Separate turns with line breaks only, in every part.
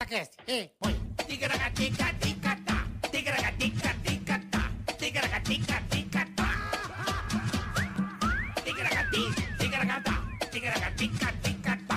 Cast. Ei, põe.
Ticaracatica-ticatá, ticaracatica-ticatá, ticaracatica-ticatá. Ticaracati, ticaracatá, ticaracatica-ticatá.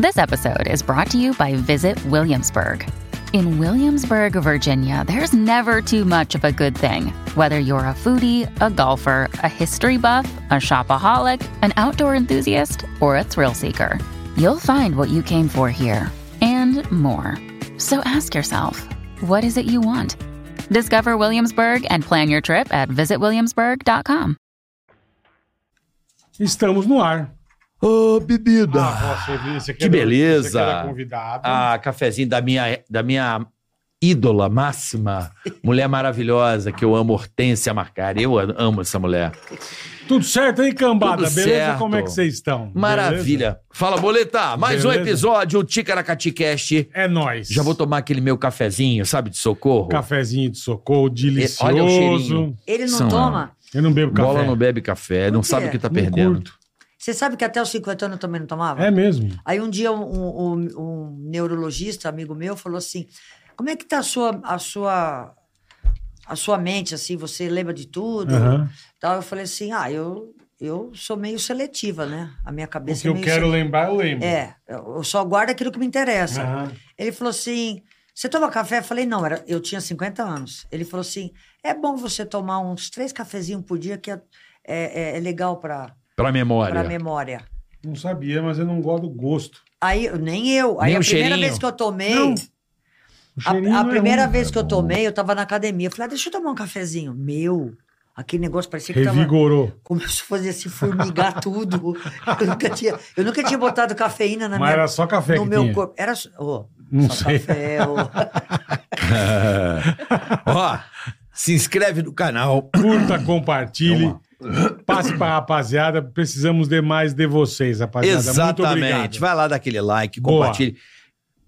This episode is brought to you by Visit Williamsburg. In Williamsburg, Virginia, there's never too much of a good thing. Whether you're a foodie, a golfer, a history buff, a shopaholic, an outdoor enthusiast, or a thrill seeker, you'll find what you came for here and more. So ask yourself, what is it you want? Discover Williamsburg and plan your trip at visitwilliamsburg.com.
Estamos no ar.
Ô, bebida!
Ah, você, você
que beleza.
Você era é convidado.
Ah, cafezinho da minha, da minha ídola máxima, mulher maravilhosa que eu amo, Hortência Marcari. Eu a- amo essa mulher.
Tudo certo aí, cambada?
Tudo
beleza?
certo.
Como é que vocês estão?
Maravilha. Fala, Boleta! Mais um
Beleza?
episódio, o Ticaracaticast.
Beleza? É nóis. Um
Já vou tomar aquele meu cafezinho, sabe, de socorro.
Cafezinho de socorro, delicioso.
olha o cheirinho.
Ele não
São-
toma?
Eu não bebo café.
Bola não bebe café, não sabe o que tá
Não
perdendo.
curto.
Você sabe que até os 50 anos eu também não tomava?
É mesmo.
Aí um dia um, um- um neurologista, amigo meu, falou assim: como é que tá a sua, a sua, a sua mente, assim, você lembra de tudo?
Aham.
Tal, eu falei assim, ah, eu, eu sou meio seletiva, né? A minha
O
cabeça
que
é
eu
meio
quero
seletiva.
lembrar, eu lembro.
É, eu só guardo aquilo que me interessa.
Aham.
Ele falou assim: você toma café? Eu falei, não, era, eu tinha 50 anos. Ele falou assim: é bom você tomar uns três cafezinhos por dia, que é, é, é legal para
Pra memória.
a memória.
Não sabia, mas eu não gosto do gosto.
Aí, eu- nem eu. Aí
Nem
a
o
primeira
cheirinho?
vez que eu tomei.
Não, O
A-
cheirinho
A,
não é
primeira
ruim.
vez que eu tomei, eu tava na academia. Eu falei, ah, deixa eu tomar um cafezinho. Meu, aquele negócio parecia que tava.
Revigorou.
Começou a fazer assim, formigar tudo. Eu nunca tinha, eu nunca tinha botado cafeína na
Mas
minha,
era só café
no
que
meu
tinha.
corpo. Era só, ô,
Não
só
sei.
café. ô.
Ó, se inscreve no canal.
Curta, compartilhe. Passe pra rapaziada. Precisamos de mais de vocês, rapaziada. Muito obrigado.
Exatamente. Vai lá dar aquele like,
Boa.
compartilhe.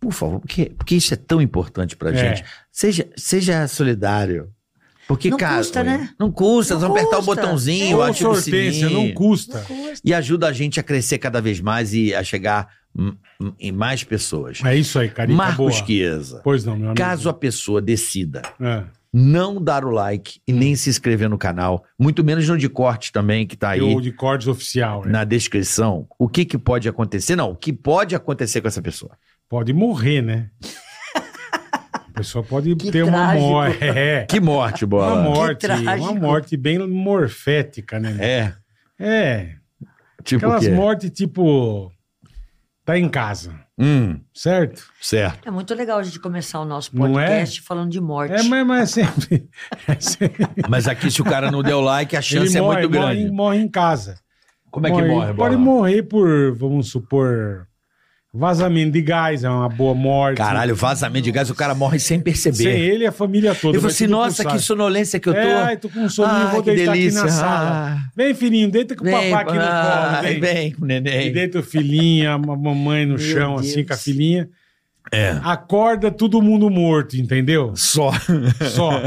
Por favor, porque, porque isso é tão importante pra
É.
gente. Seja, seja solidário. Porque,
Não
cara,
custa, né?
Não custa,
Não
só apertar o
custa.
botãozinho,
Ô,
ativa é o
Hortência,
sininho.
um não custa.
E ajuda a gente a crescer cada vez mais e a chegar hum, hum, em mais pessoas.
É isso aí, Carica.
Marcos
boa.
Chiesa.
Pois não, meu amigo.
tá Caso a pessoa decida
É.
não dar o like e nem se inscrever no canal, muito menos no de corte também, que tá aí.
Eu de cortes oficial. né?
na descrição o que, que pode acontecer. Não, o que pode acontecer com essa pessoa.
Pode morrer, né? A pessoa pode
Que
ter uma
trágico.
morte. É.
Que morte,
Uma
bola.
morte,
Que
uma
trágico.
morte bem morfética, né?
É.
É.
Tipo o
Aquelas
quê?
mortes tipo. Tá em casa,
Hum,
certo?
certo.
É muito legal a gente começar o nosso
Não é?
podcast falando de morte.
É, mas, mas sempre. é sempre-
Mas aqui, se o cara não deu like, a chance
ele
é
morre,
muito
morre-
grande.
morre em casa.
Como é que morre, bola?
Pode morrer por, vamos supor, vazamento de gás, é uma boa morte.
Caralho, vazamento de gás, o cara morre sem
Sem
perceber.
ele e a família toda.
Eu
vai
falei assim,
tudo pro
nossa,
saco."
que sonolência que eu tô.
É, ai, tô com um soninho,
Ah,
vou
que
deitar aqui
delícia.
na sala.
Ah.
Vem, filhinho, deita com o papai aqui no
ah,
colo. Vem.
vem. com o neném.
E deita o filhinho, a ma- mamãe no
Meu
chão,
Deus.
assim, com a filhinha.
É.
Acorda todo mundo morto, entendeu?
Só.
Só.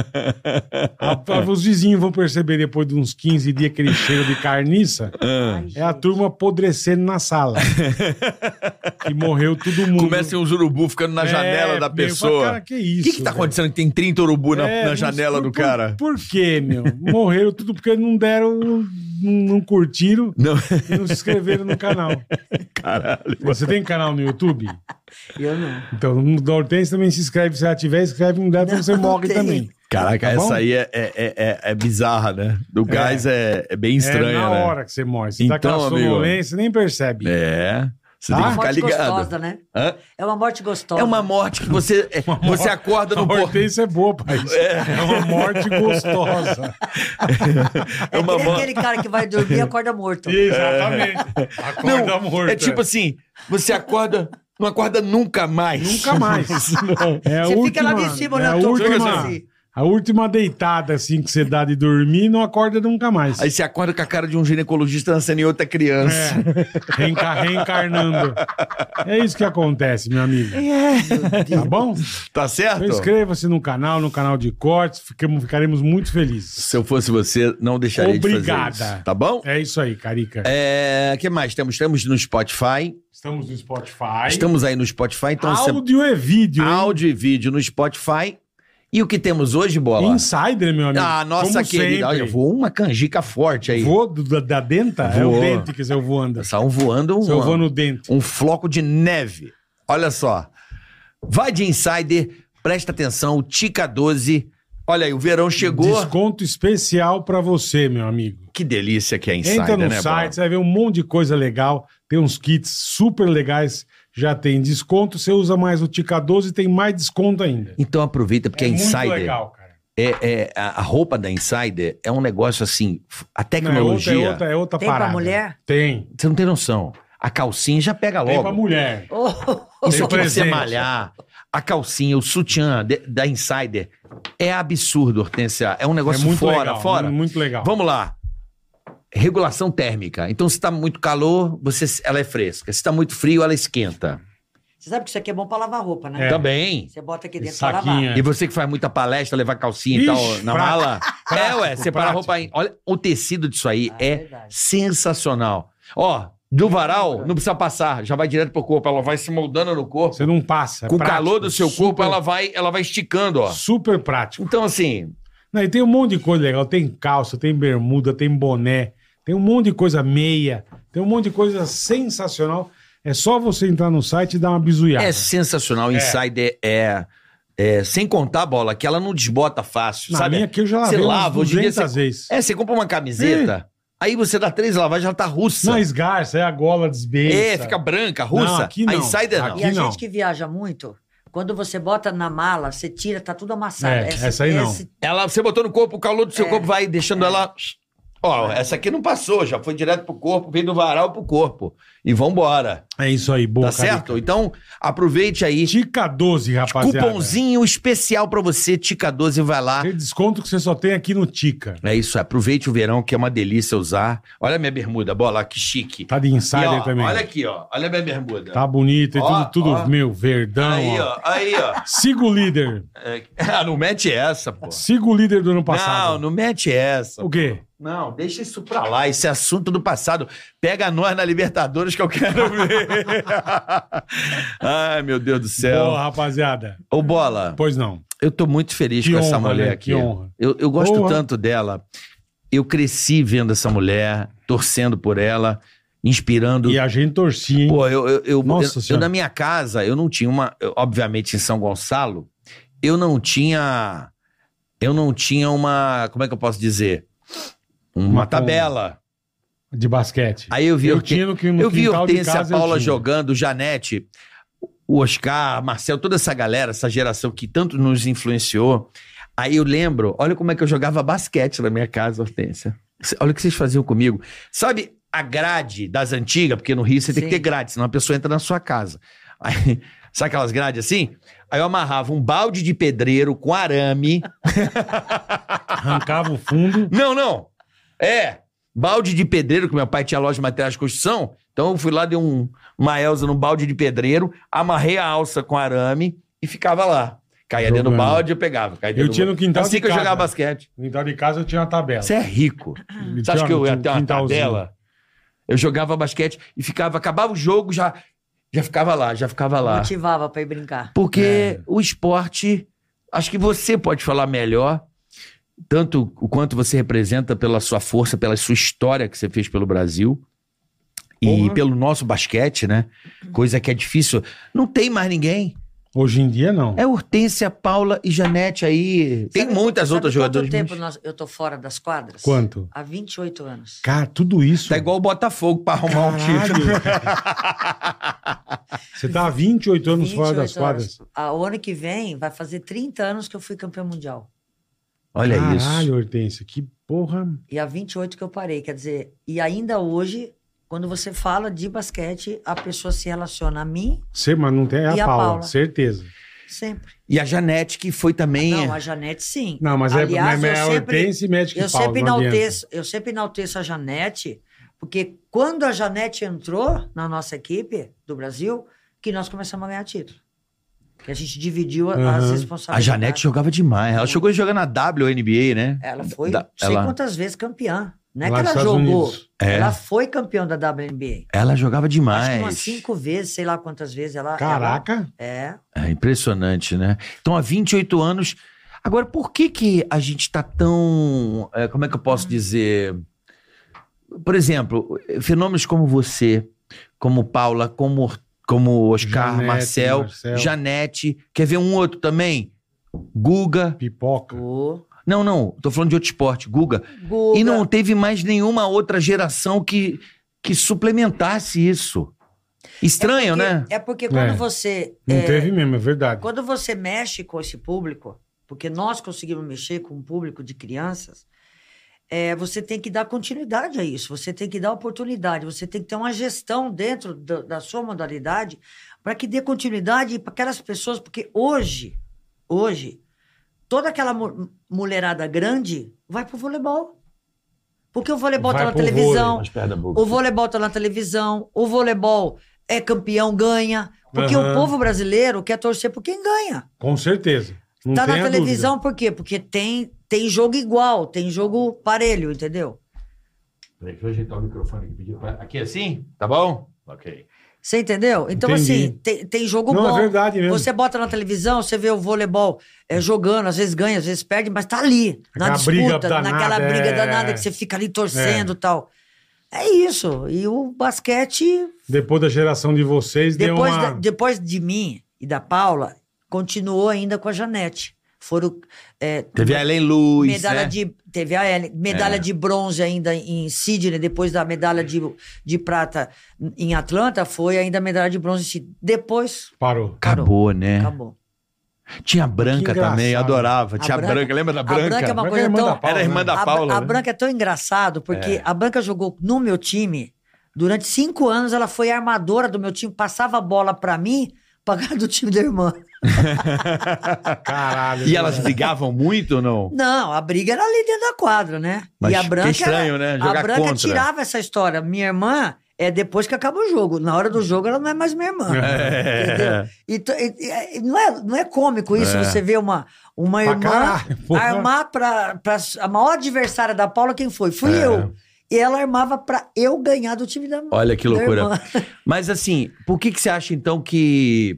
A- a- os vizinhos vão perceber depois de uns 15 dias aquele cheiro de carniça.
Ah.
Ai,
É a
gente.
turma apodrecendo na sala. e morreu todo mundo.
Começa uns urubu ficando na
É,
janela da
meu, fala,
pessoa.
Cara, que
O
isso?
que, que tá
velho?
acontecendo que tem 30 urubu na,
É,
na
não
janela
sei
do
por-
cara?
Por quê, meu? Morreram tudo porque não deram, não, não curtiram
Não.
e não se inscreveram no canal.
Caralho.
Você tem canal no YouTube?
Eu não.
Então, no da Hortência também se inscreve. Se ela tiver, inscreve, não der, então
Não,
você morre
tem.
também.
Caraca,
Tá bom?
essa aí é, é, é- é- é bizarra, né? Do gás é, é bem
é
estranha,
na
né?
hora que você morre. Você tá com
Então,
a
amigo.
sonolência, nem percebe.
É. Você tem
Tá?
que ficar
morte
ligado.
gostosa, né?
Hã?
É uma morte gostosa.
É uma morte que você, é, você acorda
A
no portão.
Hortência é boa, pai. É. uma morte gostosa.
É,
uma
que nem
mor-
aquele cara que vai dormir e acorda morto.
Exatamente. Acorda
Não,
morta.
É tipo assim, você acorda, não acorda nunca mais.
Nunca mais. É a
Você fica lá
última-
de cima
é a
olhando todo mundo
última,
assim.
A última deitada, assim, que você dá de dormir, não acorda nunca mais.
Aí você acorda com a cara de um ginecologista nascendo em outra criança.
É, reenca- reencarnando. É isso que acontece, meu amigo. Tá bom?
Tá certo?
Então Inscreva-se no canal, no canal de cortes. Ficamos, ficaremos muito felizes.
Se eu fosse você, não deixaria de fazer
Obrigada.
isso. Tá bom?
É isso aí, Carica.
É, que mais temos? Estamos no Spotify.
Estamos no Spotify.
Estamos aí no Spotify, então você-
Áudio e vídeo. hein?
áudio e vídeo no Spotify. E o que temos hoje, bola?
Insider, meu amigo.
Ah, nossa
Como
querida, olha,
sempre.
voou uma canjica forte aí.
Vou do- da, da denta? É o
Voou.
dente que eu vou andar.
Saiu voando um,
Se eu vou no dente.
um floco de neve. Olha só. Vai de insider, presta atenção, o Tica 12. Olha aí, o verão chegou.
Desconto especial pra você, meu amigo.
Que delícia que é insider,
Entra no
né,
site,
Bola?
você vai ver um monte de coisa legal. Tem uns kits super legais, já tem desconto. Você usa mais o Tica 12 e tem mais desconto ainda.
Então aproveita, porque a
É muito
insider.
legal, cara.
É, é, a a roupa da insider é um negócio assim. f-
Não,
A
é outra,
tecnologia.
é outra, é outra
Tem pra
parada.
mulher?
Tem.
Você não tem noção. A calcinha já pega
Tem pra
Tá logo.
mulher.
Oh,
Isso
Tem
aqui pra você
presente.
malhar. A calcinha, o sutiã de- da Insider é absurdo, Hortência. É um
É
negócio
muito
fora,
legal.
fora.
Muito legal.
Vamos lá. Regulação térmica. Então, se tá muito calor, você, ela é fresca. Se tá muito frio, ela esquenta.
Você sabe que isso aqui é bom pra lavar roupa, né?
É.
Também.
Você bota aqui
Esse
dentro pra lavar.
saquinho, é.
E você que faz muita palestra, levar calcinha
Ixi,
e tal
prático,
na mala. é, ué,
prático,
separa a
prático.
roupa aí. Olha, o tecido disso aí
Ah,
é
verdade.
sensacional. Ó, do varal, não precisa passar, já vai direto pro corpo. Ela vai se moldando no corpo.
Você não passa. é
com o
prático.
calor do seu
Super-
corpo, ela vai, ela vai esticando, ó.
Super prático.
Então, assim,
Não, e tem um monte de coisa legal. Tem calça, tem bermuda, tem boné, tem um monte de coisa meia, tem um monte de coisa sensacional. É só você entrar no site e dar uma bizuiada.
é sensacional. O Insider é, é- Sem contar a bola, que ela não desbota fácil,
Na
sabe?
minha aqui eu já
Você
lavei umas
lava, hoje em dia
200
você-
vezes.
É, você compra uma camiseta, aí você dá três lavagens, ela tá russa.
Não esgarça, é a gola desbeça.
É, fica branca, russa.
Não, aqui não.
A Insider não.
Aqui
E a
não.
gente que viaja muito, quando você bota na mala, você tira, tá tudo amassado.
É, essa aí não.
Ela, você botou no corpo, o calor do seu corpo vai deixando ela... Ó, essa aqui não passou, já foi direto pro corpo, veio do varal pro corpo. E vambora,
É isso aí, boa.
tá certo? Então, aproveite aí.
Tica 12, rapaziada.
Cupomzinho especial pra você, Tica 12, vai lá.
Tem desconto que você só tem aqui no Tica.
É isso, aproveite o verão, que é uma delícia usar. Olha a minha bermuda, bola, que chique.
Tá de
E,
insider
ó,
também.
Olha aqui, ó. Olha a minha bermuda.
Tá bonito, e
Ó,
tudo, tudo
ó.
meu, verdão.
aí,
ó.
ó. Aí, ó.
Siga o líder.
É, ah, não mete essa, pô.
Siga o líder é do ano
Não,
passado.
não mete essa.
O quê?
Não, deixa isso pra lá. Esse é assunto do passado. Pega nós na Libertadores que eu quero ver. Ai, meu Deus do
Boa,
céu.
rapaziada.
Ô, Bola,
Pois não.
eu tô muito feliz
Que
com essa
honra,
mulher
né?
aqui.
Que honra.
Eu, eu gosto
Porra.
tanto dela. Eu cresci vendo essa mulher, torcendo por ela, inspirando.
E a gente torcia, hein?
Pô, eu, eu, eu,
Nossa
eu- eu
Senhora.
na minha casa, eu não tinha uma. eu, obviamente, em São Gonçalo, eu não tinha. Eu não tinha uma. Como é que eu posso dizer? Uma,
Uma
tabela.
De basquete.
Aí eu vi,
eu
Horten-
tinha no, que- no
eu vi
quintal de
Hortência
casa, eu
Paula
tinha.
jogando, Janete, o Oscar, Marcel, toda essa galera, essa geração que tanto nos influenciou. Aí eu lembro, olha como é que eu jogava basquete na minha casa, Hortência. Cê- Olha o que vocês faziam comigo. Sabe a grade das antigas? Porque no Rio você tem que
Sim.
ter grade, senão a pessoa entra na sua casa. Aí, sabe aquelas grades assim? Aí eu amarrava um balde de pedreiro com arame.
Arrancava o fundo.
Não, não. É. Balde de pedreiro, que meu pai tinha loja de materiais de construção. Então eu fui lá, dei um, uma Elza num balde de pedreiro, amarrei a alça com arame e ficava lá. Caía dentro do
Jogando.
balde, eu pegava. Caía
Eu
dentro do
tinha no
balde.
quintal
Assim
de
que eu
casa.
jogava basquete.
No quintal de casa eu tinha uma tabela. um
Você é rico. Você acha que eu ia ter uma tabela? Eu jogava basquete e ficava, acabava o jogo, já, já ficava lá, já ficava lá.
Motivava pra ir brincar.
Porque
É.
o esporte, acho que você pode falar melhor, tanto o quanto você representa pela sua força, pela sua história que você fez pelo Brasil e
Porra.
pelo nosso basquete, né? Coisa que é difícil. Não tem mais ninguém.
Hoje em dia, não.
É Hortência, Paula e Janete aí. Tem
Sabe-
muitas
sabe
outras
quanto
jogadoras.
tempo
mas
nós- eu tô fora das quadras?
Quanto?
Há 28 anos.
Cara, tudo isso.
Tá igual o Botafogo pra arrumar um
Caralho.
título.
Você tá há 28 anos fora das
28 horas.
quadras.
Ah, O ano que vem vai fazer 30 anos que eu fui campeã mundial.
Olha isso.
Caralho, Hortência, que porra.
E há 28 que eu parei. Quer dizer, e ainda hoje, quando você fala de basquete, a pessoa se relaciona a mim.
Você, mas não tem é a,
E a
Paula,
Paula?
certeza.
Sempre.
E a Janete, que foi também.
Não, a Janete sim.
Não, mas
Aliás,
é,
eu
mas é
sempre-
Hortense e médico
Eu sempre, enalteço, eu sempre enalteço a Janete, porque quando a Janete entrou na nossa equipe do Brasil, que nós começamos a ganhar título. Que a gente dividiu a- as
Aham.
A
responsabilidades.
Janete jogava demais. Ela chegou a jogar na WNBA, né?
Ela foi
Da-
sei
ela-
quantas vezes campeã. Não é
Lá
que
nos
ela
Estados
jogou.
Unidos.
É.
Ela foi campeã da WNBA.
Ela jogava
Acho que
demais.
umas cinco vezes, sei lá quantas vezes ela.
Caraca.
ela- é.
É impressionante, né? Então, há 28 anos. Agora, por que, que a gente tá tão. é, como é que eu
Uhum.
posso dizer? Por exemplo, fenômenos como você, como Paula, como, como Oscar,
Janete,
Marcel,
Marcel.
Janete. Quer ver um outro também? Guga.
Pipoca.
O
Não, não, tô falando de outro esporte, Guga.
Guga.
E não teve mais nenhuma outra geração que, que suplementasse isso. Estranho,
Porque-
né?
É porque quando
É.
você.
Não
é,
teve mesmo, é verdade.
Quando você mexe com esse público, porque nós conseguimos mexer com um público de crianças, é, você tem que dar continuidade a isso, você tem que dar oportunidade, você tem que ter uma gestão dentro da, da sua modalidade para que dê continuidade para aquelas pessoas, porque hoje, hoje, toda aquela mu- mulherada grande vai para o voleibol. Porque o voleibol
Vai
está na
pro
televisão,
perna
o voleibol tá na televisão, o voleibol é campeão, ganha. Porque
Aham.
o povo brasileiro quer torcer por quem ganha.
Com certeza. Não
tá na
tenha dúvida.
televisão por quê? Porque tem, tem jogo igual, tem jogo parelho, entendeu?
Peraí, deixa eu ajeitar o microfone que pediu pra... Aqui assim? Tá bom? Ok.
Você entendeu? Então,
Entendi.
assim, tem, tem jogo
Não,
bom.
é verdade mesmo.
Você bota na televisão, você vê o voleibol é, jogando, às vezes ganha, às vezes perde, mas tá ali, na
Aquela briga
disputa,
danada,
naquela briga
é.
danada que você fica ali torcendo e tal. É isso. E o basquete
Depois da geração de vocês,
Depois,
deu uma...
da- depois de mim e da Paula, continuou ainda com a Janete. Foram é,
Teve a Ellen Luz,
medalha
né?
de teve a Ellen, medalha de bronze ainda em Sydney, depois da medalha de, de prata em Atlanta, foi ainda medalha de bronze em Sydney. Depois
Parou.
Acabou, né?
acabou.
Tinha a Branca
Que
também, eu
engraçado.
adorava.
A
Tinha a Branca,
Branca-
lembra da
a
Branca?
Branca é uma
Mas
coisa
é irmã
tão-
da Paula,
Era irmã
né?
da
a,
Paula.
a
né?
Branca é tão engraçado porque a Branca jogou no meu time durante cinco anos. Ela foi a armadora do meu time, passava a bola pra mim, pagar do time da irmã.
Caralho.
E elas
cara.
brigavam muito ou não?
Não, a briga era ali dentro da quadra, né?
Mas
e a
que
Branca.
estranho, né? Jogar
a Branca
contra.
tirava essa história. Minha irmã é depois que acaba o jogo. Na hora do jogo, ela não é mais minha irmã. Entendeu? Então, E to- e- e- e não, é, não é cômico isso, você vê uma, uma
Pra
irmã
caralho, porra.
armar pra, pra. A maior adversária da Paula, quem foi? Fui eu. E ela armava pra eu ganhar do time da
Olha que
da
loucura.
irmã.
Mas assim, por que, que você acha então que.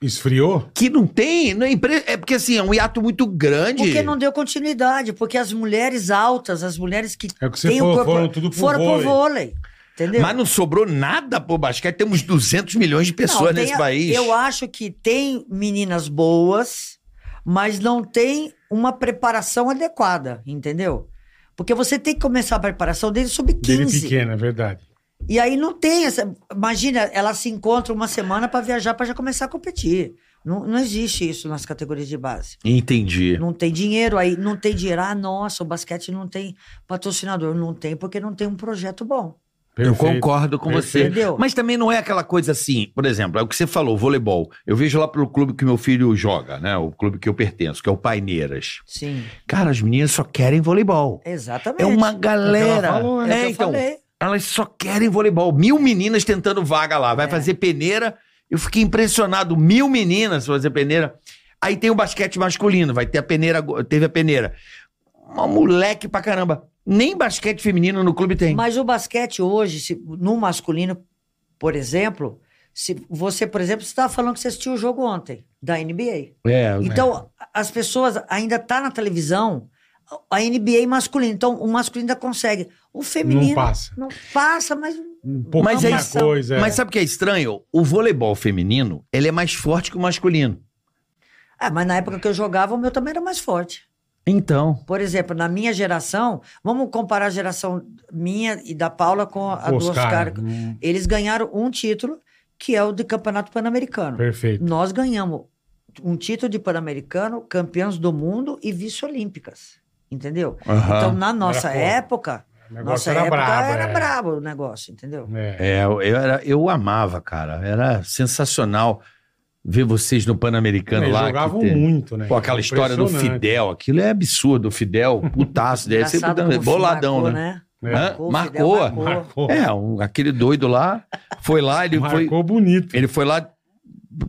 Esfriou?
Que não tem. não é impre- É porque assim, é um hiato muito grande.
Porque não deu continuidade, porque as mulheres altas, as mulheres que
É o que você
têm
falou,
o corpo,
foram tudo pro
foram
vôlei.
pro vôlei. Entendeu?
Mas não sobrou nada pro basquete. Temos 200 milhões de pessoas
Não, tem
nesse
a-
país.
Eu acho que tem meninas boas, mas não tem uma preparação adequada, entendeu? Porque você tem que começar a preparação desde
Dele
sub-15.
pequeno, é verdade.
E aí não tem essa. Imagina, ela se encontra uma semana para viajar para já começar a competir. Não, não existe isso nas categorias de base.
Entendi.
Não tem dinheiro aí, não tem dinheiro. Ah, nossa, o basquete não tem patrocinador. Não tem porque não tem um projeto bom.
Eu
Perfeito.
concordo com você.
Perfeito.
Entendeu?
Mas também não é aquela coisa assim, por exemplo, é o que você falou, voleibol. Eu vejo lá pelo clube que meu filho joga, né? O clube que eu pertenço, que é o Paineiras.
Sim.
Cara, as meninas só querem voleibol.
Exatamente.
É uma
É o que
galera.
ela falou,
né? É o que
É,
eu
então,
falei.
elas só querem voleibol. Mil meninas tentando vaga lá. Vai
É.
fazer peneira. Eu fiquei impressionado. Mil meninas fazer peneira. Aí tem o basquete masculino, vai ter a peneira, ago- teve a peneira. Uma moleque pra caramba. Nem basquete feminino no clube tem.
Mas o basquete hoje, se- no masculino, por exemplo, se você, por exemplo, você estava falando que você assistiu o jogo ontem da NBA.
É,
Então, a- as pessoas ainda tá na televisão a NBA masculina. Então, o masculino ainda consegue. O feminino
Não passa.
não passa, mas
Um pouco
Mas
mas
é
é
isso.
coisa. é.
Mas sabe o que é estranho? O voleibol feminino, ele é mais forte que o masculino.
ah, mas na época que eu jogava, o meu também era mais forte.
Então.
Por exemplo, na minha geração, vamos comparar a geração minha e da Paula com a do
Oscar,
Oscar.
hum,
Eles ganharam um título, que é o de Campeonato Pan-Americano.
Perfeito.
Nós ganhamos um título de Pan-Americano, campeões do mundo e vice-olímpicas. Entendeu?
Ah,
Aham.
Então, na nossa
foda.
época,
O negócio
nossa
era
época
brabo.
era
é.
brabo o negócio, entendeu?
É.
É, eu, era, eu amava, cara. Era sensacional. ver vocês no Pan-Americano
Eles
lá. que
jogavam
teve-
muito, né?
Pô, aquela história do
Impressionante.
Fidel, aquilo é absurdo. O Fidel, putaço, deve ser
Engraçado
puta-
como o Fidel
boladão,
marcou,
né?
É.
Hã?
Marcou, o Fidel
Marcou.
marcou.
Marcou,
É, um- aquele doido lá foi lá, ele foi,
marcou bonito.
ele foi lá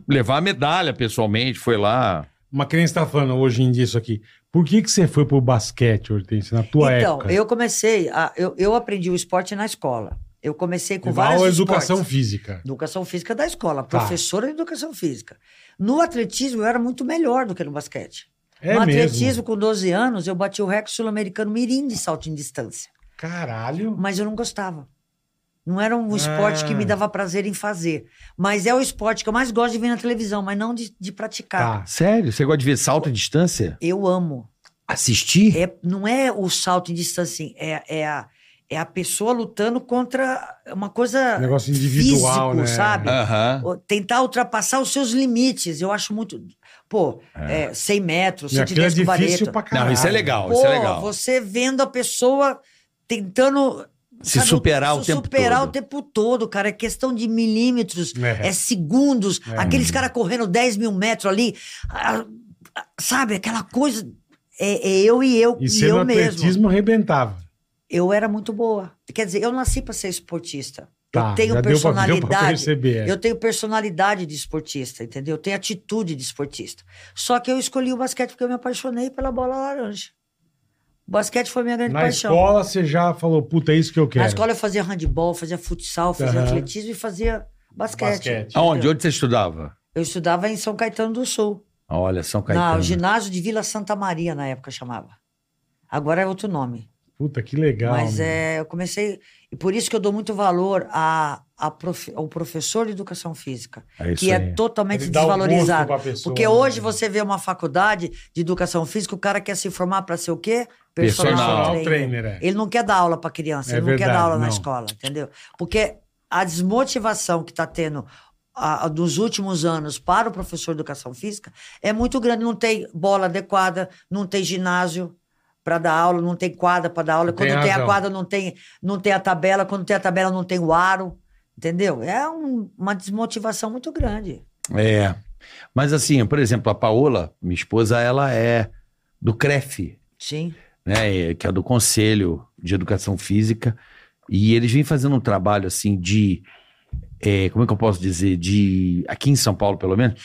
levar a medalha pessoalmente, foi lá.
Mas quem está tá falando hoje em dia isso aqui? Por que, que você foi pro basquete, Hortense, na tua
então,
época?
eu comecei, a- eu, eu aprendi o esporte na escola. Eu comecei com
Igual
várias
a educação
esportes.
física.
Educação física da escola,
Tá.
professora de educação física. No atletismo eu era muito melhor do que no basquete.
É
no
mesmo.
atletismo, com 12 anos, eu bati o recorde sul-americano mirim de salto em distância.
Caralho.
Mas eu não gostava. Não era um esporte
Ah.
que me dava prazer em fazer. Mas é o esporte que eu mais gosto de ver na televisão, mas não de, de praticar.
Tá.
Sério? Você gosta de ver salto à distância?
Eu amo.
Assistir?
É, não é o salto em distância, assim, é, é, a, é a pessoa lutando contra uma coisa
Negócio individual,
físico,
né?
sabe?
Aham.
Ou Tentar ultrapassar os seus limites. Eu acho muito. Pô, é, 100 metros,
E aquilo é
110 com
difícil
vareta.
pra caralho.
Não, isso é legal,
Pô,
isso é legal.
você vendo a pessoa tentando.
Se superar o
se
tempo
superar
todo.
o tempo todo, cara. É questão de milímetros,
É.
é, segundos.
É.
Aqueles caras correndo 10 mil metros ali. ah, ah, sabe, aquela coisa. É, é eu e eu,
E
e
você no
eu mesmo.
atletismo arrebentava.
Eu era muito boa. Quer dizer, eu nasci pra ser esportista.
Tá,
eu
já
tenho
deu pra- deu pra
personalidade.
perceber, é.
Eu tenho personalidade de esportista, entendeu? Eu tenho atitude de esportista. Só que eu escolhi o basquete porque eu me apaixonei pela bola laranja. O basquete foi minha grande
Na
paixão.
escola você já falou, puta, é isso que eu quero.
Na escola eu fazia handball, fazia futsal, fazia
Aham.
atletismo e fazia basquete.
Basquete.
Aonde? Onde você estudava?
Eu estudava em São Caetano do Sul,
Olha, São
na,
Caetano.
o ginásio de Vila Santa Maria, na época chamava. Agora é outro nome.
Puta, que legal. né?
Mas
meu.
é, eu comecei. E por isso que eu dou muito valor a, a prof- ao professor de educação física,
É isso
que
aí.
é totalmente
Ele dá o gosto
desvalorizado.
pra pessoa,
Porque
né?
hoje você vê uma faculdade de educação física, o cara quer se formar para ser o quê?
Personal
trainer. é.
Ele não quer dar aula para criança,
É
ele não quer
verdade,
dar aula na
não.
escola, entendeu? Porque a desmotivação que está tendo a, a dos últimos anos para o professor de educação física é muito grande. Não tem bola adequada, não tem ginásio para dar aula, não tem quadra para dar aula.
Tem
Quando tem a
razão.
quadra, não tem, não tem a tabela. Quando tem a tabela, não tem o aro. Entendeu? É um- uma desmotivação muito grande.
É. Mas assim, por exemplo, a Paola, minha esposa, ela é do CREF,
Sim.
né? e- Que é do Conselho de Educação Física. E eles vêm fazendo um trabalho assim de. é, como é que eu posso dizer? De. Aqui em São Paulo, pelo menos,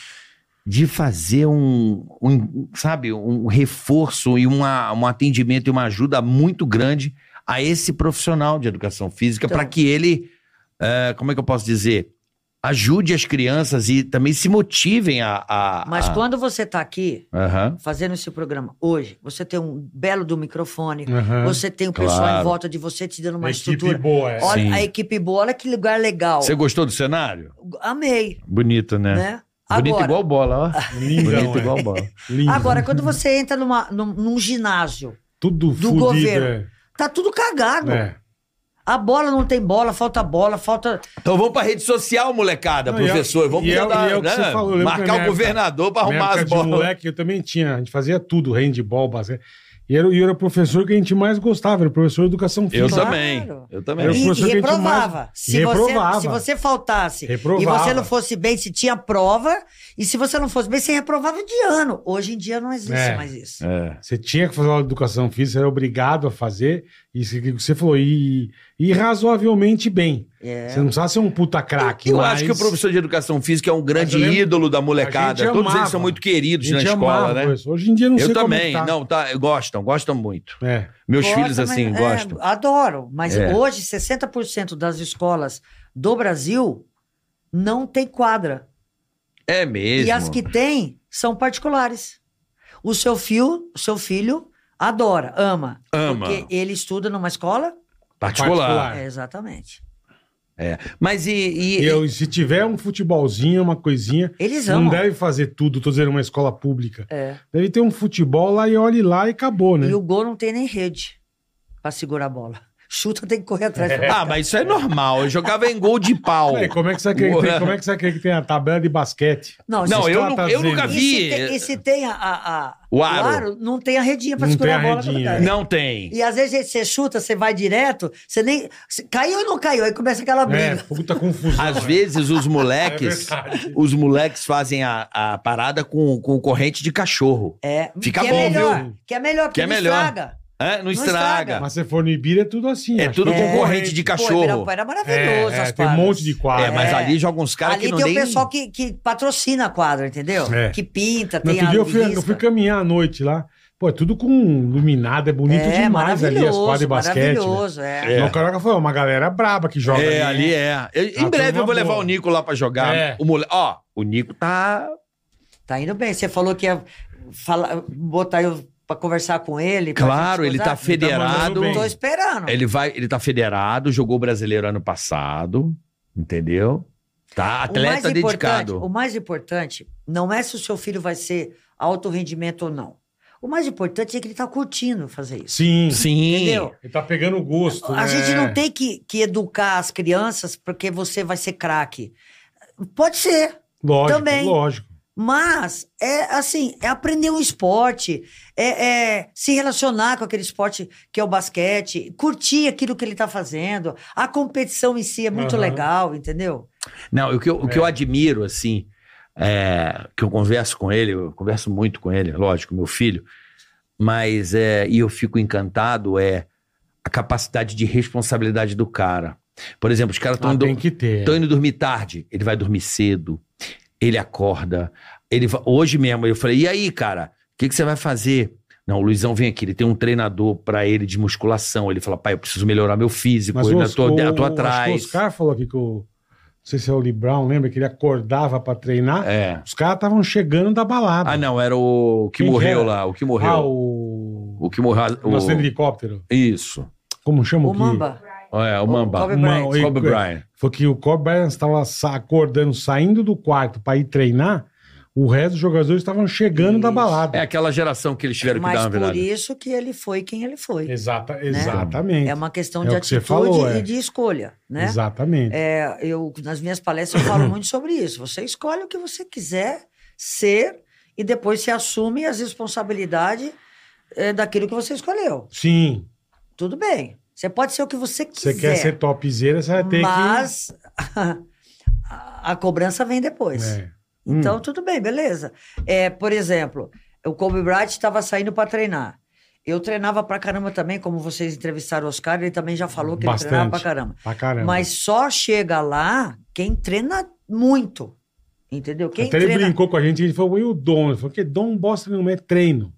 de fazer um, um, sabe, um reforço e uma, um atendimento e uma ajuda muito grande a esse profissional de educação física
Então.
para que ele, é, como é que eu posso dizer, ajude as crianças e também se motivem a... a-
Mas
a-
quando você está aqui
Aham.
fazendo esse programa hoje, você tem um belo do microfone,
Aham.
Você tem o pessoal
Claro.
em volta de você te dando
Uma
uma
Hum, equipe
estrutura.
boa, é.
Olha
Sim.
a equipe boa, olha que lugar legal.
Você gostou do cenário?
Amei,
Bonito, né?
né?
Bonito
agora,
igual bola, ó.
Lindão,
Bonito
é.
igual bola.
Lindão.
agora, quando você entra numa, num, num ginásio,
Tudo fudido.
governo. tá tudo
É.
cagado.
É.
A bola não tem bola, falta bola, falta.
Então vamos pra rede social, molecada,
Não, e é-
professor. Vamos
e é-
mandar,
e é o que
né?
você falou, eu lembro que na
marcar o
época-
governador pra
Na
arrumar
época
as
de
bolas.
moleque, eu também tinha. A gente fazia tudo, handball, basquete. E era, e era o professor que a gente mais gostava, era o professor de educação física.
Eu
Claro.
também. Eu também.
Era o
E,
professor
e
que a gente
reprovava.
mais-
Se,
reprovava.
Você, se você faltasse e
Reprovava.
você não fosse bem, se tinha prova, e se você não fosse bem, você reprovava de ano. Hoje em dia não existe
É.
mais isso.
É.
Você tinha que fazer aula de educação física, era obrigado a fazer. E você, você falou, e, e razoavelmente bem.
É.
Você não precisava ser um puta craque.
eu
mas
acho que o professor de educação física é um
Mas
grande
eu lembro-
ídolo da
a
molecada.
gente
Todos
amava.
eles são muito
a
queridos
gente
na
amava
escola,
o
né?
professor. Hoje em dia eu não sei
Eu
como
também.
que tá.
Não, tá, gostam, gostam muito.
É.
Meus
Gosta,
filhos,
mas-
assim,
é,
gostam.
Adoro, mas
É.
hoje 60% das escolas do Brasil não tem quadra.
É mesmo.
E as que têm são particulares. O seu filho, o seu filho adora, ama,
Ama.
porque ele estuda numa escola?
Particular.
Particular. Ah.
É, exatamente.
Mas e. e-
E eu, se tiver um futebolzinho, uma coisinha,
Eles
não
amam.
deve fazer tudo, tô dizendo, uma escola pública.
É.
Deve ter um futebol lá e olhe lá e acabou, né?
E o gol não tem nem rede pra segurar a bola. chuta, tem que correr atrás.
Ah, mas isso é normal. Eu jogava em gol de pau.
Peraí, como é que você quer que
Porra.
tem, como é que você quer que tem a tabela de basquete?
Não,
Não,
se-
eu,
cara
nu-
tá
eu
dizendo.
nunca
e se
vi.
tem, e se tem a, a- a-
O aro.
não tem a redinha pra
Não
segurar a
tem a
bola.
redinha.
cara.
Não tem.
E às vezes você chuta, você vai direto, você nem. você- Caiu ou não caiu? Aí começa aquela
É,
briga.
puta confusão.
Às vezes os moleques,
É verdade.
os moleques fazem a, a parada com, com corrente de cachorro.
É.
Fica
que
bom,
é melhor,
viu?
Que é melhor, porque
Que é
não
melhor.
estraga.
Hã? É, Não,
estraga.
estraga.
Mas se for no Ibira é tudo assim.
É
acho
tudo
que
com corrente de
Pô,
cachorro.
Ibirapuera é maravilhoso,
É, é,
as
tem um
quadras.
monte de
É,
quadra.
mas
É.
ali jogam uns caras
Ali
que não
tem
nem...
o pessoal que, que patrocina a quadra, entendeu?
É.
Que pinta,
No
tem
outro
a
dia eu fui, eu
lista.
fui caminhar à noite lá. Pô, é tudo com iluminado, é bonito demais ali as quadras de basquete. né? velho.
Maravilhoso, é.
No Carioca foi uma galera braba que joga
É,
ali.
ali é. Eu- em
Ah,
breve
turma
eu vou levar
boa.
o Nico lá pra jogar.
É.
O mole... Ó, o Nico tá...
Tá indo bem. Você falou que ia falar, botar eu pra conversar com ele. pra
Claro,
gente
ele tá
conversar.
federado.
mandando bem.
Tô esperando.
Ele vai, ele tá federado, jogou o brasileiro ano passado, entendeu? Tá atleta
importante, o
dedicado.
mais importante não é se o seu filho vai ser alto rendimento ou não. O mais importante é que ele tá curtindo fazer isso.
Sim.
Sim. É.
Entendeu?
Ele tá pegando gosto.
A
né?
gente não tem que, que educar as crianças porque você vai ser craque. Pode ser.
Lógico,
também.
lógico.
Mas é assim, é aprender um esporte, é, é se relacionar com aquele esporte que é o basquete, curtir aquilo que ele está fazendo. A competição em si é muito
Aham.
legal, entendeu?
Não, o que eu, o que
É.
eu admiro, assim, é, que eu converso com ele, eu converso muito com ele, lógico, meu filho, mas é, e eu fico encantado é a capacidade de responsabilidade do cara. Por exemplo, os caras estão
Ah,
indo,
tem que ter.
tão indo dormir tarde, ele vai dormir cedo, ele acorda, ele va- hoje mesmo eu falei, e aí, cara, o que, que você vai fazer? Não, o Luizão vem aqui, ele tem um treinador pra ele de musculação. Ele fala, pai, eu preciso melhorar meu físico, eu Tipo, ainda
Os-
tô,
o-
eu tô
acho que O
atrás.
Oscar falou aqui que o. Não sei se é o Lee Brown, lembra que ele acordava pra treinar.
É.
Os caras estavam chegando da balada.
Ah, não, era o que
Quem que
morreu
era?
lá, o que
Ah,
morreu.
o.
O que morreu. ah,
O nosso
O...
helicóptero.
Isso.
Como chama o
O
que?
Mamba.
É, o
O
Mamba.
Kobe
Kobe,
Uma-
Bryant.
e-
Bryant.
é, Foi que o Kobe Bryant estava sa- acordando, saindo do quarto pra ir treinar. O resto dos jogadores estavam chegando da
Isso.
balada.
É aquela geração que eles tiveram que
Mas
dar uma
por
virada.
isso que ele foi quem ele
É.
foi.
Exata, exatamente.
Né? É uma questão
É
de
o que você
atitude
falou,
e
é.
de escolha, né?
Exatamente.
É, eu, nas minhas palestras eu falo muito sobre isso. Você escolhe o que você quiser ser e depois se assume as responsabilidades eh, daquilo que você escolheu.
Sim.
Tudo bem. Você pode ser o que você quiser.
Você quer ser topzera, você vai ter
mas a, a cobrança vem
que.
depois.
É.
Então, tudo bem, beleza. É, por exemplo, o Kobe Bryant estava saindo para treinar. Eu treinava pra caramba também, como vocês entrevistaram o Oscar, ele também já falou que
Bastante.
ele treinava pra caramba.
Pra caramba.
Mas só chega lá quem treina muito. Entendeu? Quem
Até ele
treina.
brincou com a gente, ele falou, e o dom? Ele falou, que dom bosta nenhuma, é treino.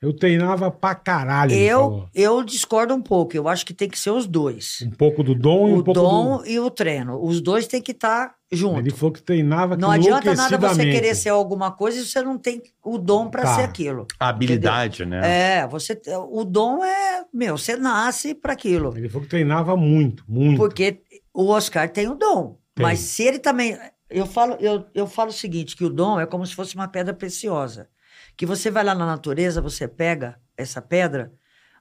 Eu treinava pra caralho, ele
Eu,
falou.
eu discordo um pouco. Eu acho que tem que ser os dois.
Um pouco do dom e um
o
pouco
dom
do...
e o treino. Os dois têm que tá estar juntos.
Ele falou que treinava
Não adianta nada você
enlouquecidamente.
querer ser alguma coisa se você não tem o dom pra
Tá.
ser aquilo.
A habilidade, né?
É, você o dom é, meu, você nasce pra aquilo.
Ele falou que treinava muito, muito.
Porque o Oscar tem o dom.
Tem.
Mas se ele também. Eu falo, eu, eu falo o seguinte: que o dom é como se fosse uma pedra preciosa. Que você vai lá na natureza, você pega essa pedra,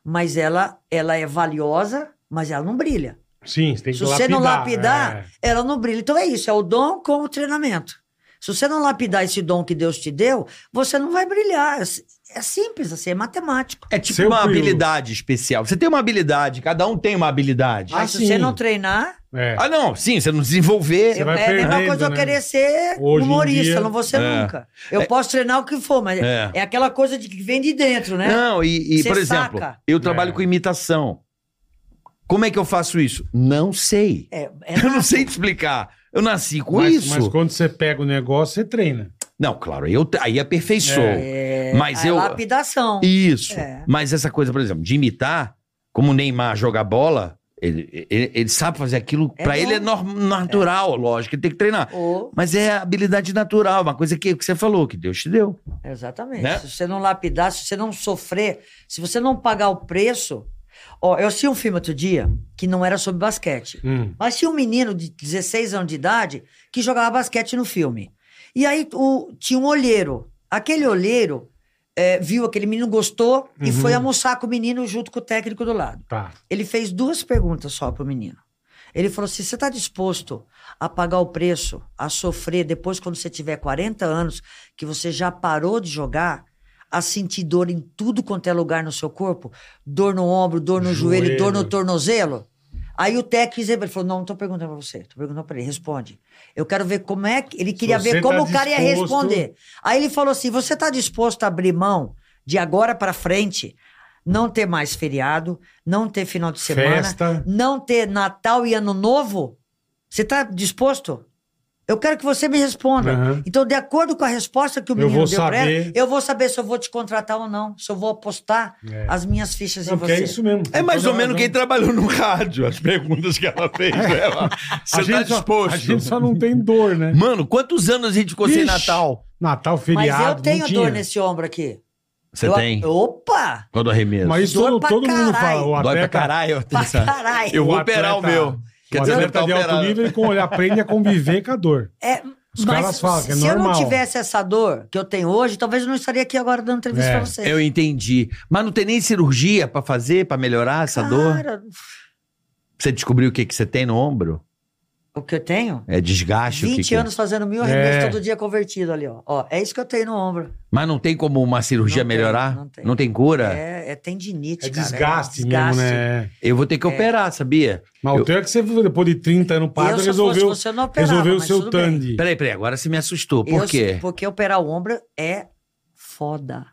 mas ela, ela é valiosa, mas ela não brilha.
Sim, você tem que
Se você não lapidar,
é.
ela não brilha. Então é isso, é o dom com o treinamento. Se você não lapidar esse dom que Deus te deu, você não vai brilhar. É si- É simples assim, é matemático.
É tipo
Seu
uma
primo.
habilidade especial. Você tem uma habilidade, cada um tem uma habilidade.
Ah,
Mas se você
sim.
não treinar,
É.
Ah, não, sim, você não desenvolver.
Você
eu-
vai
é a mesma
perdendo,
coisa eu
né?
querer ser
Hoje em
humorista,
dia-
eu não vou ser
É.
nunca. Eu posso treinar o que for, mas
É.
é, aquela coisa de que vem de dentro, né?
Não, e, e,
Você
por exemplo,
saca.
eu trabalho
É.
com imitação. Como é que eu faço isso? Não sei.
É, é
Eu não
nato.
sei te explicar. Eu nasci com
mas,
isso.
mas quando você pega o negócio, você treina.
Não, claro, eu, aí aperfeiçoou.
É,
Mas
a
eu-
lapidação.
Isso.
É.
Mas essa coisa, por exemplo, de imitar, como o Neymar joga bola, ele, ele- ele sabe fazer aquilo.
É
pra
bom.
ele é norm- natural, lógico, ele tem que treinar.
Ou-
Mas é habilidade natural, uma coisa que, que você falou, que Deus te deu.
Exatamente.
Né?
Se você não lapidar, se você não sofrer, se você não pagar o preço. Ó, eu assisti um filme outro dia que não era sobre basquete.
Hum.
Mas tinha um menino de 16 anos de idade que jogava basquete no filme. E aí o- tinha um olheiro. Aquele olheiro é, viu aquele menino, gostou e foi almoçar com o menino junto com o técnico do lado.
Tá.
Ele fez duas perguntas só pro menino. Ele falou assim: você está disposto a pagar o preço, a sofrer depois, quando você tiver 40 anos, que você já parou de jogar, a sentir dor em tudo quanto é lugar no seu corpo? Dor no ombro, dor no joelho,
Joelho.
dor no tornozelo? Aí o técnico ele falou: não, não tô perguntando pra você, tô perguntando pra ele, responde. Eu quero ver como é que. Ele queria
você
ver como
tá
o cara ia
disposto-
responder. Aí ele falou assim: você está disposto a abrir mão de agora para frente, não ter mais feriado, não ter final de semana,
Festa.
não ter Natal e Ano Novo? Você está disposto? Eu quero que você me responda.
Aham.
Então, de acordo com a resposta que o
Eu
menino
vou
deu para
saber.
ela, eu vou saber se eu vou te contratar ou não, se eu vou apostar
É.
as minhas fichas
Não,
em
porque
você.
é isso mesmo.
É mais
Toda
ou
razão.
menos
né?
quem trabalhou no rádio, as perguntas que ela fez. Ela,
A
você tá
gente só-
disposto?
a gente só não tem dor, né?
Mano, quantos anos a gente ficou sem
Vixe.
Natal?
Natal,
Mas
feriado.
eu tenho
não
dor
tinha.
nesse ombro aqui.
Você
Eu-
tem?
Opa!
Quando arremesso.
Mas isso
Dor
todo,
pra
todo mundo
caralho.
fala. O
Dói pra
atleta,
caralho.
Pra
Hortência.
caralho!
Eu vou operar o
atleta-
meu. Quer
o
dizer, ele
atleta
tá
de alto
operado.
nível ele com- ele aprende a conviver com a dor.
É,
Os
mas
caras falam que é
se eu
normal.
não tivesse essa dor que eu tenho hoje, talvez eu não estaria aqui agora dando entrevista
É,
pra você.
Eu entendi. Mas não tem nem cirurgia pra fazer, pra melhorar essa dor?
Cara,
Você descobriu o que, que você tem no ombro?
o que eu tenho?
É desgaste? o que
20
que é?
anos fazendo mil arremessos
É.
todo dia convertido ali, ó. ó. É isso que eu tenho no ombro.
Mas não tem como uma cirurgia
Não tem,
melhorar?
não tem.
cura?
É, é tendinite,
É
cara,
desgaste,
desgaste.
mesmo, né?
Eu vou ter
É.
que operar, sabia?
Mas
Eu-
o teu é que você, depois de 30 anos
Eu,
parado,
se
resolveu,
fosse você, eu não operava,
resolveu o
mas
seu
tudo bem.
tande.
Peraí, peraí, agora você me assustou. Por
Eu-
quê?
Porque operar o ombro é foda.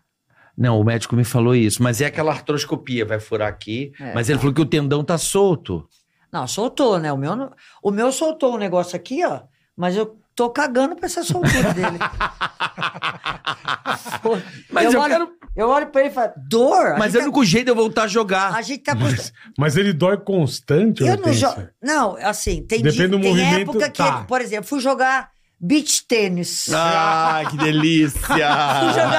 Não, o médico me falou isso, mas é aquela artroscopia, vai furar aqui.
É.
Mas ele falou que o tendão tá solto.
Não, soltou, né? O meu, não- o meu soltou um negócio aqui, ó. Mas eu tô cagando pra essa soltura dele. Foda.
Mas eu
olho,
quero-
eu olho pra ele e falo, dor? A
Mas eu
gente
não
tá-
com jeito de eu voltar a jogar.
A gente tá...
Mas ele dói constante,
Eu não
Hortência?
jogo... Não, assim, tem,
Depende
dia-
do
tem
movimento,
época que...
tá.
Por exemplo, fui jogar beach tênis.
Ah, que
Fui jogar
delícia!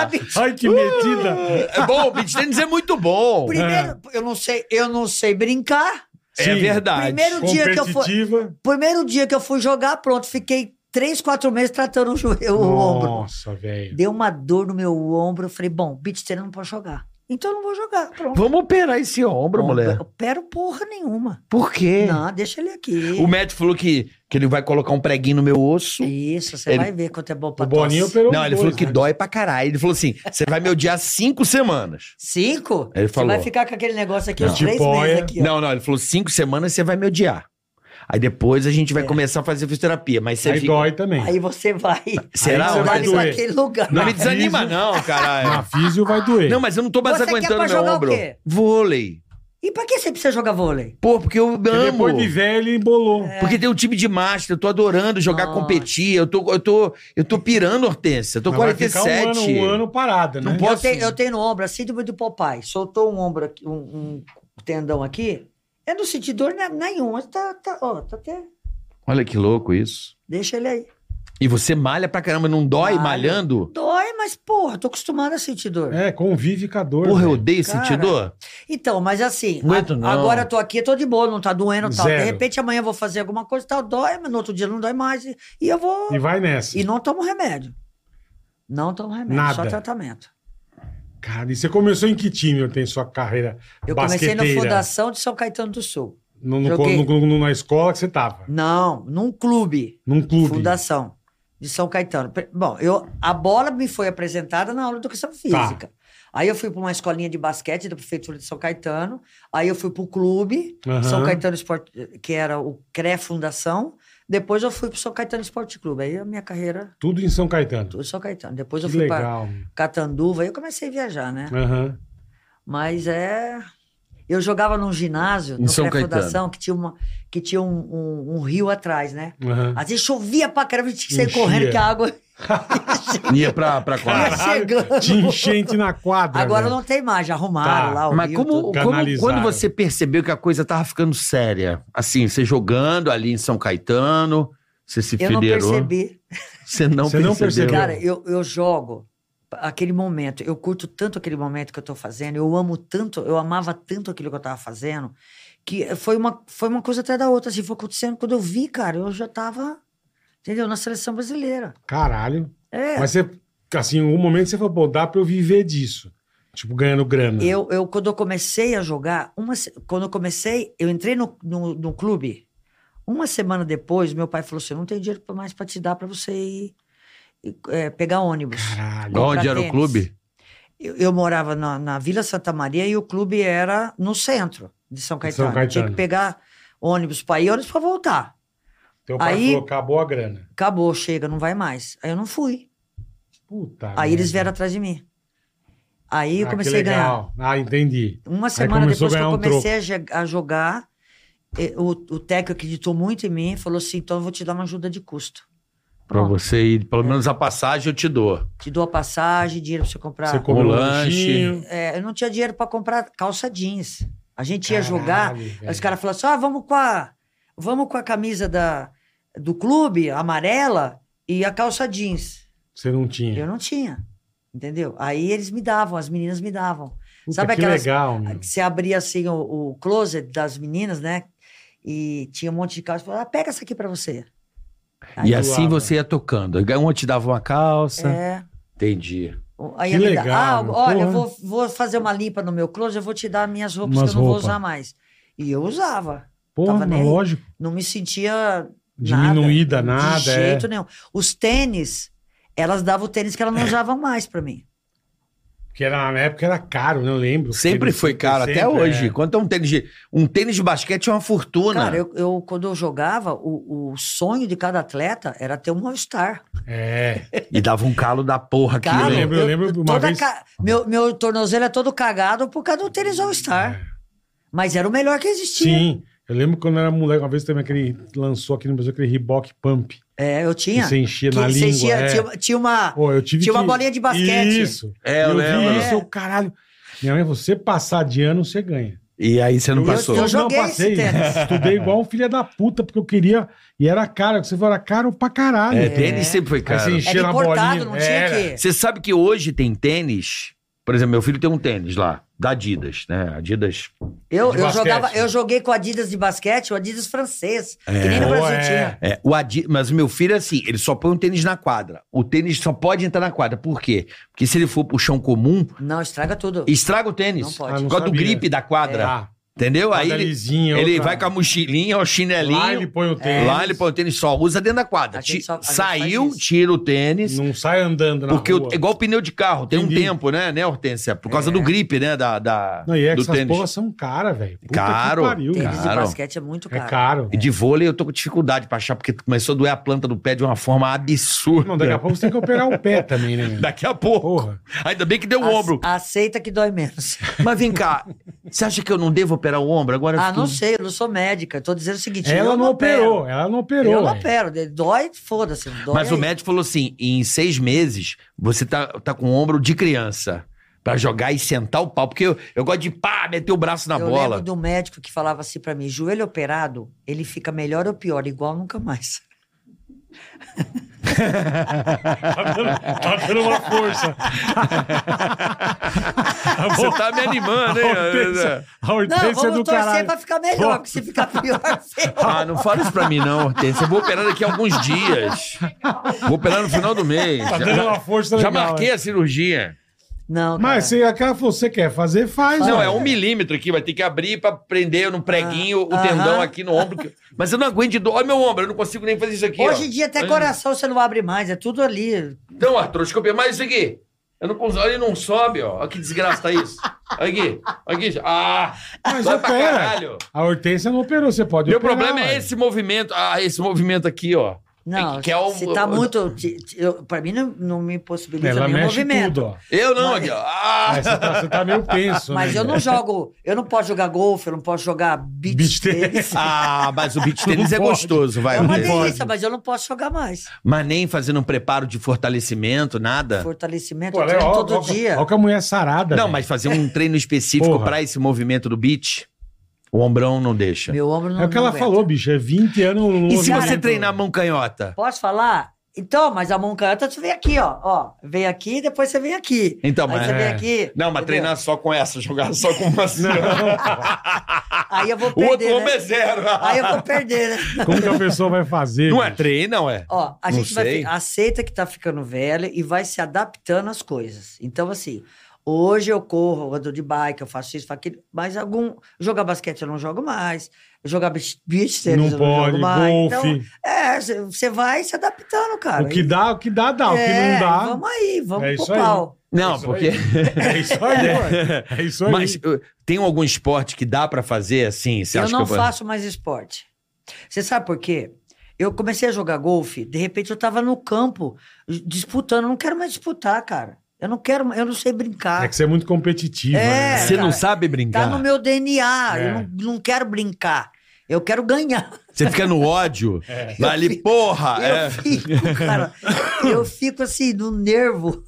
beach
Ai, que metida!
é bom, o beat tênis é muito bom.
Primeiro, eu não sei, eu não sei brincar.
É verdade.
Primeiro dia que eu fui,
Competitiva.
primeiro dia que eu fui jogar, pronto, fiquei três, quatro meses tratando o, joelho, o ombro.
Nossa, velho.
Deu uma dor no meu ombro, eu falei, bom, beat tênis eu não pode jogar. Então eu não vou jogar, pronto.
Vamos operar esse ombro, mulher.
Eu opero porra nenhuma.
Por quê?
Não, deixa ele aqui.
O médico falou que, que ele vai colocar um preguinho no meu osso.
Isso, você
Ele-
vai ver quanto é bom pra
O Boninho
tosse.
operou
Não, ele
dois,
falou que
né?
dói pra caralho. Ele falou assim: você vai me odiar cinco semanas.
Cinco?
Ele falou.
Você vai ficar com aquele negócio aqui
Não.
uns três
Tipóia.
meses aqui, ó.
Não, não, ele falou cinco semanas você vai me odiar. Aí depois a gente vai começar a fazer fisioterapia, mas você
É. Aí
fica...
dói também.
Aí você vai.
Será?
Você
Você
vai
vai pra
doer.
aquele lugar.
Não
Na
me desanima
físio-
não,
Na
caralho.
físio vai doer.
Não, mas eu não tô mais
Você quer
aguentando
pra
meu
jogar o
ombro.
quê?
Vôlei.
E pra que você precisa jogar vôlei?
Pô, porque eu
Porque
amo.
depois de velho, ele embolou.
Porque tem um time de master, eu tô adorando jogar,
É. Nossa.
competir. Eu tô, eu tô, eu tô pirando, Hortência. Eu tô
Mas vai ficar
47.
Um ano, um ano parada, né?
Não pode-
Eu tenho, eu tenho no ombro a síndrome do Popeye. Soltou um ombro aqui, um, um tendão aqui. Eu não senti dor ne- nenhuma. Tá, tá, ó, tá até...
Olha que louco isso.
Deixa ele aí.
E você malha pra caramba, não dói
Malho.
malhando?
Dói, mas, porra, tô acostumada a sentir dor.
É, convive com a dor.
Porra, eu
velho.
odeio
Cara,
sentir dor.
Então, mas assim,
Não aguento
a-
não.
agora eu tô aqui, eu tô de boa, não tá doendo e tal. De
Zero.
repente amanhã eu vou fazer alguma coisa e tal, dói, mas no outro dia não dói mais. E, e eu vou.
E vai nessa.
E não tomo remédio. Não tomo remédio,
Nada.
só tratamento.
Cara, e você começou em que time eu tenho sua carreira
Eu comecei
basqueteira?
na Fundação de São Caetano do Sul.
No, no-
Joguei.
no- no- na escola que você tava.
Não, num clube.
Num clube.
Fundação de São Caetano. Pre- Bom, eu, a bola me foi apresentada na aula
Tá.
de educação física. Aí eu fui para uma escolinha de basquete da prefeitura de São Caetano. Aí eu fui para o clube
Aham.
São Caetano Esporte, que era o CRE Fundação. Depois eu fui para o São Caetano Esporte Clube. Aí a minha carreira
Tudo em São Caetano.
tudo São Caetano. Depois
Que
eu fui para
legal.
Catanduva. Aí eu comecei a viajar, né?
Aham.
Mas é. Eu jogava num ginásio,
Em
no
São
CRE Fundação, que tinha, uma, que tinha um, um- um rio atrás, né?
aham.
Às vezes chovia pra caramba, tinha que sair
Enchia.
correndo que a água
Ia pra, pra quadra.
Cara, Tá chegando.
De enchente na quadra.
Agora
velho.
não tem mais, já arrumaram
Tá.
lá o
Mas
rio,
como,
tudo.
tudo.
como
Canalizaram.
quando você percebeu que a coisa tava ficando séria? Assim, você jogando ali em São Caetano, você se
Eu não
federou.
percebi.
Você não
Você não
percebeu.
percebeu.
Cara, eu, eu jogo aquele momento, eu curto tanto aquele momento que eu tô fazendo, eu amo tanto, eu amava tanto aquilo que eu tava fazendo, que foi uma, foi uma coisa atrás da outra, assim, foi acontecendo. Quando eu vi, cara, eu já tava, entendeu, na seleção brasileira.
Caralho.
É,
Mas você assim, em algum momento você falou, pô, dá pra eu viver disso. Tipo, ganhando grana.
Eu, eu, quando eu comecei a jogar, uma, se- quando eu comecei, eu entrei no, no, no clube. Uma semana depois, meu pai falou assim: não tem dinheiro pra- mais pra te dar pra você ir, ir, eh, pegar ônibus.
Caralho.
Comprar
Onde era o
tênis.
clube?
Eu, eu morava na, na Vila Santa Maria e o clube era no centro de São Caetano. Eu Tinha
Caetano.
que pegar ônibus pra ir, ônibus pra voltar.
Teu pai
Aí-
falou, acabou a grana.
Acabou, chega, não vai mais. Aí eu não fui.
Puta.
Aí
merda.
eles vieram atrás de mim. Aí eu
Ah, que
comecei a ganhar.
legal. Ah, entendi.
Uma semana
começou a
depois que eu
ganhar um
comecei a je- a, jogar, eh, o, o técnico acreditou muito em mim e falou assim: então eu vou te dar uma ajuda de custo.
Pra
Pronto. É.
você ir, pelo menos a passagem eu te dou.
Te dou a passagem, dinheiro pra você comprar.
Você comeu um
lanche.
lanchinho.
É, eu não tinha dinheiro pra comprar calça jeans. A gente ia
Caralho,
jogar, aí
velho.
os caras falaram assim: ah, vamos com a, vamos com a camisa da, do clube, amarela, e a calça jeans.
Você não tinha.
Eu não tinha. Entendeu? Aí eles me davam, as meninas me davam.
Puta,
Sabe
que
aquelas-
legal, meu.
que Você abria assim o, o closet das meninas, né? E tinha um monte de calça. Falava, ah, pega essa aqui pra você. Aí
e
eu-
assim
doava.
você ia tocando.
um
Uma te dava uma calça.
É.
Entendi.
O- Aí
Que
a menina,
legal,
ah,
meu,
olha,
porra.
eu vou, vou fazer uma limpa no meu closet, eu vou te dar minhas roupas
Umas
que eu não
roupas.
vou usar mais. E eu usava.
Porra,
tava
mas
nem aí.
lógico.
Não me sentia nada,
Diminuída, nada. é.
De jeito nenhum. Os tênis, elas davam o tênis que elas não usavam mais pra mim.
é. Porque era, na época era caro, né? Eu lembro.
Sempre
Tênis
foi caro, até
sempre,
hoje.
é.
Quanto é um tênis de. Um tênis de basquete é uma fortuna.
Cara, eu, eu- quando eu jogava, o, o sonho de cada atleta era ter um All-Star.
É.
E dava um calo da porra aqui.
Caro,
eu
né?
lembro, eu lembro uma
toda
vez-
ca- meu, meu tornozelo é todo cagado por causa do tênis All-Star. Mas era o melhor que existia.
É. Sim. Eu lembro quando eu era moleque, uma vez também aquele lançou aqui no Brasil aquele Reebok Pump.
É, eu
Que
tinha.
você enchia
Que
na
você
língua.
tinha,
é.
tinha- tinha uma.
Pô, eu tive
tinha uma
que-
bolinha de basquete.
Isso.
É, eu
eu
lembro.
vi isso, eu, caralho. Minha mãe, você passar de ano, você ganha.
E aí você não
Eu-
passou.
eu- joguei
não passei.
esse tênis.
Estudei igual um filho da puta, porque eu queria. E era caro, que você falou, era caro pra caralho.
É, tênis sempre foi
Aí você
caro.
enchia
Era
na
importado,
bolinha.
não tinha
Era.
que.
Você sabe que hoje tem tênis. Por exemplo, meu filho tem um tênis lá, da Adidas, né? Adidas.
Eu,
De
eu,
basquete.
jogava, eu joguei com Adidas de basquete, o Adidas francês. Que nem no
Pô,
Brasil
é.
tinha.
É, o Adi... Mas o meu filho é assim, ele só põe um tênis na quadra. O tênis só pode entrar na quadra. Por quê? Porque se ele for pro chão comum,
Não, estraga tudo.
estraga o tênis.
Não
Por
pode.
Ah, não
causa do
sabia.
gripe da quadra.
Ah,
Entendeu? Aí
quadra
ele,
lisinha,
ele
outra-
vai com a mochilinha, o chinelinho.
Lá ele põe o tênis.
Lá ele põe o tênis só, usa dentro da quadra.
A gente
Ti-
só- a gente
Saiu,
faz isso.
tira o tênis.
Não sai andando na
porque o-
rua.
é igual pneu de carro, tem
Entendi. É.
um tempo, né, né, Hortência? Por causa do gripe, né? Da, da-
Não, e é que
do
essas
tênis.
porras são caras, velho. Puta que
Caro,
pariu,
Tênis
cara.
de
Caro.
basquete é muito
É
caro.
caro.
E de vôlei eu tô com dificuldade pra achar, porque começou a doer a planta do pé de uma forma absurda.
Não, daqui a pouco você tem que operar o pé também, né? meu?
Daqui a pouco.
Porra.
Ainda bem que deu o
Ace-
ombro.
Aceita que dói menos.
Mas vem cá, você acha que eu não devo operar o ombro? Agora eu
Ah,
fico-
não sei, eu não sou médica. Eu tô dizendo o
um
seguinte.
É Ela
eu
não
opero.
operou, ela não operou.
Eu não
velho.
opero. de- Dói, foda-se. não Dói
Mas o
aí.
médico falou assim: em seis meses você tá, tá com o ombro de criança. Pra jogar e sentar o pau. Porque eu, eu gosto de pá, meter o braço na
eu
bola.
lembro de um médico que falava assim pra mim, joelho operado, ele fica melhor ou pior, igual nunca mais.
Tá dando, tá dando uma força.
Você tá me animando, hein?
A Hortência, a
Não,
Hortência é do
vamos torcer
caralho.
pra ficar melhor, porque se ficar pior, ferrou.
Ah, não fala isso pra mim, não, Hortência. Eu vou operar daqui a alguns dias. Vou operar no final do mês.
Tá dando uma força
Já, já
legal,
marquei
né?
a cirurgia.
Não, cara.
Mas se aquela você quer fazer, faz.
Não,
velho.
é um milímetro aqui, vai ter que abrir pra prender no preguinho o
Ah,
tendão
aham.
aqui no ombro. que- Mas eu não aguento de dor. Olha meu ombro, eu não consigo nem fazer isso aqui.
Hoje
ó.
em dia até
Olha.
coração você não abre mais, é tudo ali.
Então, artroscopia, mas isso aqui. Eu não consigo. Olha, ele não sobe, ó. Olha que desgraça tá isso. Olha aqui. Olha aqui. Ah!
Mas é
vai pra
opera.
caralho.
A Hortência não operou, você pode
Meu
operar,
problema é
velho.
esse movimento. Ah, esse movimento aqui, ó.
Não,
Que é o-
se tá muito... te- te- eu- Pra mim não, não me possibilita
Ela
nenhum
mexe
movimento.
tudo, ó.
Eu não,
Mas-
aqui, ó.
Aí
Ah!
você tá, você tá meio tenso,
Mas
né?
eu não jogo, eu não posso jogar golfe, eu não posso jogar beach,
Beach
tennis.
Ah, mas o beat tênis
Não
é
pode.
gostoso, vai.
É uma
Rodrigo.
delícia, mas eu não posso jogar mais.
Mas nem fazendo um preparo de fortalecimento, nada.
Fortalecimento,
Pô,
eu
olha,
treino
ó,
todo
ó,
dia.
Olha que a mulher é sarada.
é Não,
velho.
mas fazer um treino específico
Porra.
pra esse movimento do beat, o ombrão não deixa.
Meu ombro não
É o que
não
ela
aguenta.
falou, bicho. É 20 anos. no
e se você
movimento.
treinar a mão canhota?
Posso falar? Então, mas a mão canhota você vem aqui, ó. ó vem aqui, depois você vem aqui.
Então,
Aí
mas-
você vem
é.
aqui.
Não, mas
entendeu?
treinar só com essa, jogar só com uma.
Não,
Aí eu vou
O outro
perder.
homem
né?
é zero.
Aí eu vou perder, né?
Como que a pessoa vai fazer?
Não é
bicho?
treino, não é?
Ó, a
Não
gente vai,
sei.
fi- aceita que tá ficando velha e vai se adaptando às coisas. Então, assim, hoje eu corro, eu ando de bike, eu faço isso, faço aquilo, mas algum. Jogar basquete eu não jogo mais. Jogar beach beach
Não
tennis eu não
pode,
jogo mais.
golfe.
Então, é, você vai se adaptando, cara.
o que dá, o que dá, dá. o que não
É,
dá.
Vamos aí, vamos
É
pro
isso aí.
pau.
Não,
Isso
porque.
É isso aí. É, isso aí.
Mas uh, tem algum esporte que dá pra fazer assim? Você
eu
acha
não
que vou-
faço mais esporte. Você sabe por quê? Eu comecei a jogar golfe, de repente eu tava no campo disputando. Eu não quero mais disputar, cara. Eu não quero, eu não sei brincar.
É que você é muito competitivo.
É.
né?
Você não
cara.
sabe brincar.
Tá no meu DNA.
É.
Eu não, não quero brincar. Eu quero ganhar.
Você fica no ódio. Vai ali, porra! é.
É. Eu fico, cara. Eu fico assim, no nervo.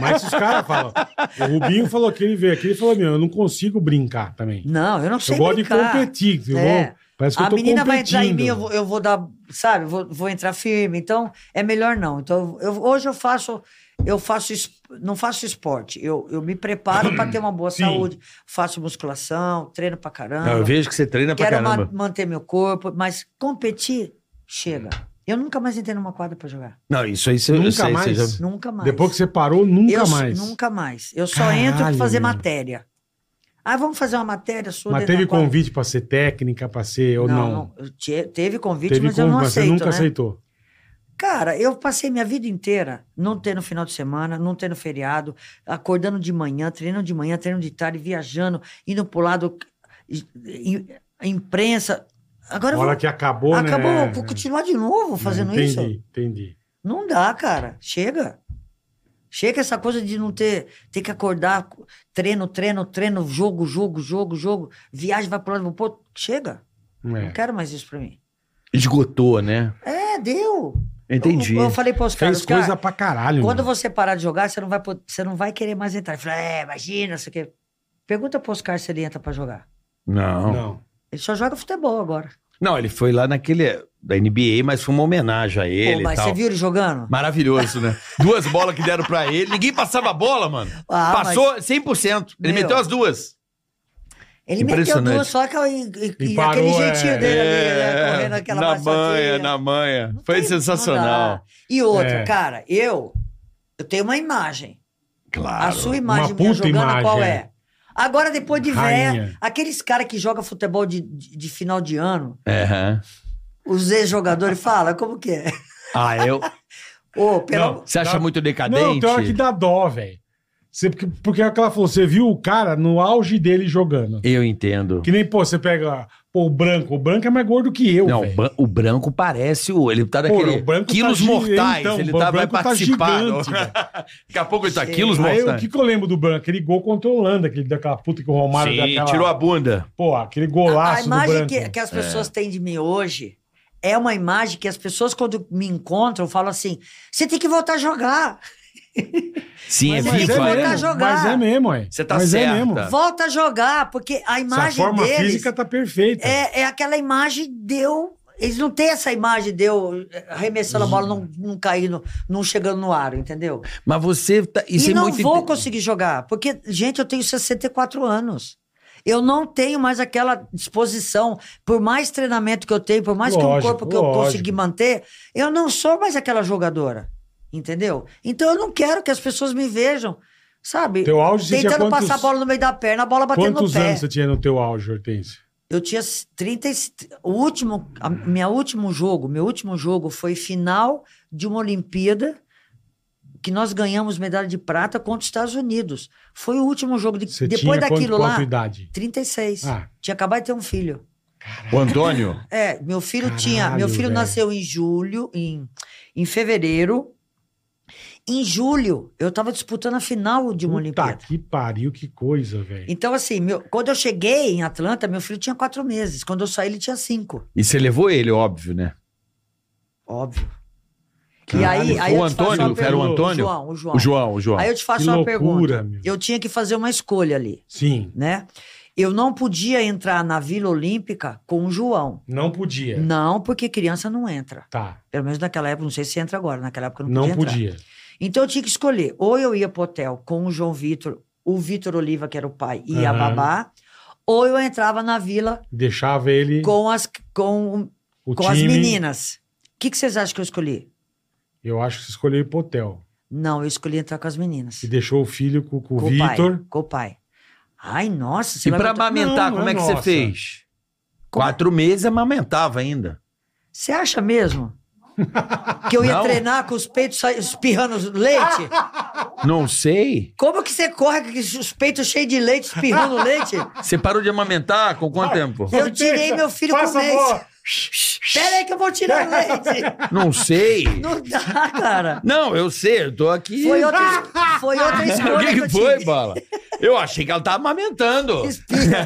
Mas os caras falam. O Rubinho falou que ele veio aqui ele falou: meu, eu não consigo brincar também.
Não, eu não
Eu
sei
gosto
brincar.
de competir. eu
É.
vou- parece que eu
A
tô
menina vai entrar em
competindo.
mim, eu vou, eu vou dar, sabe, vou, vou entrar firme. Então, é melhor não. Então, eu- hoje eu faço, eu faço, es- não faço esporte. Eu, eu me preparo para ter uma boa
Sim.
saúde. Faço musculação, treino pra caramba.
Não, eu vejo que você treina pra
Quero ma-
caramba.
manter meu corpo, mas competir, chega.
Hum.
Eu nunca mais entrei numa quadra pra jogar.
Não, isso aí você
Nunca
eu sei, você
mais?
já-
Nunca mais.
Depois que você parou, nunca
eu, s-
mais.
Nunca mais. Eu só
Caralho,
entro pra fazer
meu.
matéria. Ah, vamos fazer uma matéria sua
Mas
dentro
teve
da quadra.
convite pra ser técnica, pra ser ou não?
eu te- teve convite,
Teve
mas eu não
convite, mas
aceito,
você nunca
né?
aceitou.
Cara, eu passei minha vida inteira não tendo final de semana, não tendo feriado, acordando de manhã, treinando de manhã, treinando de tarde, viajando, indo pro lado, e- e- a imprensa. Agora
A
eu
hora
vou-
que acabou, né?
acabou,
É,
vou continuar de novo fazendo
entendi,
isso?
Entendi, entendi.
Não dá, cara. Chega. Chega essa coisa de não ter, ter que acordar, treino, treino, treino, jogo, jogo, jogo, jogo, viagem, vai pro lado, vai pro outro. Chega.
É.
Não quero mais isso pra mim.
Esgotou, né?
É, deu.
Entendi.
Eu, eu falei pros caras,
Fez coisa
cara,
pra caralho.
quando
mano.
você parar de jogar, você não vai, pod- você não vai querer mais entrar. Ele falou, é, imagina, isso aqui. Pergunta pro Oscar se ele entra pra jogar.
Não. não.
Não.
Ele só joga futebol agora.
ele foi lá naquele. da NBA, mas foi uma homenagem a ele
Pô,
e
mas
tal.
você viu ele jogando?
Maravilhoso, né? Duas bolas que deram pra ele. Ninguém passava a bola, mano.
Ah, mas
Passou 100%. Ele
Meu.
meteu as duas.
Ele meteu
Impressionante.
duas só que, e, e-
E
e
parou,
aquele jeitinho
é.
dele ali, né, correndo aquela
na
baixadinha.
manha, na manha.
Não
Foi
tem- não
sensacional.
dá. E outra,
É.
cara, eu, eu tenho uma imagem.
Claro.
a sua imagem minha
puta
jogando,
imagem,
qual
é.
é? Agora, depois de
Rainha.
velha, aqueles caras que jogam futebol de, de, de final de ano,
Aham.
os ex-jogadores falam, como que é?
Ah, eu.
Ô, pelo...
Não.
Você acha
Dá-
muito decadente?
Não, tem hora que dá dó, velho. Você- Porque, porque é o que ela falou, você viu o cara no auge dele jogando.
Eu entendo.
Que nem, pô, você pega pô, o branco. O branco é mais gordo que eu,
Não,
velho.
o ban- o branco parece o. Ele tá
Pô,
daquele.
o branco tá
quilos
gi-
mortais.
então,
ele
o
tá, vai
branco tá
participar.
gigante, velho.
Daqui a pouco ele tá
Sim.
quilos
Aí, o
mortais.
que, que eu lembro do branco? Aquele gol contra a Holanda, aquele daquela puta que o Romário
Sim,
daquela,
tirou a bunda.
Pô, aquele
A
golaço do
imagem
branco.
que, que as pessoas têm de mim hoje é uma imagem que as pessoas, quando me encontram, falam assim: você tem que voltar a jogar.
Sim,
Mas
é
Mas
ele tem
é,
que
viva.
voltar
né?
a
mesmo,
jogar.
mas é mesmo, é.
Você tá
mas
certa.
é mesmo.
Tá.
Volta a jogar, porque a
Essa
imagem
forma
deles
física tá perfeita.
é, é aquela imagem deu. Eles não têm essa imagem deu arremessando a bola, não, não caindo, não chegando no ar, entendeu?
Mas você. Tá, isso
e
é
não
muito
vou
inte-
conseguir jogar, porque, gente, eu tenho 64 anos. Eu não tenho mais aquela disposição. Por mais treinamento que eu tenho, por mais que
Lógico,
o corpo que
lógico.
eu consegui manter, eu não sou mais aquela jogadora. Entendeu? Então eu não quero que as pessoas me vejam, sabe?
Teu auge você tinha
Tentando
quantos-
passar a bola no meio da perna, a bola batendo no
Quantos
pé.
anos você tinha no teu auge, Hortência?
Eu tinha 30. e- O último. A minha último jogo, meu último jogo foi final de uma Olimpíada que nós ganhamos medalha de prata contra os Estados Unidos. Foi o último jogo. De,
Você
depois
tinha
daquilo
quanto,
lá.
quanto idade?
36.
Ah.
Tinha acabado de ter um filho.
O Antônio.
É, meu filho
Caralho,
tinha. Meu filho
velho.
nasceu em julho, em, em fevereiro. Em julho, eu estava disputando a final de uma
Puta
Olimpíada.
que pariu, que coisa, velho.
Então, assim, meu- quando eu cheguei em Atlanta, meu filho tinha quatro meses. Quando eu saí, ele tinha cinco.
E você levou ele, óbvio, né?
Óbvio. e
Caralho,
aí, aí
foi o
eu te faço uma
Antônio? Era o
pergunta.
Antônio?
O João, o João.
O João, o João.
Aí eu te faço
Que
uma
loucura,
pergunta.
meu.
Eu tinha que fazer uma escolha ali,
Sim,
né? Eu não podia entrar na Vila Olímpica com o João.
não podia.
Não, porque criança não entra.
Tá,
Pelo menos naquela época, não sei se entra agora, naquela época eu não
não
podia. entrar.
podia.
Então eu tinha que escolher. Ou eu ia pro hotel com o João Vitor, o Vitor Oliva, que era o pai, e a
Aham.
babá, ou eu entrava na vila
Deixava ele
com as, com,
o
com
time.
as meninas. O que, que vocês acham que eu escolhi?
Eu acho que você escolheu ir pro hotel.
Não, eu escolhi entrar com as meninas.
E deixou o filho com, com o
o pai.
Vitor.
Com o pai. Ai, nossa, você
E pra
vai botar-
amamentar,
Não,
como é que
não é
você
nossa.
fez?
é?
Quatro meses amamentava ainda.
Você acha mesmo? Que eu ia
Não.
treinar com os peitos sa- espirrando leite?
Não sei.
Como que você corre com os peitos cheios de leite, espirrando leite?
Você parou de amamentar com quanto tempo?
Eu tirei meu filho com
Passa a
leite.
bola.
Pera aí que eu vou tirar o leite.
Não sei.
Não dá, cara.
Não, eu sei, eu tô aqui.
Foi outra, es- foi outra escolha
O que,
é que,
que
eu
foi,
tive.
Bala? Eu achei que ela tava amamentando.
Espirra.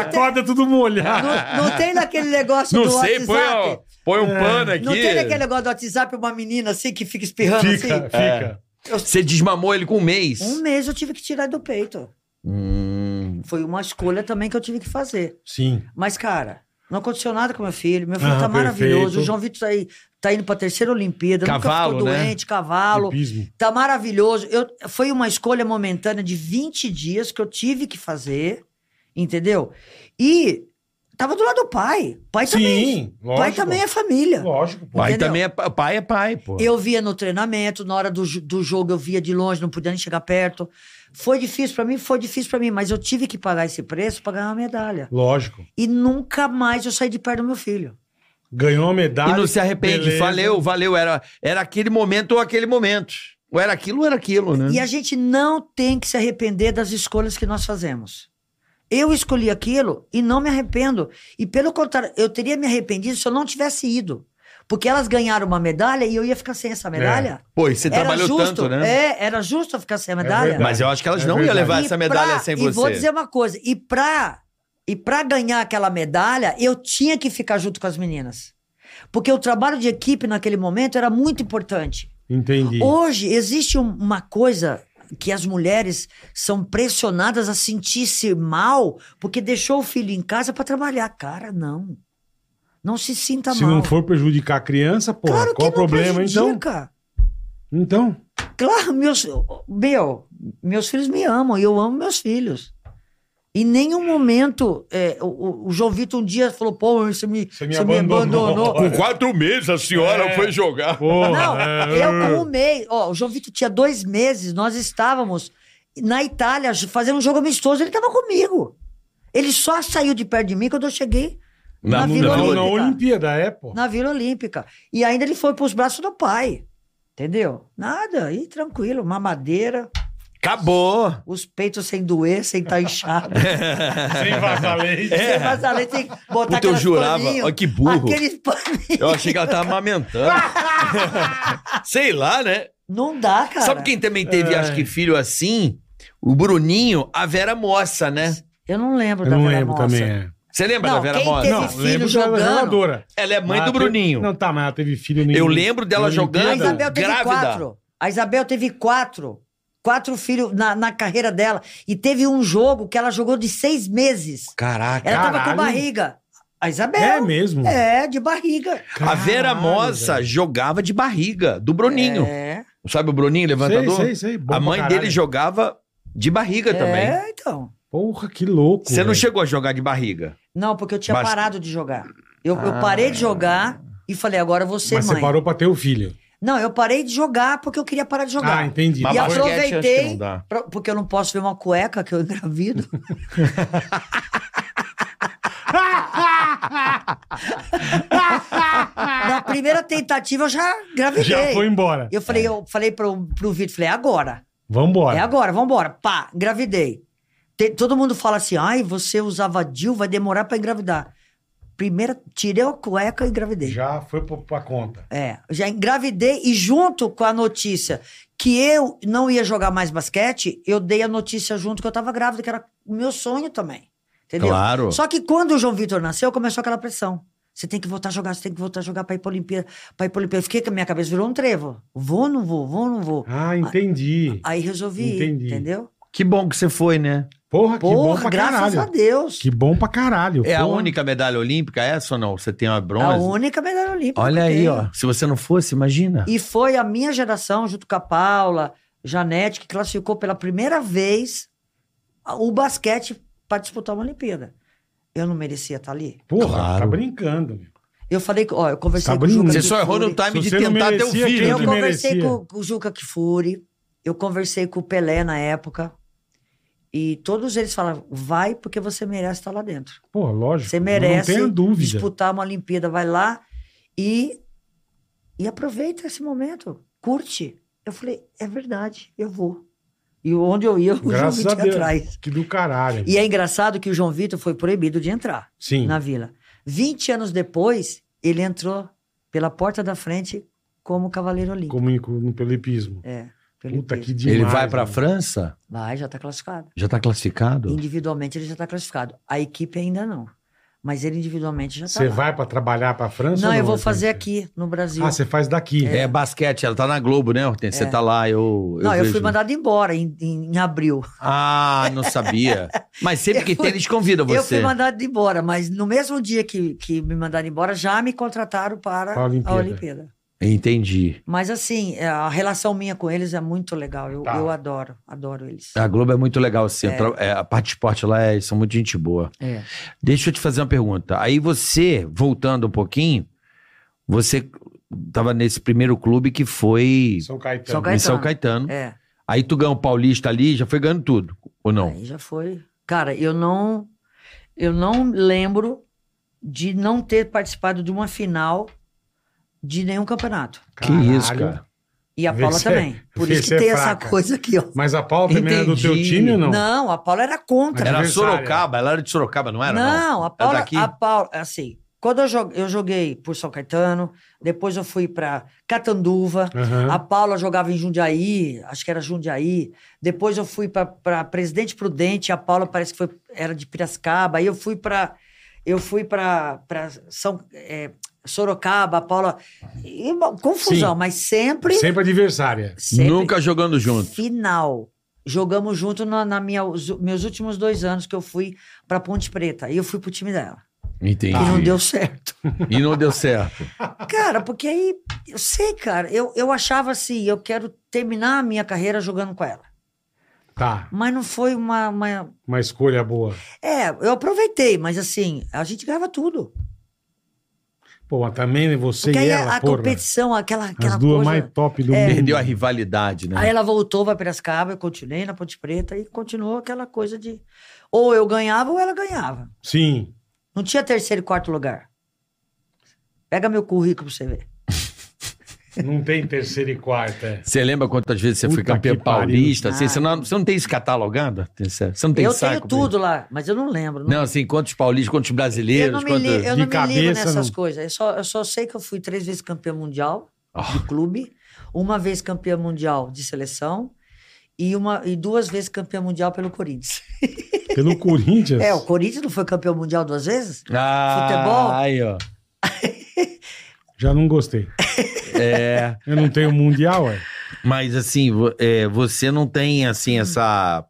Acorda tudo molhado.
Não, não tem naquele negócio
Não
do
sei,
WhatsApp.
põe, ó, põe um pano aqui.
Não tem naquele negócio do WhatsApp uma menina assim que fica espirrando
Fica,
assim?
É.
fica.
Você desmamou ele com um mês.
Um mês eu tive que tirar do peito.
Hum.
Foi uma escolha também que eu tive que fazer.
Sim.
Mas, cara, não aconteceu nada com meu filho. Meu filho
Ah,
tá maravilhoso.
perfeito.
O João Vitor tá, aí, tá indo pra terceira Olimpíada.
Cavalo,
nunca ficou
né?
doente, cavalo.
Hipismo.
Tá maravilhoso. Eu, foi uma escolha momentânea de 20 dias que eu tive que fazer, entendeu? E tava do lado do pai. Pai também.
Sim, lógico.
Pai também é família.
Lógico, pô.
Pai
Entendeu?
também é pa- pai, é pai, pô.
Eu via no treinamento, na hora do, jo- do jogo eu via de longe, não podia nem chegar perto. Foi difícil pra mim, foi difícil pra mim, mas eu tive que pagar esse preço pra ganhar uma medalha.
Lógico.
E nunca mais eu saí de perto do meu filho.
Ganhou a
E
medalha.
não se arrepende.
beleza.
Valeu, valeu. Era, era aquele momento ou aquele momento. Ou era aquilo ou era aquilo, né?
E a gente não tem que se arrepender das escolhas que nós fazemos. Eu escolhi aquilo e não me arrependo. E pelo contrário, eu teria me arrependido se eu não tivesse ido. Porque elas ganharam uma medalha e eu ia ficar sem essa medalha.
Pô, e É. você
era
trabalhou
justo,
tanto, né?
É, era justo eu ficar sem a medalha.
verdade.
Mas eu acho que elas
É
não iam
verdade.
levar
E
essa medalha
pra-
sem
E
você.
vou dizer uma coisa, e pra, e pra ganhar aquela medalha, eu tinha que ficar junto com as meninas. Porque o trabalho de equipe naquele momento era muito importante.
Entendi.
Hoje existe um- uma coisa que as mulheres são pressionadas a sentir-se mal porque deixou o filho em casa pra trabalhar. Cara, não. Não se sinta
se
mal.
não for prejudicar a criança, pô,
claro
qual
que
o
não
problema, então?
prejudica.
Então,
Claro, meus, meu, meus filhos me amam e eu amo meus filhos. Em nenhum momento, é, o- o, o João Vitor um dia falou, pô, você me,
Você me
você me
abandonou."
abandonou.
quatro meses a senhora
É.
jogar.
pô.
Não,
é,
eu com um mês, ó, o João Vitor tinha dois meses, nós estávamos na Itália fazendo um jogo amistoso, ele estava comigo. Ele só saiu de perto de mim quando eu cheguei
Na-
na,
na-
Vila
não,
Olímpica.
na Olimpíada, é, pô.
na Vila Olímpica. E ainda ele foi para os braços do pai. Entendeu? Nada, e tranquilo, mamadeira,
Acabou.
os peitos sem doer, sem estar inchado.
Sem vazar leite.
Sem vazar leite, tem que botar
É. Puta, eu
aquelas
jurava.
paninho,
Olha que burro.
Aqueles paninho.
Eu achei que ela tava amamentando. Sei lá, né?
Não dá, cara.
Sabe quem também teve, acho que, filho assim? O Bruninho, a Vera Moça, né?
Eu não lembro
Eu
da
não
Vera
lembro
Mossa.
também. é.
Você lembra
Não,
da Vera
quem
Mossa?
teve
Não,
filho
lembro dela
jogando.
jogadora.
Ela é mãe
Mas
do
ela
Bruninho.
Teve... Não, tá, mas ela teve filho nem-
Eu lembro dela
nem
jogando.
A
Olimpíada.
Isabel teve
Grávida.
quatro. A Isabel teve quatro. Quatro filhos na, na carreira dela. E teve um jogo que ela jogou de seis meses.
Caraca.
Ela tava
Caralho.
com barriga. A
É
Isabel.
mesmo.
É, de barriga.
A Vera
Caralho,
Moça
velho.
jogava de barriga, do Bruninho.
É,
Sabe o Bruninho,
Sei,
levantador?
sei, sei. Bom
a
pra
mãe
caralho.
dele jogava de barriga também.
é, então.
Porra, que louco.
Você não
velho.
chegou a jogar de barriga.
Não, porque eu tinha
Mas-
parado de jogar. Eu,
Ah.
eu parei de jogar e falei, agora você,
Mas
mãe.
você parou pra ter o filho.
Não, eu parei de jogar porque eu queria parar de jogar.
Ah, entendi.
Mas
E
basquete, acho que
aproveitei,
não dá.
pra- porque eu não posso ver uma cueca que eu engravido. Na primeira tentativa eu já gravidei.
Já foi embora.
Eu falei, eu falei pro, pro Vitor, falei, é agora.
Vambora.
É agora, vambora. Pá, engravidei. Te- todo mundo fala assim, ai, você usava Dil, vai demorar pra engravidar. Primeira, tirei a cueca e engravidei.
Já foi pra, pra conta.
É, já engravidei e junto com a notícia que eu não ia jogar mais basquete, eu dei a notícia junto que eu tava grávida, que era o meu sonho também. Entendeu?
Claro.
Só que quando o João Vitor nasceu, começou aquela pressão. Você tem que voltar a jogar, você tem que voltar a jogar pra ir pra Olimpíada, pra ir pra Olimpíada. Eu Fiquei com a minha cabeça, virou um trevo. Vou, não vou, vou, não vou.
Ah, entendi.
Aí resolvi, ir,
Entendi.
entendeu?
Que bom que você foi, né?
Porra, que bom
Porra,
pra
graças
caralho.
a Deus.
Que bom pra caralho.
É a
porra.
única medalha olímpica é essa ou não? Você tem uma
A
bronze?
única medalha olímpica.
Olha
que eu
aí,
tenho.
ó. Se você não fosse, imagina.
E foi a minha geração, junto com a Paula, Janete, que classificou pela primeira vez a- o basquete para disputar uma Olimpíada. Eu não merecia estar ali.
Porra,
Claro.
tá brincando. meu.
Eu falei, que- ó, eu conversei
Tá
com o Juca
brincando.
Você só errou
Kfouri.
no time
Se
de
você não
tentar ter o
merecia,
filho.
quem
Eu
que
né?
conversei
merecia.
com, com o Juca Kfouri, eu conversei com o Pelé na época, e todos eles falavam, vai porque você merece estar lá dentro.
Porra, lógico.
Você merece
Não tenha dúvida.
disputar uma Olimpíada, vai lá e, e aproveita esse momento, curte. Eu falei, é verdade, eu vou. E onde eu ia, o João
Graças a
Vitor
Deus.
ia atrás.
Que do caralho.
E é engraçado que o João Vitor foi proibido de entrar
Sim.
na vila. 20 anos depois, ele entrou pela porta da frente como cavaleiro olímpico.
Como em- no pelipismo.
É, pelo
Puta
peso.
que demais.
Ele vai pra
mano.
França?
Vai, já está classificado.
Já tá classificado?
Individualmente ele já está classificado. A equipe ainda não. Mas ele individualmente já está.
Você vai pra trabalhar pra França?
Não,
ou
eu vou
Hortência?
fazer aqui, no Brasil.
né? Ah, você faz daqui.
É. basquete, ela tá na Globo, né, Hortência? Você tá lá, eu.
não, eu
vejo.
fui mandado embora em, em- em abril.
Ah, não sabia. Mas sempre
Eu
que
fui-
tem, eles convidam você.
Eu fui mandado embora, mas no mesmo dia que, que me mandaram embora, já me contrataram para
A
a
Olimpíada.
Olimpíada.
Entendi.
Mas assim, é, a relação minha com eles é muito legal. Eu,
Tá.
eu adoro, adoro eles.
A Globo é muito legal, assim. eu tra- é, a parte de esporte lá é, são muito gente boa.
É.
Deixa eu te fazer uma pergunta. Aí você, voltando um pouquinho, você tava nesse primeiro clube que foi
São Caetano.
São
em
Caetano.
São Caetano.
É.
Aí tu ganhou o Paulista ali, já foi ganhando tudo, ou não?
Aí já foi. Cara, eu não eu não lembro de não ter participado de uma final de nenhum campeonato.
Caralho.
Que isso, cara.
E a
Vê
Paula
se é-
também. Por
vê
isso
se
que
é
tem
fraca.
essa coisa aqui, ó.
Mas a Paula também era do teu
Entendi.
time ou não?
Não, a Paula era contra.
Era
Adversária.
Sorocaba, ela era de Sorocaba, não Ah, era?
não, a Paula,
daqui?
a Paula, assim, quando eu joguei, eu joguei por São Caetano, depois eu fui pra Catanduva.
Aham.
A Paula jogava em Jundiaí, acho que era Jundiaí. Depois eu fui para Presidente Prudente, a Paula parece que foi, era de Piracicaba. Aí eu fui para eu fui para São é, Sorocaba, a Paula. E, bom, confusão,
Sim.
mas sempre,
Sempre adversária.
sempre
Nunca jogando junto.
final. Jogamos junto na, na minha, os meus últimos dois anos que eu fui para Ponte Preta. E eu fui pro time dela.
Entendi.
Ah,
E não deu certo.
E não deu certo.
Cara, porque aí, eu sei, cara, eu, eu achava assim, eu quero terminar a minha carreira jogando com ela.
Tá.
Mas não foi uma, uma-
Uma escolha boa.
É, eu aproveitei, mas assim, a gente ganhava tudo.
Pô, mas também né, você
Porque
e
aí a-
ela,
a
porra.
competição, aquela, aquela
As duas
coisa. É.
mais top do mundo.
Perdeu a rivalidade, né?
Aí ela voltou para Piracicaba, eu continuei na Ponte Preta e continuou aquela coisa de. Ou eu ganhava ou ela ganhava.
Sim.
Não tinha terceiro e quarto lugar. Pega meu currículo pra você ver.
Não tem terceira e quarta. é.
Você lembra quantas vezes você
Puta
foi campeão
que pariu.
paulista? assim?
Ah.
você, não, você não tem isso catalogado? Tem isso- Você não tem
eu
saco?
tenho
pra
tudo lá, mas eu não lembro.
isso? Não, assim, quantos paulistas, quantos
eu
brasileiros?
não me,
quantos...
li, eu não
De
me ligo
cabeça,
nessas
não.
coisas. Eu só, eu só sei que eu fui três vezes campeã mundial.
Oh,
de clube, uma vez campeã mundial de seleção e, uma, e duas vezes campeã mundial pelo Corinthians.
Pelo Corinthians.
É, o Corinthians não foi campeão mundial duas vezes?
Ah,
Futebol?
Aí, ó.
Já não gostei.
É,
Eu não tenho mundial, é.
mas assim, vo- é, você não tem assim essa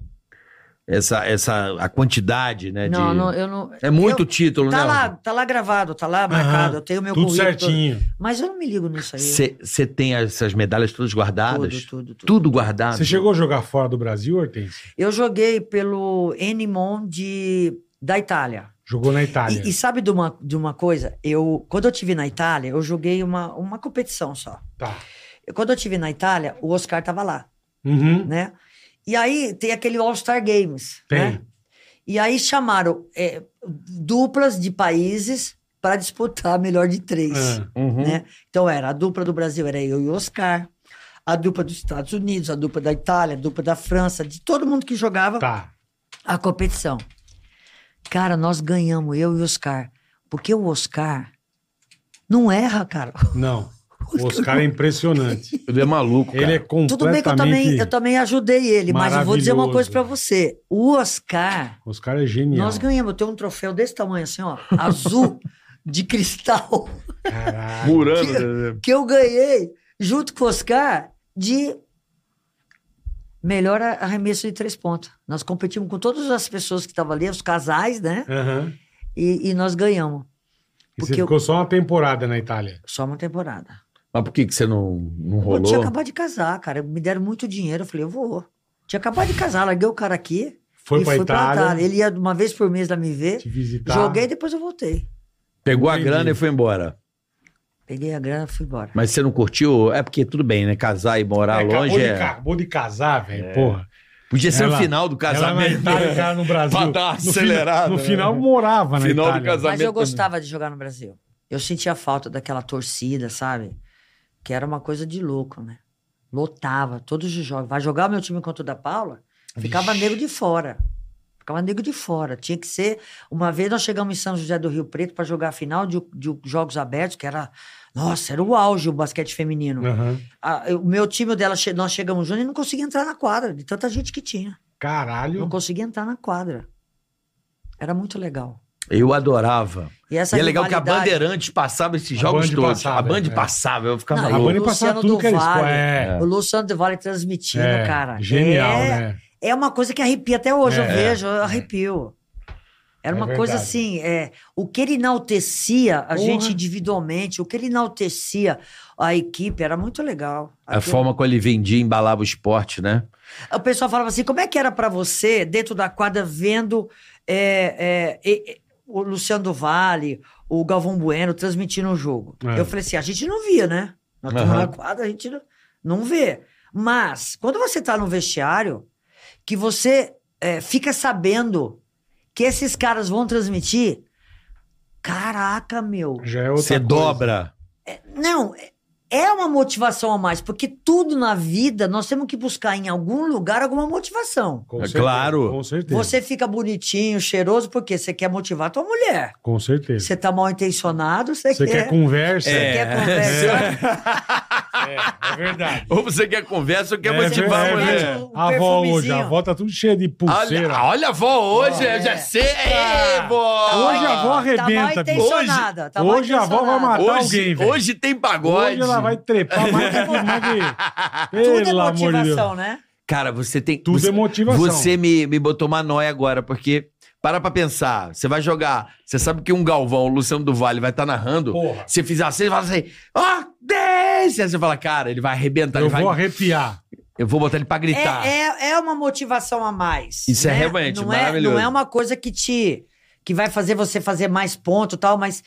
essa essa a quantidade, né?
não,
de-
não, eu não.
É muito
eu-
título,
Tá
né?
lá, tá lá gravado, tá lá marcado,
Aham,
eu tenho meu
Tudo
currículo.
certinho.
Mas eu não me ligo nisso aí.
Você tem essas medalhas todas
tudo,
guardadas?
tudo, tudo,
Tudo guardado.
Você chegou a jogar fora do Brasil, Hortense?
Eu joguei pelo Enimon de da Itália.
Jogou na Itália.
E, e sabe de uma, de uma coisa? Eu, quando eu tive na Itália, eu joguei uma, uma competição só.
Tá.
Quando eu tive na Itália, o Oscar tava lá.
Uhum.
né? E aí tem aquele All-Star Games,
Tem.
né? E aí chamaram é, duplas de países para disputar a melhor de três,
Ah,
Uhum.
né? Então era a dupla do Brasil, era eu e o Oscar, a dupla dos Estados Unidos, a dupla da Itália, a dupla da França, de todo mundo que jogava
tá.
a competição. Cara, nós ganhamos, eu e o Oscar, porque o Oscar não erra, cara.
Não. O Oscar é impressionante.
Ele é maluco, cara.
Ele é completamente...
Tudo bem que eu também, eu também ajudei ele, mas eu vou dizer uma coisa
Maravilhoso.
para você. O Oscar
O Oscar é genial.
Nós ganhamos. Eu tenho um troféu desse tamanho, assim, ó, azul de cristal,
Caralho.
Murano.
Que-
né?
que eu ganhei junto com o Oscar de melhor a- arremesso de três pontos. Nós competimos com todas as pessoas que estavam ali, os casais, né?
Aham.
E, e nós ganhamos.
E
Porque
você
eu-
ficou só uma temporada na Itália.
Só uma temporada.
Mas por que, que você não, não
Eu tinha
rolou?
acabado de casar, cara. Me deram muito dinheiro. Eu falei, eu vou. Tinha acabado de casar, larguei o cara aqui.
Foi
e
pra
fui
Itália.
pra Itália. Ele ia uma vez por mês lá me ver.
Te visitar.
Joguei e depois eu voltei.
Pegou
Entendi.
a grana e foi embora.
Peguei a grana e fui embora.
Mas você não curtiu? É porque tudo bem, né? Casar e morar
É,
longe
acabou, de,
é...
ca- acabou de casar, velho,
É.
porra.
Podia ser
Ela-
o final do
Ela na
casamento.
Itália, o cara no Brasil.
Pra dar uma
No fina-
acelerada,
No
né?
final, morava na
Final do
Itália.
casamento.
Mas eu
também.
gostava de jogar no Brasil. Eu sentia falta daquela torcida, sabe? Que era uma coisa de louco, né? Lotava todos os jogos. Vai jogar o meu time contra o da Paula? Ficava nego de fora. Ficava nego de fora. Tinha que ser. Uma vez nós chegamos em São José do Rio Preto para jogar a final de, de Jogos Abertos, que era. Nossa, era o auge o basquete feminino.
É.
Aham.
A- eu- o meu time, o dela, che- nós chegamos juntos e não conseguia entrar na quadra, de tanta gente que tinha. Não
Caralho.
conseguia entrar na quadra. Era muito legal.
Eu adorava.
E, essa
e é legal que a
rivalidade-
Bandeirantes passava esses
A
jogos
Band
todos.
passava,
a Band
é.
passava, eu ficava
Não,
A
o
louco.
Band passava
Luciano
tudo que era
do
esporte.
Vale.
É.
O Luciano do Vale transmitindo,
é,
cara.
Genial,
é,
né?
É uma coisa que arrepia até hoje, eu
É.
vejo, eu arrepio. Era
É
uma coisa
verdade.
assim, é, o que ele enaltecia a
Porra.
gente individualmente, o que ele enaltecia a equipe, era muito legal.
A
Aquilo-
forma como ele vendia, embalava o esporte, né?
O pessoal falava assim, como é que era pra você, dentro da quadra, vendo é, é, e- e- o Luciano do Vale, o Galvão Bueno transmitindo o jogo?
É.
Eu falei assim, a gente não via, né? Nós estamos
Aham.
na quadra, a gente não, não vê. Mas, quando você tá no vestiário, que você é, fica sabendo que esses caras vão transmitir, caraca, meu...
Já é outra
Você
coisa.
dobra.
Não, é- é uma motivação a mais, porque tudo na vida nós temos que buscar em algum lugar alguma motivação.
Com
É claro.
Com certeza.
Você fica bonitinho, cheiroso, porque você quer motivar tua mulher.
Com certeza.
Você tá mal intencionado, você,
É. Você
quer.
quer
É.
conversa?
Você quer conversar.
É, é verdade.
Ou você quer conversa ou quer
É
motivar a
verdade.
mulher.
É. Um
A avó hoje,
perfumezinho.
a avó tá tudo cheia de pulseira.
Olha, olha a vó hoje,
É.
eu já sei. Ei, é, vó!
Hoje a avó
Tá mal
arrebenta, bicho.
intencionada. tá mal
Hoje a avó vai
intencionada.
matar alguém,
Hoje,
velho.
hoje tem
Hoje
pagode.
ela vai trepar mais que mais que-
Tudo é
Pelo amor de Deus.
motivação, né?
Cara, você tem.
Tudo
você,
é motivação.
Você me, me botou uma noia agora, porque. Para pra pensar. Você vai jogar. Você sabe que um Galvão, o Luciano do Vale, vai estar narrando.
Porra.
Você fizer assim, você fala assim. Ó, oh, desce! Aí você fala, cara, ele vai
né?
arrebentar.
Eu
ele vai-
vou arrepiar.
Eu vou botar ele pra
É,
gritar.
é, é uma motivação a mais.
Isso é
né?
realmente
não
maravilhoso.
É, não é uma coisa que te. que vai fazer você fazer mais ponto e tal, mas.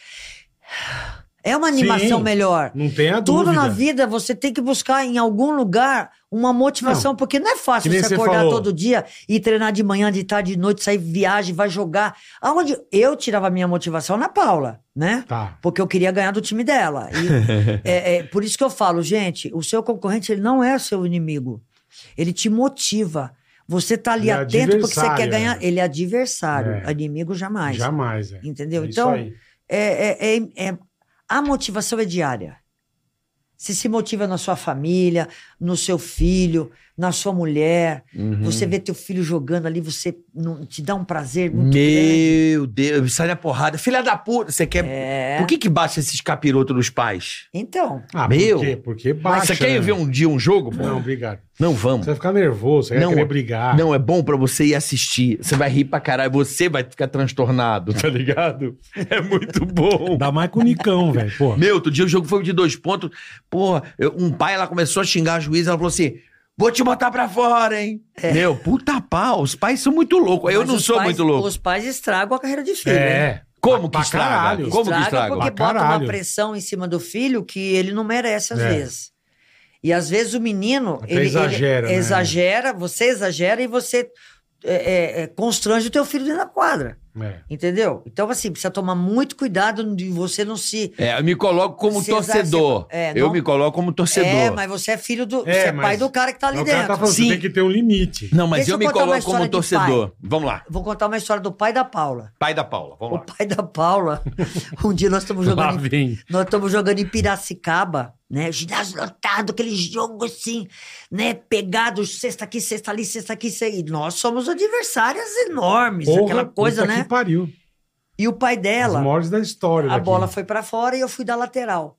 É uma animação
Sim.
melhor.
Não tenha
Tudo
dúvida.
na vida você tem que buscar em algum lugar uma motivação, porque não é fácil
Que nem
você
você
acordar
falou.
todo dia e treinar de manhã, de tarde, de noite, sair viagem, vai jogar. Aonde eu tirava minha motivação na Paula, né?
Tá.
Porque eu queria ganhar do time dela. E é, é por isso que eu falo, gente, o seu concorrente ele não é seu inimigo. Ele te motiva. Você tá ali
Ele é
atento porque você quer
adversário,
ganhar.
né?
Ele é adversário,
É.
inimigo jamais.
Jamais, é.
Entendeu?
É isso
então,
aí.
é, é- é- é- a motivação é diária. Se se motiva na sua família, no seu filho, na sua mulher,
Uhum.
você vê teu filho jogando ali, você não- te dá um prazer muito grande.
Meu Deus, sai na porrada. Filha da puta, você quer.
É.
Por que que baixa esses capirotos dos pais?
Então,
Ah,
Meu.
por quê? Porque baixa.
você quer
né?
ver um dia um jogo? pô?
Não, obrigado.
Não vamos.
Você vai ficar nervoso, você vai
Não,
querer
Ah.
brigar.
Não, é bom pra você ir assistir. Você vai rir pra caralho, você vai ficar transtornado, tá ligado? É muito bom.
Dá mais com o Nicão, velho. Pô,
Meu, outro dia o jogo foi de dois pontos. Porra, eu- um pai, ela começou a xingar a juíza, ela falou assim. Vou te botar pra fora, hein? Meu, puta pau, os pais são muito loucos. Eu
É. mas
não
os
sou
pais-
muito louco.
Os pais estragam a carreira de filho. hein?
é.
Como que
Pra
estraga?
caralho.
Como que estraga? Ah,
porque
Pra
bota uma
caralho.
pressão em cima do filho que ele não merece às
É.
vezes. E às vezes o menino
Até
ele ele
exagera, né?
exagera, você exagera e você é, é, é, constrange o teu filho dentro da quadra.
É.
Entendeu? Então, assim, precisa tomar muito cuidado de você não se.
É, eu me coloco como
Se
torcedor.
exacerba- é,
Eu
não-
me coloco como torcedor.
É, mas você é filho do.
É,
você é
mas-
pai do cara que tá ali
O
dentro.
cara tá falando, você
Sim.
tem que ter um limite.
Não, mas
Deixa
eu,
eu
me
contar uma
coloco como
história de
torcedor. Vamos lá.
Vou contar uma história do pai da Paula.
Pai da Paula, vamos
O
lá.
pai da Paula, um dia nós estamos
Lá
jogando em
vem.
Nós estamos jogando em Piracicaba, né? Ginásio lotado, aquele jogo assim, né? Pegado, sexta aqui, sexta ali, sexta aqui, sexta... E nós somos adversárias
é
enormes,
Porra,
aquela coisa,
puta
né?
que pariu.
E o pai
Os
dela,
maiores da história.
a
daqui.
bola foi pra fora e eu fui da lateral.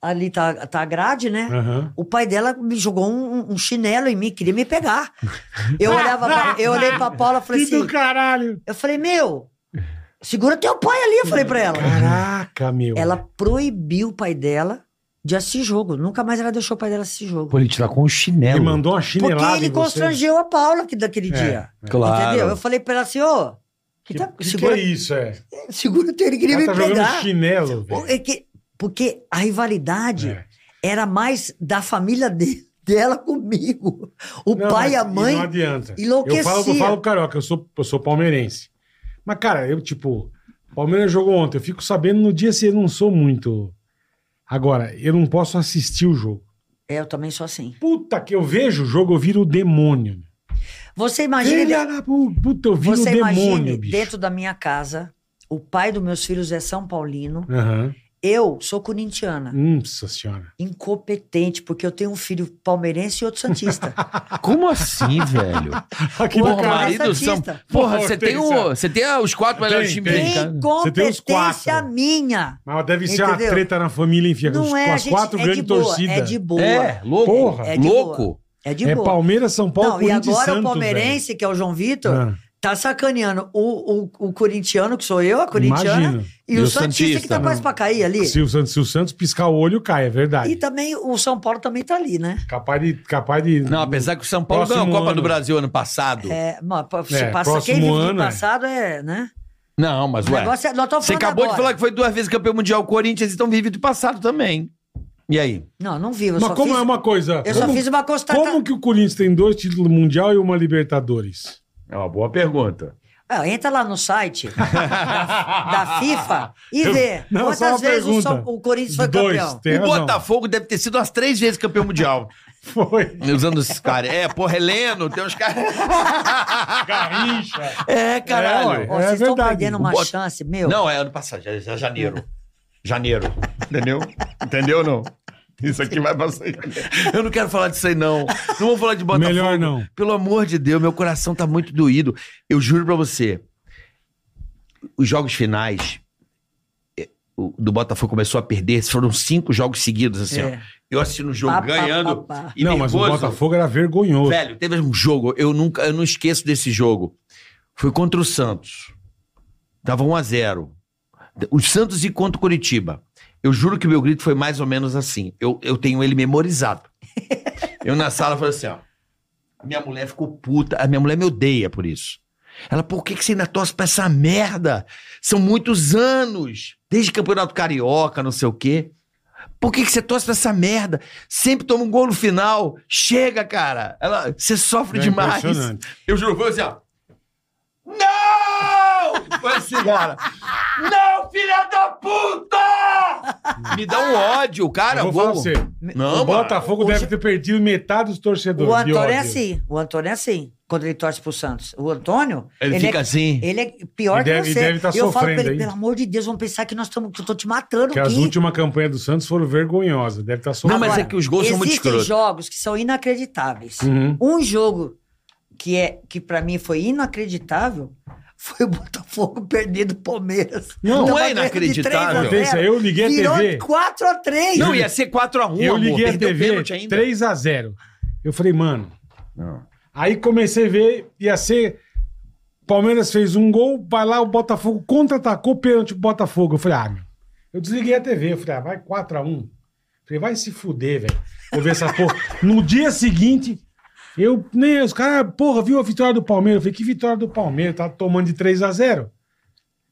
Ali tá, tá a grade, né?
Aham.
O pai dela me jogou um, um chinelo em mim, queria me pegar. Eu olhava, pra, eu olhei pra Paula e falei
Que
assim,
do caralho.
eu falei, meu, segura teu pai ali, eu falei pra ela.
Caraca, meu.
Ela proibiu o pai dela de assistir jogo. Nunca mais ela deixou o pai dela assistir jogo.
Pô, ele te tá com um
Ele
chinelo.
mandou uma chinelada
Porque ele
em você.
constrangeu a Paula que,
É,
daquele dia.
Claro.
Entendeu? Eu falei pra ela assim, ô,
Que,
que tá-
que, que
segura,
é isso, é?
segura o teu, ele queria
Ela
me
tá jogando
pegar.
chinelo, velho.
Ô, é que- Porque a rivalidade
É.
era mais da família de- dela comigo. O
Não,
pai e a
mas-
mãe.
Não adianta.
enlouquecia.
Eu falo, eu falo pro carioca, eu sou, eu sou palmeirense. Mas, cara, eu, tipo, Palmeiras jogou ontem, eu fico sabendo no dia se eu não sou muito. Agora, eu não posso assistir o jogo.
É, eu também sou assim.
Puta que eu vejo o jogo, eu viro o demônio.
Você
Filha
imagina.
da pu- puta, eu viro o
você imagina,
demônio, bicho.
dentro da minha casa, o pai dos meus filhos é São Paulino.
Aham.
Eu sou corintiana.
Nossa senhora.
Incompetente, porque eu tenho um filho palmeirense e outro santista.
Como assim, velho?
Aqui
Porra,
no
Porra,
cara.
cara.
marido
Essa
são...
artista.
Porra, você tem,
Hortência.
o... você tem ah, os quatro melhores
Tem,
times
tem.
americanos.
Você tem uns
Incompetência
quatro.
minha.
Mas deve ser uma
Entendeu?
treta na família, enfim, com
Não é,
as
gente,
quatro
é de
grandes
boa,
torcidas.
É de boa.
É,
É,
louco.
Porra.
É de
louco.
de
É
boa.
Palmeiras, São Paulo,
Não, e
Corinthians e
agora
Santos,
o palmeirense, que é o João Vitor,
velho. Ah,
tá sacaneando o, o, o corintiano, que sou eu, a corintiana,
Imagino.
e, o santista, que tá
né?
quase pra cair ali.
Se o, Santos, se o Santos piscar o olho, cai, é verdade.
E também o São Paulo também tá ali, né?
Capaz de. Capaz de...
Não, apesar que o São Paulo
Próximo
ganhou a Copa
ano.
do Brasil ano passado.
É, mas pa- se
É,
passa,
próximo
quem vive
ano,
do
é.
passado é, né?
Não, mas
O
ué.
negócio é, nós estamos
Você
falando
acabou de
agora.
falar que foi duas vezes campeão mundial o Corinthians, então vive do passado também. E aí?
Não, não vivo, eu
Mas
só
como
fiz,
é uma coisa.
eu
como,
só fiz uma constatação.
como que o Corinthians tem dois títulos mundial e uma Libertadores?
É uma boa pergunta.
Ah, entra lá no site da, da FIFA e vê
não, só uma
quantas vezes o, São-
pergunta.
o Corinthians foi
Dois.
campeão.
Tem
o
razão.
Botafogo deve ter sido umas três vezes campeão mundial.
Foi.
Usando esses caras. É, porra, Heleno, tem uns caras.
Garrincha.
É,
É,
caralho.
Ó,
é
vocês estão
verdade.
perdendo uma
Bota-
chance, meu.
Não, é ano passado, já, já janeiro. Janeiro. Entendeu? Entendeu ou não? Isso aqui vai passar. Eu não quero falar disso aí, não. Não vou falar de Botafogo.
Melhor não.
Pelo amor de Deus, meu coração tá muito doído. Eu juro pra você. Os jogos finais eh, o- do Botafogo começou a perder. Foram cinco jogos seguidos, assim, ó.
É.
Eu assistindo o jogo
Pá, pá,
ganhando.
pá, pá.
E
não, mas o
nervoso.
Botafogo era vergonhoso.
Velho, teve um jogo, eu nunca, eu não esqueço desse jogo. Foi contra o Santos. Tava 1 a 0. O Santos e contra o Curitiba. Eu juro que o meu grito foi mais ou menos assim. Eu, eu tenho ele memorizado. Eu na sala falei assim, ó. A minha mulher ficou puta, a minha mulher me odeia por isso. Ela, por que, que você ainda torce pra essa merda? São muitos anos. Desde campeonato carioca, não sei o quê. Por que, que você torce pra essa merda? Sempre toma um gol no final. Chega, cara. Ela, você sofre
É
demais.
impressionante.
Eu juro, foi assim, ó. Não! Foi assim, cara. Não, filha da puta! Me dá um ódio, cara.
Eu vou falar pra você.
Não,
o Botafogo
O-
deve ter perdido metade dos torcedores.
O
de
Antônio é
ódio.
assim. O Antônio é assim. Quando ele torce pro Santos. O Antônio.
Ele fica
é,
assim.
Ele é pior
E deve-
que
e
você.
deve tá
E eu falo pra
sofrendo
ele,
ainda.
pelo amor de Deus, vamos pensar que nós estamos. Que eu tô te matando
Porque
aqui.
as últimas campanhas do Santos foram vergonhosas. Deve tá estar
Não,
sofrendo.
mas é
Agora,
que os gols são muito
Existem
escrotos.
jogos que são inacreditáveis.
Uhum.
Um jogo que é que para mim foi inacreditável foi o Botafogo perder do Palmeiras.
Não,
não é
Tava ganhando de
inacreditável.
3 a 0,
Eu é liguei a
virou
TV.
4 a 3.
Não, é- ia ser 4x1,
Eu liguei a
Perdeu
TV
pênalti ainda.
3x0. Eu falei, mano. Aí comecei a ver, ia ser. Palmeiras fez um gol, vai lá, o Botafogo contra-atacou pênalti pro Botafogo. Eu falei, ah, meu. Eu desliguei a TV, eu falei, ah, vai 4x1. Falei, vai se fuder, velho. Vou ver essa porra. No dia seguinte, eu. Nem, os caras, porra, viu a vitória do Palmeiras? Eu falei, que vitória do Palmeiras? Tá tomando de 3x0.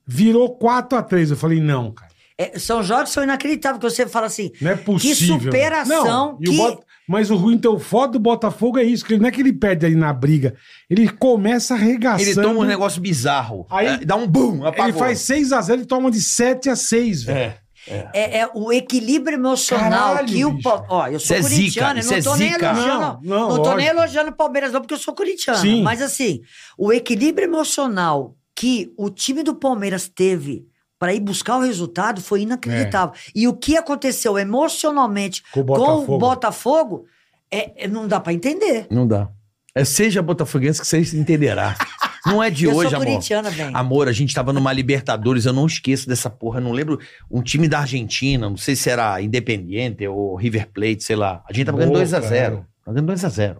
Virou 4x3. Eu falei, não, cara.
É, são jogos que são inacreditáveis, que você fala assim.
Não é possível.
Que superação.
Não, e o
que...
Bota- Mas o ruim, então, o foda do Botafogo é isso. Que ele- não é que ele perde ali na briga. Ele começa arregaçando.
Ele toma um negócio bizarro.
Aí-
É, dá um boom, apagou.
Ele faz 6x0 e toma de 7x6, velho.
É.
É, é o equilíbrio emocional
Caralho,
que o.
bicho.
Pal- Ó, eu sou
Isso é
corintiana,
zica,
eu não
isso é
tô nem
zica.
elogiando.
Não, não,
Não, tô nem
lógico.
elogiando o Palmeiras, não, porque eu sou corintiana.
Sim.
Mas assim, o equilíbrio emocional que o time do Palmeiras teve para ir buscar o resultado foi inacreditável. E o que aconteceu emocionalmente
Com o
com
É. Botafogo.
o Botafogo é, é- não dá para entender.
Não dá. É, seja botafoguense que você entenderá. Não é de
eu
hoje,
sou
amor.
corintiana, bem.
Amor, a gente tava numa Libertadores, eu não esqueço dessa porra, eu não lembro. Um time da Argentina, não sei se era Independiente ou River Plate, sei lá. A gente tava ganhando
Boca,
2x0.
né?
Tava ganhando 2x0.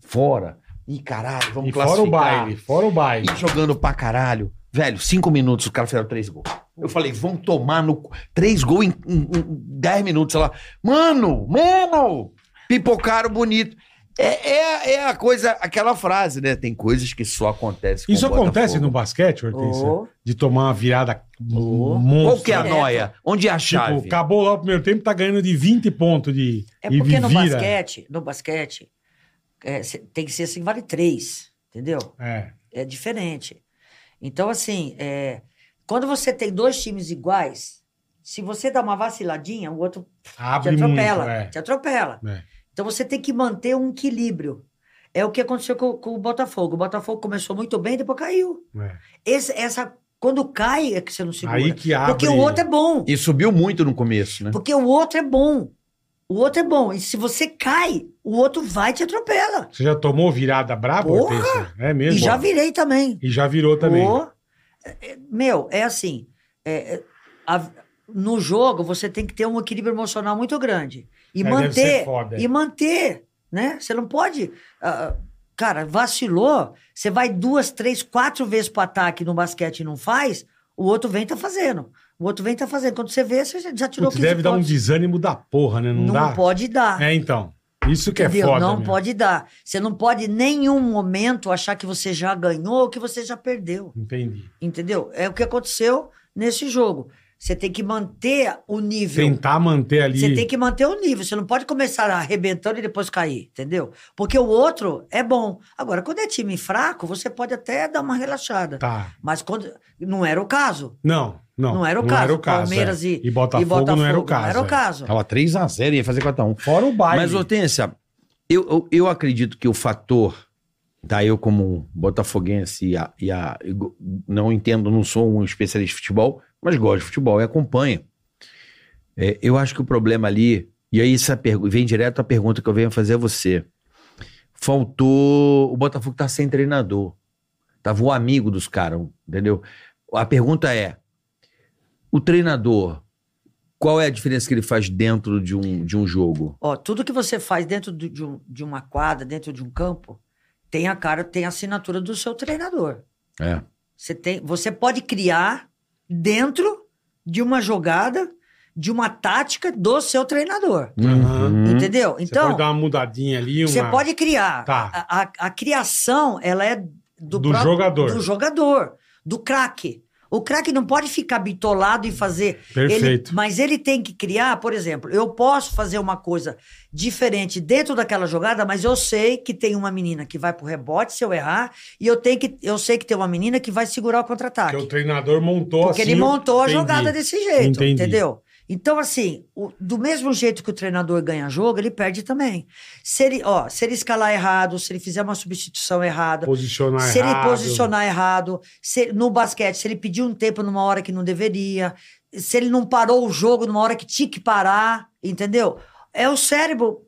Fora. Ih, caralho, vamos
E fora
classificar.
o baile, fora o baile.
é E jogando Tá pra caralho. Velho, cinco minutos, o cara fez três gols. Eu falei, vão tomar no. cu- Três gols em, em- em dez minutos, sei lá. Mano, mano! Pipocaram bonito. É, é, é a coisa, aquela frase, né? Tem coisas que só acontecem com
Isso
o Botafogo.
acontece no basquete, Hortência?
Ô.
De tomar uma virada
Ô.
monstro. né?
Qual que é a noia? Onde é a
Tipo,
chave?
acabou lá o primeiro tempo, tá ganhando de 20 pontos de.
É
e
porque no
vira.
basquete, no basquete, é, cê- tem que ser assim, vale três, entendeu?
É.
É diferente. Então, assim, é, quando você tem dois times iguais, se você dá uma vaciladinha, o outro te
Abre muito.
atropela.
É.
Te atropela.
É.
Então você tem que manter um equilíbrio. É o que aconteceu com, com o Botafogo. O Botafogo começou muito bem, depois caiu.
é.
Esse- essa, quando cai é que você não segura.
Aí que abre.
Porque o outro é bom.
E subiu muito no começo, né?
Porque o outro é bom. O outro é bom. E se você cai, o outro vai e te atropela.
Você já tomou virada braba,
Porra!
Hortência? É
E
mesmo?
já virei também.
E já virou também.
Ô, é, é, meu, é assim. é, é, a- no jogo, você tem que ter um equilíbrio emocional muito grande. E
É, deve ser
manter.
foda, é.
E manter, né? Você não pode. ah, cara, vacilou, você vai duas, três, quatro vezes pro ataque no basquete e não faz, o outro vem e tá fazendo. O outro vem e tá fazendo. Quando você vê, você já tirou
Putz, deve dar um
pontos.
desânimo da porra, né? Não,
Não
dá?
pode dar.
É, então. Isso que
Entendeu?
é foda.
não
meu.
pode dar. Você não pode em nenhum momento achar que você já ganhou ou que você já perdeu.
Entendi.
Entendeu? É o que aconteceu nesse jogo. Você tem que manter o nível.
Tentar manter ali.
Você tem que manter o nível. Você não pode começar arrebentando e depois cair, entendeu? Porque o outro é bom. Agora, quando é time fraco, você pode até dar uma relaxada.
Tá.
Mas quando não era o caso.
Não, não.
Não era o caso.
Era o caso
Palmeiras
é.
e,
e, Botafogo não era o caso.
Não era o
é.
caso.
Tava 3x0 e ia fazer 4x1.
Fora o baile.
Mas, Hortência, eu, eu, eu acredito que o fator, tá? Eu, como botafoguense, e, a, e a- e go- não entendo, não sou um especialista de futebol, mas gosto de futebol e acompanho. É, eu acho que o problema ali, e aí essa pergu- vem direto a pergunta que eu venho fazer a você. Faltou. O Botafogo tá sem treinador. Tava o amigo dos caras, entendeu? A pergunta é: o treinador, qual é a diferença que ele faz dentro de um, de um jogo?
Ó, tudo que você faz dentro do- de, um- de uma quadra, dentro de um campo, tem a cara, tem a assinatura do seu treinador.
É.
Você, tem, você pode criar dentro de uma jogada, de uma tática do seu treinador.
Uhum.
Entendeu?
Então, você
Então,
pode dar uma mudadinha ali. Uma...
você pode criar.
Tá.
A, a- a criação, ela é do,
Do jogador.
Do jogador, do craque. O craque não pode ficar bitolado e fazer. ele-
Perfeito.
mas ele tem que criar, por exemplo, eu posso fazer uma coisa diferente dentro daquela jogada, mas eu sei que tem uma menina que vai pro rebote se eu errar, e eu tenho que, eu sei que tem uma menina que vai segurar o
Porque
contra-ataque.
o treinador montou
Porque
assim.
ele montou
entendi.
a jogada desse jeito,
Entendi.
entendeu? Então, assim, o- do mesmo jeito que o treinador ganha jogo, ele perde também. Se ele, ó, se ele escalar errado, se ele fizer uma substituição errada,
Posicionar
se ele
errado.
posicionar errado, se- no basquete, se ele pedir um tempo numa hora que não deveria, se ele não parou o jogo numa hora que tinha que parar, entendeu? É o cérebro.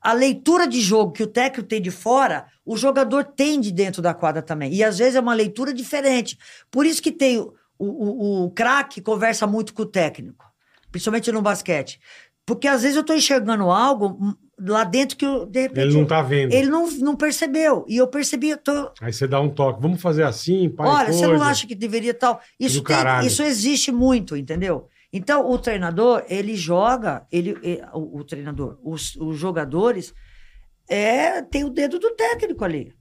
A leitura de jogo que o técnico tem de fora, o jogador tem de dentro da quadra também. E às vezes é uma leitura diferente. Por isso que tem o, o, o craque conversa muito com o técnico, principalmente no basquete. Porque às vezes eu estou enxergando algo hum, lá dentro que eu, de repente.
Ele não
eu-
tá vendo.
ele não, não percebeu. E eu percebi, eu tô-
Aí você dá um toque. Vamos fazer assim, pai.
olha, você não
coisa.
acha que deveria tal. Isso,
Do
tem-
caralho.
isso existe muito, entendeu? Então, o treinador, ele joga, ele, e- o, o treinador, os, os jogadores, é, tem o dedo do técnico ali.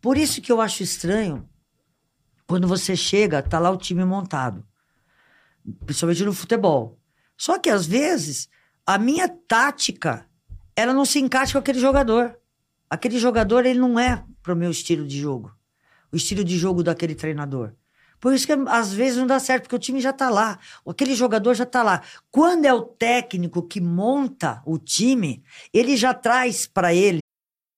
Por isso que eu acho estranho quando você chega, tá lá o time montado. Principalmente no futebol. Só que às vezes a minha tática ela não se encaixa com aquele jogador. Aquele jogador ele não é pro meu estilo de jogo. O estilo de jogo daquele treinador. Por isso que às vezes não dá certo, porque o time já tá lá. Aquele jogador já tá lá. Quando é o técnico que monta o time, ele já traz para ele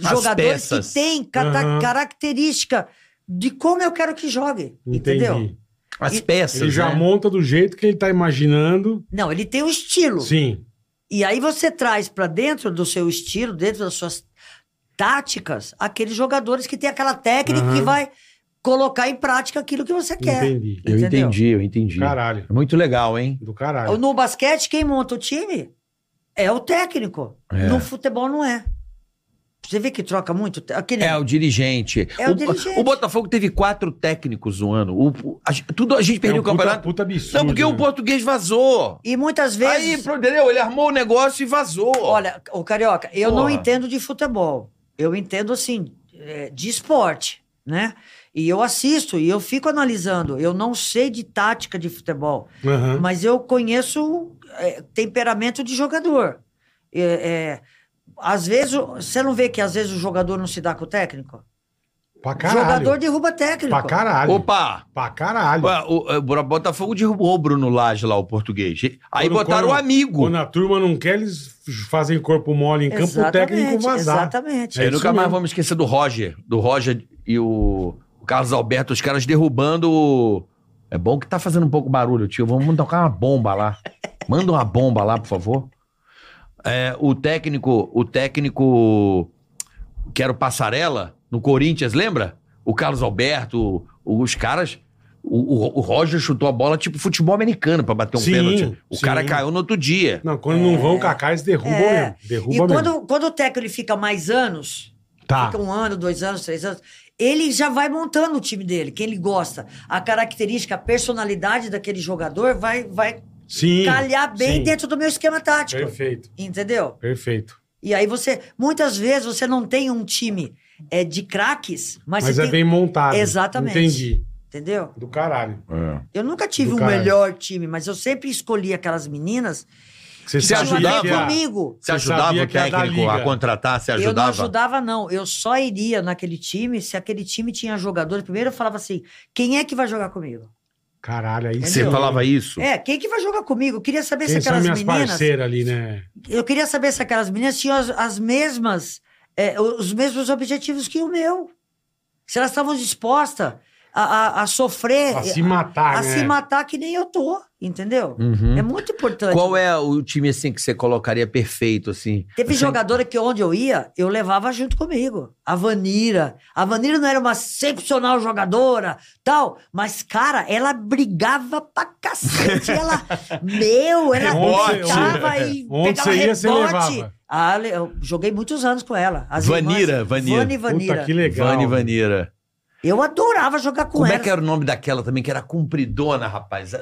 As
jogadores
peças.
que têm cata-
Aham.
característica de como eu quero que jogue.
Entendi.
Entendeu?
As
E-
peças.
Ele já
né?
monta do jeito que ele tá imaginando.
Não, ele tem um estilo.
Sim.
E aí você traz pra dentro do seu estilo, dentro das suas táticas, aqueles jogadores que têm aquela técnica
Aham.
que vai colocar em prática aquilo que você quer.
Entendi.
Eu
Entendeu?
entendi, eu entendi.
Caralho.
É muito legal, hein?
Do caralho. É um
No basquete, quem monta o time é o técnico.
É.
No futebol não é. Você vê que troca muito? né? Aquele...
É o dirigente.
É o dirigente.
o Botafogo teve quatro técnicos no ano. O- o- a, gente- tudo a gente perdeu
É um
o campeonato.
Puta, puta absurdo,
Não, porque
né?
o português vazou.
E muitas vezes.
Aí, pro- entendeu? Ele armou o negócio e vazou.
Olha, o Carioca, eu não
Porra.
entendo de futebol. Eu entendo, assim, é, de esporte, né? E eu assisto e eu fico analisando. Eu não sei de tática de futebol,
Aham.
mas eu conheço é, temperamento de jogador. É, é, às vezes, o- você não vê que às vezes o jogador não se dá com o técnico?
Pra caralho.
Jogador derruba técnico.
Pra caralho.
Opa!
Pra caralho.
Ué, O, é, o Botafogo derrubou o Bruno Lage lá, o português. Aí
Quando-
botaram o
quando-
amigo.
Quando a turma não quer, eles fazem corpo mole em campo, o técnico vazar.
Exatamente.
É
eu
isso
nunca mais
mesmo.
vou me esquecer do Roger. Do Roger e o, o Carlos Alberto, os caras derrubando o. É bom que tá fazendo um pouco barulho, tio. Vamos tocar uma bomba lá. Manda uma bomba lá, por favor. É, o técnico, o técnico que era o Passarela, no Corinthians, lembra? O Carlos Alberto, o- os caras. O, o- o Roger chutou a bola tipo futebol americano pra bater um
Sim,
pênalti. O
sim.
cara caiu no outro dia.
Não, quando não vão cacar, eles derrubam
É.
mesmo. Derruba
E
mesmo.
quando, quando o técnico ele fica mais anos,
Tá.
fica um ano, dois anos, três anos, ele já vai montando o time dele, quem ele gosta. A característica, a personalidade daquele jogador vai, vai
Sim.
calhar bem
sim.
dentro do meu esquema tático.
Perfeito,
Entendeu?
perfeito.
E aí você, muitas vezes, você não tem um time é, de craques, mas,
Mas,
você
é
tem,
bem montado.
Exatamente.
Entendi.
entendeu?
Do caralho.
Eu nunca tive
Do
um
caralho.
melhor time, mas eu sempre escolhi aquelas meninas
Você é
Se
que tinham a
ajudava?
ver comigo.
Você
Você
ajudava
sabia
o
que ia dar
técnico a
liga.
contratar? Você
Eu não
ajudava?
ajudava, não. Eu só iria naquele time se aquele time tinha jogadores. Primeiro eu falava assim: quem é que vai jogar comigo?
Caralho, aí
Você
Entendeu?
falava isso?
É, quem que vai jogar comigo? Eu queria saber
Quem
se
são
aquelas
minhas
meninas.
parceiras ali, né?
Eu queria saber se aquelas meninas tinham as, as mesmas, é, os mesmos objetivos que o meu. Se elas estavam dispostas a, a- a sofrer,
Pra se matar,
a
né?
se matar que nem eu tô, entendeu?
Uhum.
É muito importante.
Qual é o time assim que você colocaria perfeito assim?
Teve
Assim,
jogadora que onde eu ia, eu levava junto comigo. A Vanira. A Vanira não era uma excepcional jogadora, tal, mas, cara, ela brigava pra cacete. Ela, meu, ela
Rebote.
gritava e
Onde
pegava
você ia, você
rebote.
levava.
Ah, le- eu joguei muitos anos com ela. As
Vanira,
irmãs-
Vanira.
Vani e Vanira.
Puta, que legal.
Vani Vanira.
Eu adorava jogar com
Como
ela.
é que era o nome daquela também que era compridona, rapaz?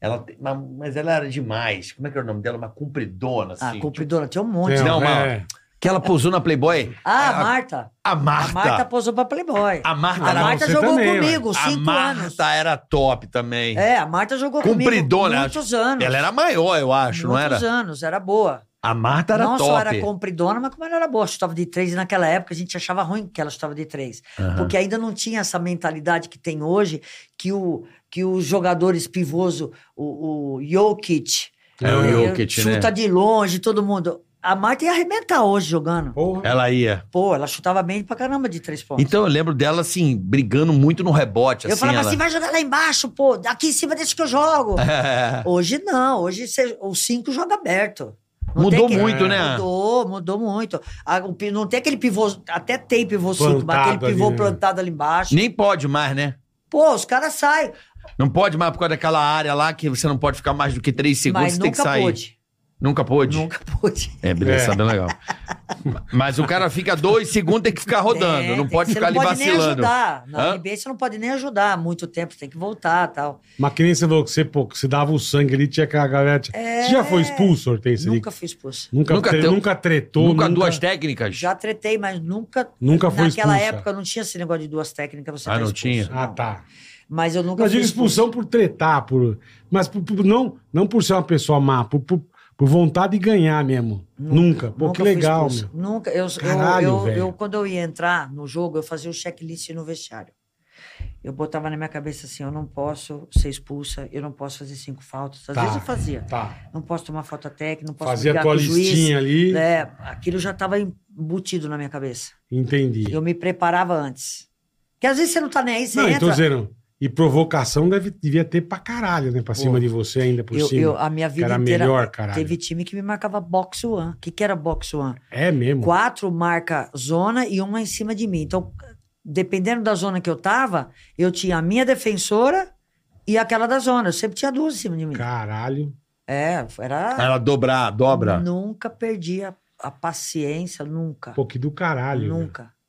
Ela, tem- mas- mas ela era demais. Como é que era o nome dela? Uma compridona assim.
Ah, cumpridora, tinha um monte.
Não,
é.
mas- Que ela posou na Playboy?
Ah, a
a,
Marta.
a
A
Marta.
Marta posou pra Playboy.
A Marta
A
era
Marta
você
jogou
também,
comigo,
A
cinco
Marta
anos.
era top também.
É, a Marta jogou comigo
Compridona,
muitos anos.
Ela era maior, eu acho, não era?
Muitos anos, era boa.
A Marta era
não
top.
só era compridona, mas como ela era boa. Chutava de três e naquela época a gente achava ruim que ela chutava de três.
Aham.
Porque ainda não tinha essa mentalidade que tem hoje, que, o, que os jogadores pivôs, o, o Jokic,
É o
eh,
Jokic, né?
chuta de longe, todo mundo. A Marta ia arrebentar hoje jogando.
Porra.
Ela ia.
Pô, ela chutava bem pra caramba de três pontos.
Então eu lembro dela, assim, brigando muito no rebote,
eu
assim.
falava
ela...
assim, vai jogar lá embaixo, pô, aqui em cima deixa que eu jogo.
É.
Hoje não, hoje você- o 5 joga aberto. Não
Mudou
tem
muito, né?
Mudou, mudou muito. A- o pi- não tem aquele pivô, até tem pivô 5, mas
Plantado
aquele pivô
ali, né?
plantado ali embaixo.
Nem pode mais, né?
Pô, os caras saem,
Não pode mais por causa daquela área lá que você não pode ficar mais do que três segundos,
mas
você tem que
nunca
sair.
pôde.
Nunca pôde?
Nunca pôde.
É, beleza, tá bem legal. Mas o cara fica dois segundos, tem que ficar rodando,
É,
não
tem-
pode
você
ficar ali
não pode Nem
vacilando.
ajudar. Na
Hã?
NBA você não pode nem ajudar muito tempo, você tem que voltar tal.
Mas que nem você falou que você, pô, que você dava o sangue ali, tinha aquela galera. Tinha... Você já foi expulso, Hortência?
É. Nunca fui expulso.
Nunca,
Nunca
tre-
teu-
nunca tretou.
Nunca duas técnicas?
Já tretei, mas nunca.
Nunca foi
Naquela
expulsa.
época não tinha esse negócio de duas técnicas. Você
Ah,
tá
não
expulso.
tinha?
Ah, tá.
Mas eu nunca
Mas
fui
digo expulsão por tretar, por... mas por- por- não, não por ser uma pessoa má, por, por, por vontade de ganhar mesmo. Nunca. Pô,
Nunca
que
fui
legal,
expulso.
meu.
Nunca. Eu, eu-
Caralho,
eu, eu,
velho.
quando eu ia entrar no jogo, eu fazia o checklist no vestiário. Eu botava na minha cabeça assim: eu não posso ser expulsa, eu não posso fazer cinco faltas. Às
Tá.
vezes eu fazia.
Tá.
Não posso tomar falta técnica, não posso
Fazia
brigar
tua
com o juiz. né?
listinha ali.
É, aquilo já estava embutido na minha cabeça.
Entendi.
Eu me preparava antes. Porque às vezes você não tá nem aí, você
Não,
entra.
então dizendo. E provocação deve, devia ter pra caralho, né? Pra cima de você ainda por
eu,
cima.
eu- a minha vida
era
inteira
melhor, caralho.
teve time que me marcava box one. O que, que era box one?
É mesmo.
Quatro marca zona e uma em cima de mim. Então, dependendo da zona que eu tava, eu tinha a minha defensora e aquela da zona. Eu sempre tinha duas em cima de mim.
Caralho.
É, era.
Ela dobrar, dobra.
Nunca perdi a, a paciência, nunca.
Pô, que do caralho. velho.
nunca. É.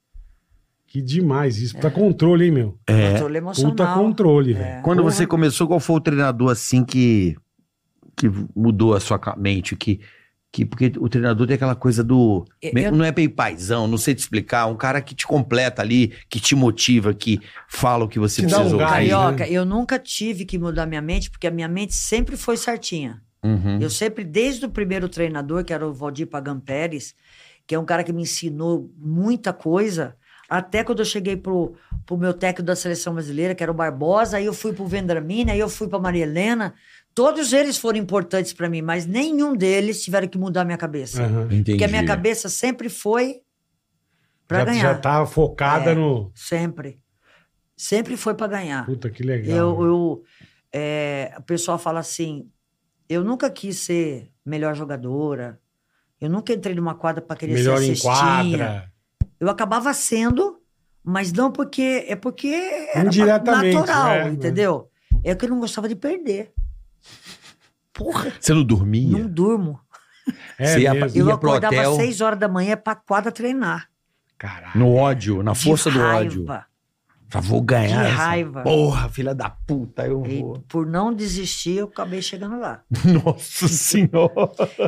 Que demais isso. Tá controle, hein, meu?
Controle
É, Puta
emocional. É.
controle, velho.
Quando você começou, qual foi o treinador assim que, que mudou a sua ca- mente? Que, que, porque o treinador tem aquela coisa do.
Eu-
me-
eu-
Não é bem paizão, não sei te explicar. Um cara que te completa ali, que te motiva, que fala o que você
Te dá um
precisa
gás,
ouvir.
né?
Carioca, eu nunca tive que mudar minha mente, porque a minha mente sempre foi certinha.
Uhum.
Eu sempre, desde o primeiro treinador, que era o Valdir Pagan Pérez, que é um cara que me ensinou muita coisa, até quando eu cheguei pro, pro meu técnico da seleção brasileira, que era o Barbosa, aí eu fui pro Vendramini, aí eu fui pra Maria Helena. Todos eles foram importantes para mim, mas nenhum deles tiveram que mudar minha cabeça.
Aham.
Ah, Entendi.
Porque a minha cabeça sempre foi para
já, tá.
ganhar.
já tava focada
É.
no.
Sempre. Sempre foi para ganhar.
Puta, que legal. né?
Eu, eu, é, o pessoal fala assim: eu nunca quis ser melhor jogadora, eu nunca entrei numa quadra para querer
Melhor
ser
em
cestinha.
quadra.
Eu acabava sendo, mas não porque. É porque era
Indiretamente,
natural,
né?
entendeu? É que eu não gostava de perder. Porra,
Você não dormia?
não durmo.
É
Você ia-
mesmo.
Eu
Ia pro
acordava
hotel.
às 6 horas da manhã pra quadra treinar.
Caralho.
No ódio, na
De
força do
raiva.
ódio. Já vou ganhar.
De
essa
raiva.
Porra, filha da puta, eu
E
vou.
por não desistir, eu acabei chegando lá.
Nossa senhora.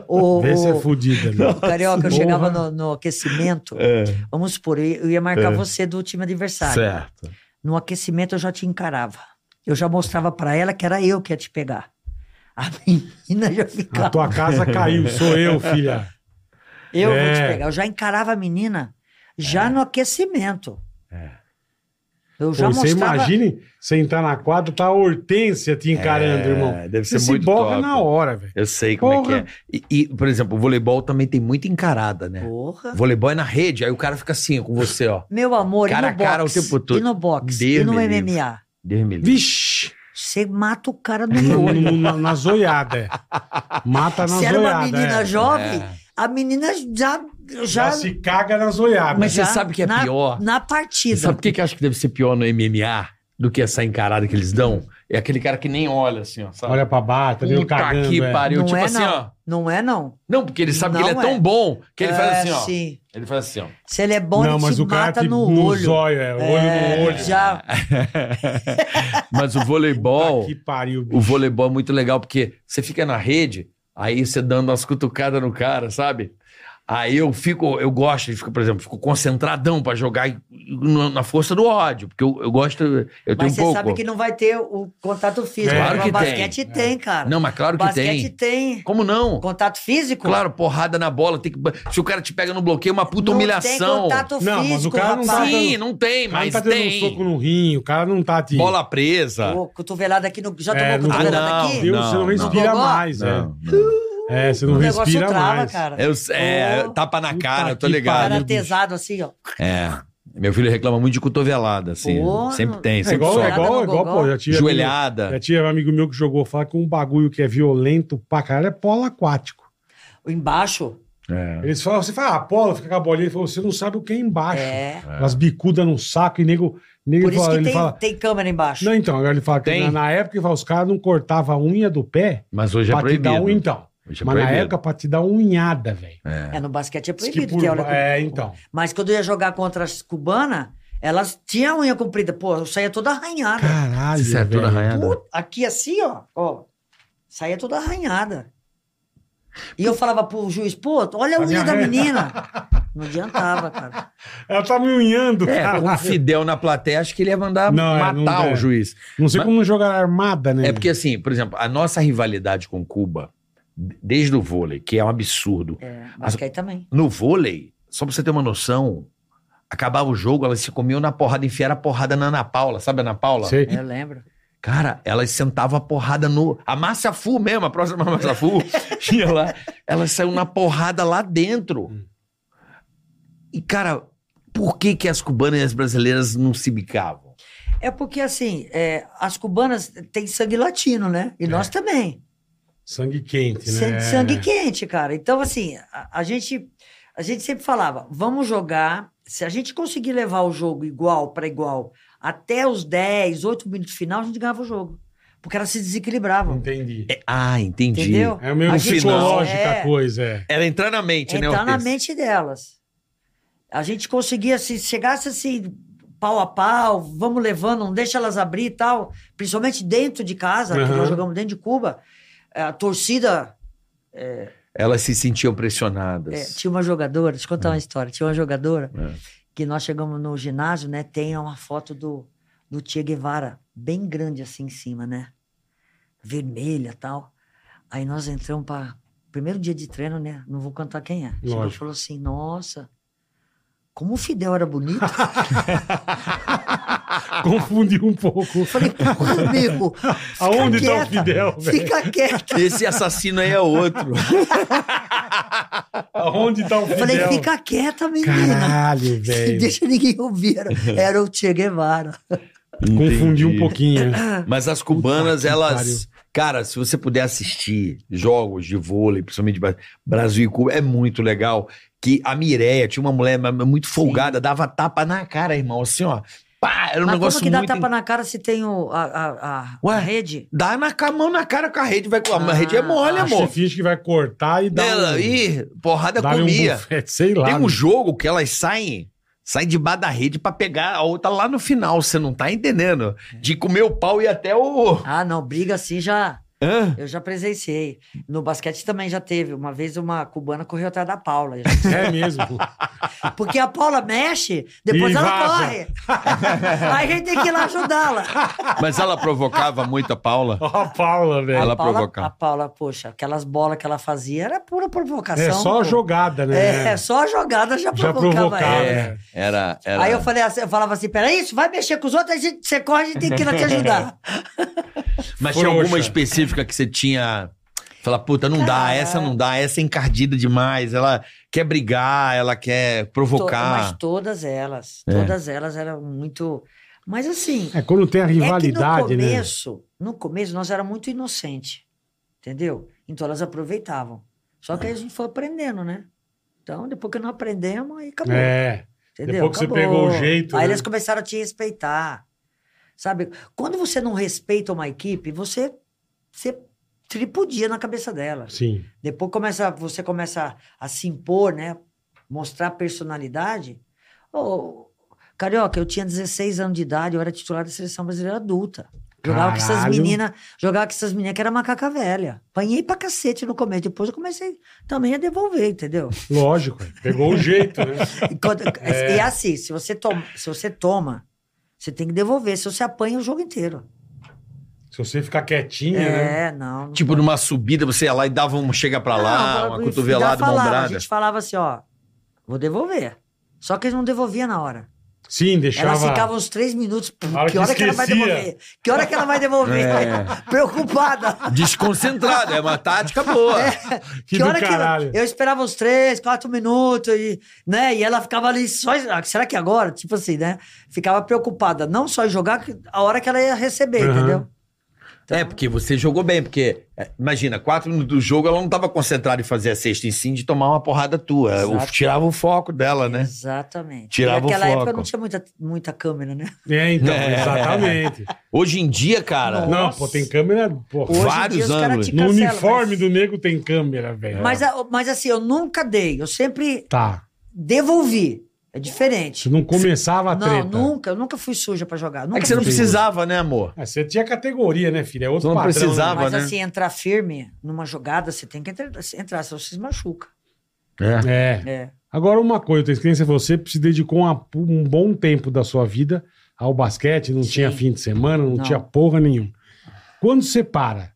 O,
Vê se é
o-
fudida, meu.
o Carioca, eu
Porra. É.
chegava no, no Tá. aquecimento.
É,
Vamos supor, eu ia marcar você do time adversário.
Certo.
No aquecimento eu já te encarava. Eu já mostrava pra ela que era eu que ia te pegar. A menina já
A
ficava.
tua casa caiu, sou eu, filha.
Eu vou te
É.
pegar. Eu já encarava a menina já no aquecimento. Eu já
Pô, você
mostrava.
imagine você entrar na quadra, tá a Hortência te encarando,
É,
irmão.
deve ser
você se
muito
borra
top.
na hora, velho.
Eu sei como é
Porra.
que é. E, e, por exemplo, o voleibol também tem muita encarada, né?
Porra.
Voleibol é na rede, aí o cara fica assim com você, ó.
Meu amor,
Cara
e
a
no
cara
boxe,
o tempo todo.
E no boxe,
Deus
e no
me
MMA.
livre. Deus me livre.
Vixe!
Você mata o cara
No-
no olho.
no- na, na zoiada, é. Mata na
Se
zoiada.
era uma menina
é.
jovem, a menina já.
Já
já
se caga na zoiada.
Mas você
já
sabe que é
na-
pior?
Na
E
partida.
sabe por que, que eu acho que deve ser pior no MMA do que essa encarada que eles dão? É aquele cara que nem olha assim, ó. Sabe?
Olha pra baixo, tá meio
Puta
cagando.
que
é.
pariu.
Não
tipo
é,
assim,
não.
ó.
Não é, não.
Não, porque ele sabe que
Não
ele é,
é.
tão bom que ele faz
É,
assim, ó.
sim.
Ele faz assim, ó.
Se ele é bom,
Não,
ele
mas
te
o cara
mata
te,
no,
no
olho.
zóio, é. Olho
É,
no olho.
Já,
Mas o
Puta tá
voleibol,
Tá
que pariu, bicho.
o voleibol é muito legal porque você fica na rede, aí você dando umas cutucadas no cara, sabe? Aí eu fico, eu gosto de ficar, por exemplo, fico concentradão pra jogar e- e na na força do ódio, porque eu, eu gosto, eu tenho
mas
um
você
pouco.
sabe que não vai ter o contato físico.
É.
Claro que
Mas basquete
tem.
tem, cara.
Não, mas claro que
é. basquete
tem.
tem.
Como não?
Contato físico?
Claro, porrada na bola, tem que se o cara te pega no bloqueio, é uma puta
não Tem
humilhação.
contato
Não, mas o
físico,
cara não tá
rapaz.
Sim, não tem,
O cara não
mas
tá dando um soco
tem.
no rim, o cara não tá te...
Bola presa.
Ô, cotovelada aqui no. Já tomou
É, não-
cotovelada
Ah, não,
aqui?
Deus, você não
não.
respira
Não.
mais,
Não,
é. É, você não
o negócio
respira
trava,
mais.
cara.
Eu, é,
Ô,
tapa na
Oh, Puta
cara, eu tô
que
ligado.
pariu.
Cara tesado assim, ó.
É. Meu filho reclama muito de cotovelada, assim.
Pô,
sempre
não-
tem,
É
sempre
igual, é
sobe.
igual,
no
é igual,
gogó.
pô, já tive...
Joelhada.
Já tive um amigo meu que jogou falar que um bagulho que é violento pra caralho é polo aquático.
Embaixo.
É.
Eles falam, você fala, ah, polo, fica com a bolinha, ele falou, você não sabe o que é embaixo.
É.
Umas bicudas no saco e nego, nego
Por isso
fala-
que
ele
tem,
fala.
tem câmera embaixo.
Não, então, agora ele fala que
Tem?
na, na época ele fala, os caras não cortavam a unha do pé
Mas hoje é
pra te
proibido.
dar um então.
Hoje é
Mas na
proibido.
época pra te dar unhada, velho.
É, no basquete é
Diz
proibido
que por-
ter aula com-
É, então.
Mas quando eu ia jogar contra as cubanas, elas tinham a unha comprida. Pô, eu saía toda arranhada.
Caralho,
Isso é tudo
velho.
arranhado.
Pô, aqui assim, ó, ó. Saía toda arranhada. E eu falava pro juiz, pô, olha a
A minha
unha da
unha.
menina. Não adiantava, cara.
Ela tá me unhando,
É,
cara.
com o Fidel na plateia, acho que ele ia mandar
Não, é,
matar
não dá.
o juiz.
Não sei
Mas-
como não jogar armada, né?
É porque, assim, por exemplo, a nossa rivalidade com Cuba, d- desde o vôlei, que é um absurdo.
É, basquete também.
No vôlei, só pra você ter uma noção, acabava o jogo, elas se comiam na porrada, enfiaram a porrada na Ana Paula, sabe a Ana Paula?
Sei.
Eu lembro.
Cara, elas sentavam a porrada no. A Márcia Fu mesmo, a próxima Márcia Fu, ia lá. Ela saiu na porrada lá dentro. E, cara, por que, que as cubanas e as brasileiras não se bicavam?
É porque, assim, é, as cubanas têm sangue latino, né?
É.
E nós também.
Sangue quente, né?
Sangue, sangue é um quente, cara. Então, assim, a, a gente, a gente sempre falava, vamos jogar. Se a gente conseguir levar o jogo igual para igual até os 10, 8 minutos final, a gente ganhava o jogo. Porque elas se desequilibravam.
Entendi.
É, ah, entendi.
Entendeu?
É
Um
meio
A gente-
psicológica
É.
a coisa, é.
Era entrar na mente, né?
entrar na
Ortiz?
mente delas. A gente conseguia, se chegasse assim, pau a pau, vamos levando, não deixa elas abrir e tal, principalmente dentro de casa, que
Aham.
nós jogamos dentro de Cuba, eh, a torcida.
Elas se sentiam
eh,
pressionadas.
tinha uma jogadora, deixa eu contar
Hum.
uma história, tinha uma jogadora
É.
que nós chegamos no ginásio, né? Tem uma foto do, do Che Guevara, bem grande assim em cima, né? Vermelha e tal. Aí nós entramos para primeiro dia de treino, né? Não vou contar quem é. Chegou e
Lógico.
falou assim: nossa, como o Fidel era bonito.
Ah.
Confundi um pouco.
Falei, porra, amigo. fica
Aonde tá o
quieta,
Fidel, velho?
Fica quieto.
Esse assassino aí é outro.
Aonde tá o Fidel?
Falei, fica quieta, menina.
Caralho, velho.
Deixa ninguém ouvir. Era o Che Guevara.
Confundi um
Entendi.
pouquinho.
Mas as cubanas,
Puta que
elas. Cara, se você puder assistir jogos de vôlei, principalmente Bra- Brasil e Cuba, é muito legal. Que a Mireia tinha uma mulher ma- muito folgada, dava tapa na cara, irmão. Assim, ó. Pá, era um
Mas
negócio
como que dá
muito.
tapa na cara se tem o, a, a, a-
Ué?
a rede?
Dá na ca- mão na cara com a rede, vai com a rede é mole,
Ah,
Você
amor.
finge que vai cortar e dá
Ela,
um...
ih, porrada
dá-lhe um
comia.
bufete, sei lá.
Tem um
meu.
jogo que elas saem, saem de bar da rede pra pegar a outra lá no final. Você não tá entendendo?
É.
De comer o pau e até o.
Ah, não, briga assim já.
Hã?
Eu já presenciei. No basquete também já teve. Uma vez uma cubana correu atrás da Paula.
É mesmo.
Porque a Paula mexe, depois
E
ela
vaza.
corre. Aí a gente tem que ir lá ajudá-la.
Mas ela provocava muito a Paula.
Ó a Paula, velho.
Ela
a Paula,
provoca.
A Paula, poxa, aquelas bolas que ela fazia era pura provocação.
É só
pô.
jogada, né?
É, só a jogada já
Já
provocava,
provocava.
ela.
É.
né?
Era, era.
Aí eu falei assim, eu falava assim, peraí, isso vai mexer com os outros, a gente, você corre, a gente tem que ir lá te ajudar.
Mas tinha alguma
Frouxa.
específica que você tinha. Fala, puta, não dá,
Cara.
essa não dá, essa é encardida demais, ela quer brigar, ela quer
To- Mas
provocar.
todas elas,
É.
todas elas eram muito... Mas assim,
É quando tem a rivalidade,
é que no
né?
começo, no começo nós era muito inocente, entendeu? Então elas aproveitavam. Só que aí a gente foi aprendendo, né? Então, depois que não aprendemos, aí acabou.
É.
Entendeu?
Depois que você pegou o jeito,
Aí
né?
eles começaram a te respeitar. Sabe? Quando você não respeita uma equipe, você, você tripudia na cabeça dela.
Sim.
Depois começa, você começa a, se impor, né? Mostrar personalidade. Ô, Carioca, eu tinha 16 anos de idade, eu era titular da seleção brasileira adulta. Jogava com essas
Caralho.
meninas, jogava com essas meninas que era macaca velha. Apanhei pra cacete no começo, depois eu comecei também a devolver, entendeu?
Lógico. é. Pegou o jeito, né?
Enquanto- E é assim, se você, toma, se você toma, você tem que devolver. Se você apanha é o jogo inteiro.
Se você ficar quietinha, né?
É, não. não
Tipo, numa subida, você ia lá e dava um chega pra lá,
Não,
uma
e- e
cotovelada, uma
falava, A
ombrada.
gente falava assim, ó, vou devolver. Só que eles não devolviam na hora.
Sim, deixava...
Elas ficavam uns três minutos, pum,
A hora
que,
que
hora que ela vai
esquecia.
devolver? Que hora que ela vai devolver?
É.
Preocupada.
Desconcentrado, é uma tática boa.
É.
Que, do
hora
caralho.
que ela... Eu esperava uns três, quatro minutos, e, né? E ela ficava ali só. ah, Será que agora? Tipo assim, né? Ficava preocupada, não só em jogar, que- a hora que ela ia receber,
Aham.
entendeu?
É, porque você jogou bem, porque é, imagina, quatro minutos do jogo, ela não tava concentrada em fazer a sexta em sim de tomar uma porrada tua. O-
Exato.
tirava o foco dela, né?
Exatamente.
Tirava o
Naquela época
foco.
não tinha muita, muita câmera, né?
É, então,
É.
exatamente.
Hoje em dia, cara.
Não, pô, tem câmera... Pô,
Hoje
Vários
em dia, os caras
ângulos.
te
no
cancelam,
uniforme
mas...
do nego tem câmera, velho.
Mas, a- mas assim, eu nunca dei, eu sempre
Tá.
devolvi. É diferente.
Se não começava a
Não,
treta.
nunca, eu nunca fui suja pra jogar. Nunca
É que você não
fui suja.
precisava, né, amor?
Ah, você tinha categoria, né, filho? É outro
Você não
padrão,
precisava.
Mas
né?
assim, entrar firme numa jogada, você tem que entrar, se entrar senão você se machuca.
né? É.
É.
Agora, uma coisa, eu tenho que você se dedicou uma- um bom tempo da sua vida ao basquete, não
Sim.
tinha fim de semana, não,
Não.
tinha porra nenhuma. Quando você para,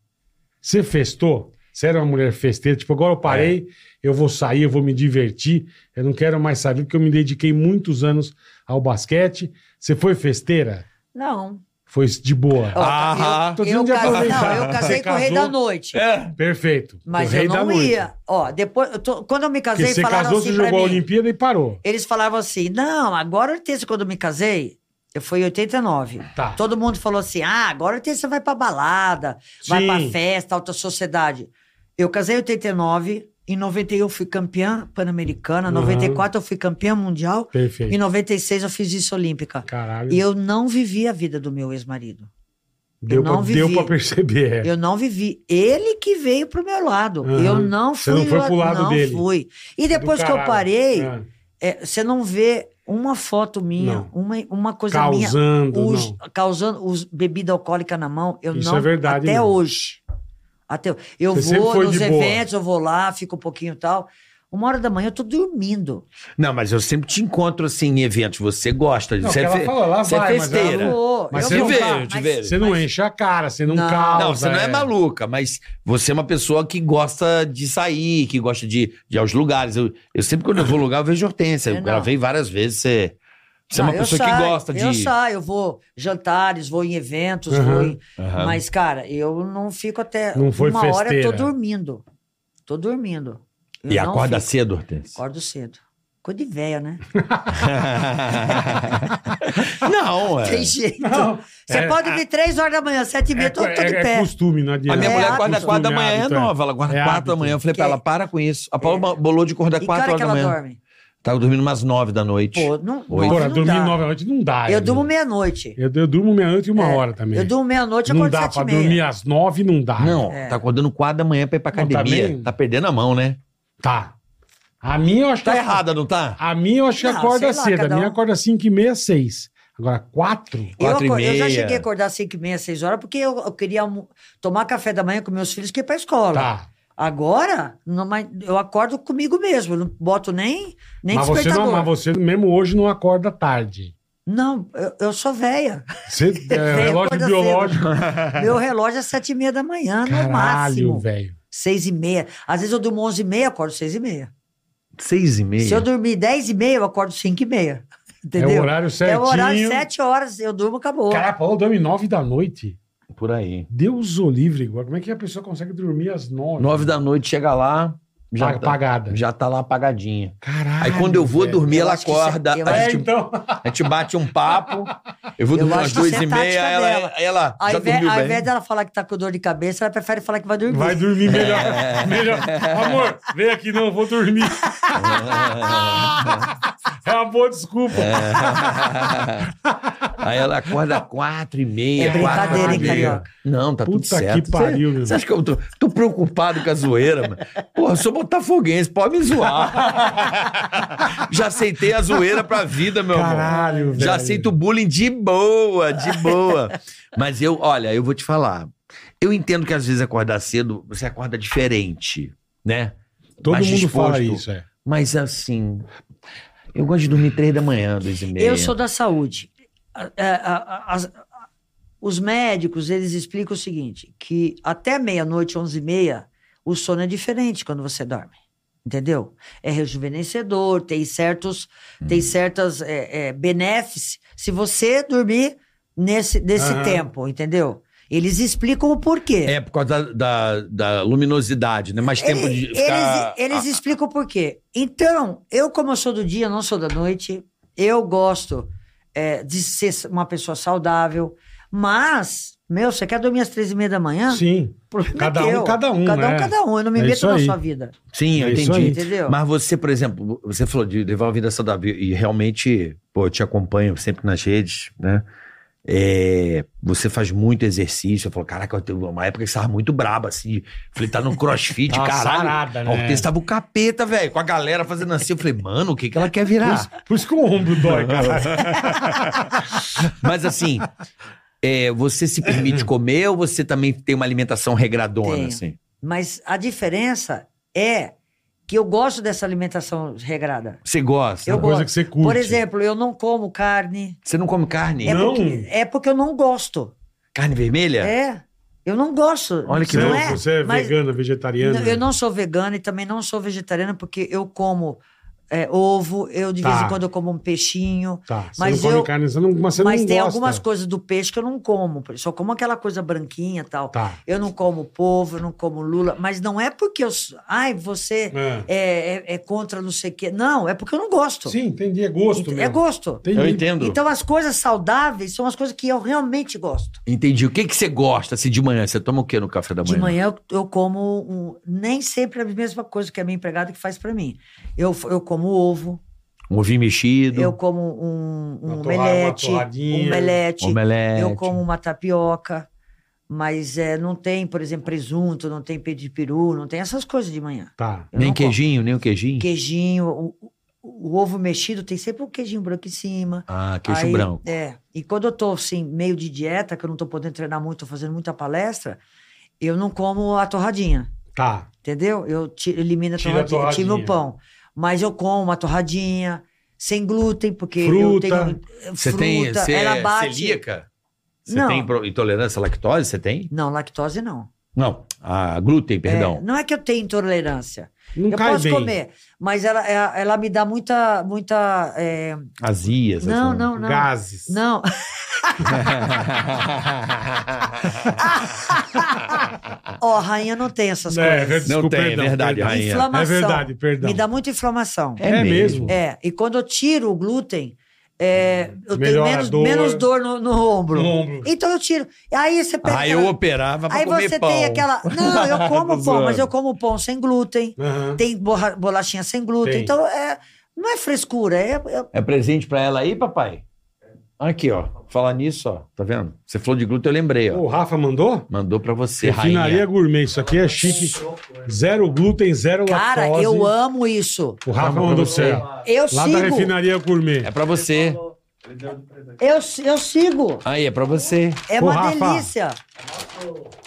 você festou? Você era uma mulher festeira? Tipo, agora eu
É.
parei, eu vou sair, eu vou me divertir, eu não quero mais saber, porque eu me dediquei muitos anos ao basquete. Você foi festeira?
Não.
Foi de boa.
Ó,
Ah,
tô
eu,
dizendo
eu
de
casei,
aproveitar.
não, eu
Você
casei com o rei da
casou?
noite.
É. Perfeito.
Mas
O rei
eu
da
não
noite.
ia. Ó, depois, eu tô- quando eu me
Porque
casei,
você
falaram
casou,
assim
você
pra
jogou a
mim.
Olimpíada e parou.
Eles falavam assim: não, agora Hortência, quando eu me casei, eu fui em 89.
Tá.
Todo mundo falou assim: ah, agora Hortência vai pra balada, vai
Sim.
pra festa, alta sociedade. Eu casei em 89, em 91 eu fui campeã pan-americana, em
Uhum.
94 eu fui campeã mundial, em
Perfeito.
96 eu fiz isso olímpica.
Caralho.
E eu não vivi a vida do meu ex-marido.
deu,
eu não
pra, deu
vivi.
pra perceber. é.
Eu não vivi. Ele que veio pro meu lado.
Aham.
Eu não
Você
fui.
não foi
lá-
pro lado
não
dele.
fui. E depois
Do
que eu
caralho.
parei,
É.
é, você não vê uma foto minha,
Não.
uma, uma coisa minha.
Causando.
Os,
não.
causando os bebida alcoólica na mão. Eu
Isso
não.
é verdade
Até
mesmo.
hoje. Até, eu
Você sempre
vou
foi
nos
de boa.
eventos, eu vou lá, fico um pouquinho e tal. Uma hora da manhã eu tô dormindo.
Não, mas eu sempre te encontro assim em eventos. Você gosta de
Não,
você
que ela
fe-
fala, lá
você
vai,
é
mas ela
festeira.
Pera.
Eu vou,
Mas
eu
você
vou
não
lá,
veio, te
mas-
veio.
Você não enche a cara, você não,
Não.
causa.
Não, você não é maluca, mas você é uma pessoa que gosta de sair, que gosta de, de ir aos lugares. Eu, eu sempre, quando eu vou ao lugar, eu vejo Hortência.
É,
Eu
não.
gravei várias vezes. Você, você é
Ah,
uma
eu
pessoa que
saio,
gosta de.
Eu saio, eu vou jantares, vou em eventos,
Aham.
vou em-
Aham.
Mas, cara, eu não fico até.
Não foi
uma hora eu
festeira.
tô dormindo. Tô dormindo. Eu
E
não
acorda
fico.
cedo, Hortência.
Acordo cedo. Coisa de véia, né?
não, é.
Tem jeito.
Não.
Você
É,
pode vir três horas da manhã, sete e meia,
É,
eu tô, tô de
é- é
pé.
costume, não
A
adianta.
minha
É
mulher
hábito,
acorda 4 da manhã, é
hábito,
nova. Ela acorda
É
4 da
hábito.
manhã. Eu falei pra
Que- é.
ela, para com isso. A Paula bolou de acordar
E
4
cara que
horas da
ela
manhã.
dorme?
Tava dormindo umas 9 da noite.
Pô, não,
Oito.
nove
Agora,
não
dormir
dá.
nove da noite não dá. né?
Eu durmo meia-noite. É.
Eu, eu durmo meia-noite e uma hora também.
Eu durmo meia-noite, eu
Não
acordo
dá
sete
pra
e meia.
dormir às nove, não dá.
Não,
É.
tá acordando 4 da manhã pra ir pra
Não, tá
academia.
bem-
tá perdendo a mão, né?
Tá. A minha eu acho
Tá
que. é-
errada, não tá?
A minha eu acho que
Não,
acorda
sei lá,
cedo. A
cada
minha
um.
acorda cinco e meia, seis. Agora, quatro?
Eu,
Quatro e
acor- eu já
meia.
cheguei a acordar às 5 e meia, 6 horas, porque eu, eu queria almo- tomar café da manhã com meus filhos que ir pra escola.
Tá.
Agora, não, mas eu acordo comigo mesmo, eu não boto nem, nem
Mas você,
despertador.
não, mas você mesmo hoje não acorda tarde.
Não, eu, eu sou velha.
Você, é, relógio
acorda
biológico.
Meu relógio é sete e meia da manhã, no
Caralho,
máximo.
velho.
Seis e meia. Às vezes eu durmo onze e meia, acordo seis e meia.
6 e meia.
Se eu dormir dez e meia, eu acordo cinco e meia.
É
Entendeu?
o horário certinho.
É o horário, sete horas, eu durmo, acabou.
Cara, a Paula dorme nove da noite.
Por aí.
Deus o livre, agora. Como é que a pessoa consegue dormir às nove?
9 da noite, chega lá, já
já
tá,
apagada.
já tá lá apagadinha.
Caralho.
Aí quando eu vou
velho.
dormir,
Eu
ela
acho que isso é-
acorda.
eu
a,
É,
acho-
gente,
então.
a gente bate um papo. Eu vou
Eu
dormir
acho
umas
que
duas
isso é
e meia,
tática
ela,
dela.
ela
Ao
já
invés,
dormiu
ao
bem.
invés dela falar que tá com dor de cabeça, ela prefere falar que vai dormir.
Vai dormir melhor. melhor. Amor, vem aqui não, eu vou dormir. é uma boa desculpa.
É. Aí ela acorda quatro e meia.
É brincadeira,
quatro e
hein,
meia.
carioca?
Não, tá tudo
Puta que
certo. Você-
pariu, meu.
Você acha que eu tô, tô preocupado com a zoeira, mano? Porra, eu sou botafoguense, pode me zoar. Já aceitei a zoeira pra vida, meu amor.
Caralho, velho.
Já aceito bullying de boa, de boa. Mas eu, olha, eu vou te falar. Eu entendo que às vezes acordar cedo, você acorda diferente, né?
Todo
mais
mundo fala
disposto.
isso, é.
Mas assim, eu gosto de dormir três da manhã, duas e meia.
Eu sou da saúde. A- é, a- a- as- a- os médicos, eles explicam o seguinte, que até meia-noite, onze e meia, o sono é diferente quando você dorme. Entendeu? É rejuvenescedor, tem certos, tem certas é, é, benefícios se você dormir nesse desse
Aham.
tempo, entendeu? Eles explicam o porquê.
É, por causa da, da, da luminosidade, né? Mais tempo de
Ele-
ficar... Ah,
Eles, eles explicam por quê. Então, eu, como eu sou do dia, não sou da noite, eu gosto é, de ser uma pessoa saudável, mas, meu, você quer dormir às três e meia da manhã?
Sim.
Problema
Cada
é
um,
teu.
cada um,
Cada um,
né?
cada um. Eu não me
É
meto
isso
na
aí.
sua vida.
Sim, eu
É isso
entendi.
aí.
Entendeu?
Mas você, por exemplo, você falou de levar uma vida saudável e realmente, pô, eu te acompanho sempre nas redes, né? É, você faz muito exercício. Eu falo, caraca, eu teve uma época que você tava muito braba, assim. Eu falei, tá no crossfit,
Tava
caralho.
sarada, né?
Ó, o tava o capeta, velho, com a galera fazendo assim. Eu falei, mano, o que que ela quer
Por
virar?
isso, por isso que o ombro dói, cara.
Mas assim, é, você se permite comer ou você também tem uma alimentação regradona,
Tenho.
assim?
Mas a diferença é que eu gosto dessa alimentação regrada.
Você gosta?
Eu
É Uma coisa
gosto.
que você curte. Então
Por exemplo, eu não como carne.
Você não come carne?
É,
Não?
porque, é porque eu não gosto.
Carne vermelha?
É. Eu não gosto.
Olha que
você,
não
louco,
é,
você é
mas-
vegana, vegetariana.
Não, eu não sou vegana e também não sou vegetariana porque eu como é, ovo, eu de vez
Tá.
em quando eu como um peixinho.
Tá, você
Mas
não come
eu-
carne, você não, mas você
mas
não
tem
gosta.
algumas coisas do peixe que eu não como, por- só como aquela coisa branquinha e tal.
Tá.
Eu não como povo, eu não como lula, mas não é porque eu. s- Ai, você
É.
é, é- é contra não sei o quê. Não, é porque eu não gosto.
Sim, entendi, é gosto
Ent-
mesmo.
é gosto.
Entendi.
Eu entendo.
Então as coisas saudáveis são as coisas que eu realmente gosto.
Entendi. O que que você gosta assim, de manhã? Você toma o que no café da manhã?
De manhã eu, eu como um- nem sempre a mesma coisa que a minha empregada que faz pra mim. Eu, f- eu como ovo,
Um ovinho mexido,
eu como um, um
Uma torra- uma
omelete,
torradinha.
um omelete,
omelete.
eu como uma tapioca, mas é, não tem, por exemplo, presunto, não tem peito de peru, não tem essas coisas de manhã.
Tá.
Eu
Nem
não como.
queijinho, nem o queijinho?
Queijinho, o, o- o ovo mexido tem sempre um queijinho branco em cima.
Ah, queijo
Aí,
branco.
É. E quando eu tô assim, meio de dieta, que eu não tô podendo treinar muito, tô fazendo muita palestra, eu não como a torradinha,
Tá.
entendeu? Eu ti- elimino a
Tira a
torradinha, tiro
torradinha.
o pão. Mas eu como uma torradinha, sem glúten, porque
Fruta.
eu tenho.
Você
fruta,
tem você
ela
é
bate.
celíaca? Você
Não.
tem pro- intolerância à lactose? Você tem?
Não, lactose não.
Não, a glúten, perdão.
É, não é que eu tenho intolerância.
Não
eu
cai
posso
bem.
comer, mas ela, ela, ela me dá muita. muita é,
Azia, essas
Não,
coisas.
não, não.
Gases.
Não.
Ah.
Ó, a rainha não tem essas
É,
coisas.
desculpa,
Não tem, é
perdão,
verdade,
perdão.
rainha.
É
Inflamação.
verdade, perdão.
Me dá muita inflamação.
É, mesmo.
É, e quando eu tiro o glúten, é, eu tenho
Hum, Melhora a
menos
dor.
dor, menos dor no, no ombro.
No ombro.
Então eu tiro. Aí você pega.
Aí eu operava pra
Aí
comer
você
pão.
tem aquela. Não, eu
Tô
como pão, mas
zoando.
eu como pão sem glúten.
Aham.
Tem borra- bolachinha sem glúten.
Tem.
Então é, não é frescura, é, é-
É presente pra ela aí, papai? Aqui, ó. Falar nisso, ó. Tá vendo? Você falou de glúten, eu lembrei, ó.
O Rafa mandou?
Mandou pra você,
Refinaria
rainha.
gourmet. Isso aqui é chique. Zero glúten, zero
Cara,
lactose.
eu amo isso.
O Rafa
Vamos pra
mandou
você.
você.
Eu
Lá da
sigo.
refinaria gourmet.
É pra você.
Eu, si- eu sigo.
Aí, é pra você.
É
Ô,
uma
Rafa.
delícia.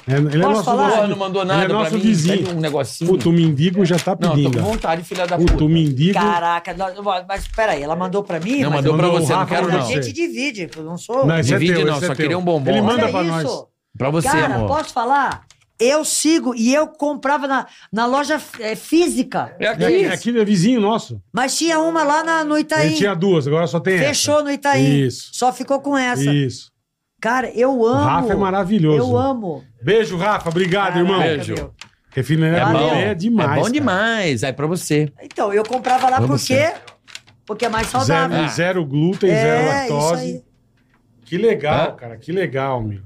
É, ele é
Posso
nosso,
falar?
Porra,
nosso-
não mandou nada
ele é
pra
nosso
mim.
vizinho.
Pega Um negocinho.
Puta, o mendigo já tá
não, eu tô
pedindo.
com vontade, filha da puta.
Puta, o mendigo...
Caraca, nós- mas peraí, ela mandou pra mim?
Não,
mas
mandou pra
mandou o
você, não
Rafa
quero
mas a
pra
não.
você.
gente divide, eu não sou.
Não, esse é
Divide
teu,
não,
esse é
só
teu.
queria um bombom.
Ele manda
Olha
pra nós.
isso.
Pra você,
Cara,
amor.
posso falar? Eu sigo e eu comprava na, na loja é, física.
É aqui.
É, aqui é vizinho nosso.
Mas tinha uma lá na- no
Ele
Itaim.
tinha duas, agora só tem
Tá Fechou
essa.
no Itaim.
Isso.
Só ficou com essa.
Isso.
Cara, eu amo.
O Rafa é maravilhoso.
Eu amo.
Beijo, Rafa. Obrigado, irmão.
Caraca,
Beijo.
meu.
Refinaria
É
Valeu.
bom.
gourmet é demais.
É bom
cara.
demais. Aí pra você.
Então, eu comprava lá
Vamos
por quê? Porque é mais saudável.
Zero, zero glúten, zero
é, isso
lactose.
aí.
Que legal,
Hã?
cara. Que legal, meu.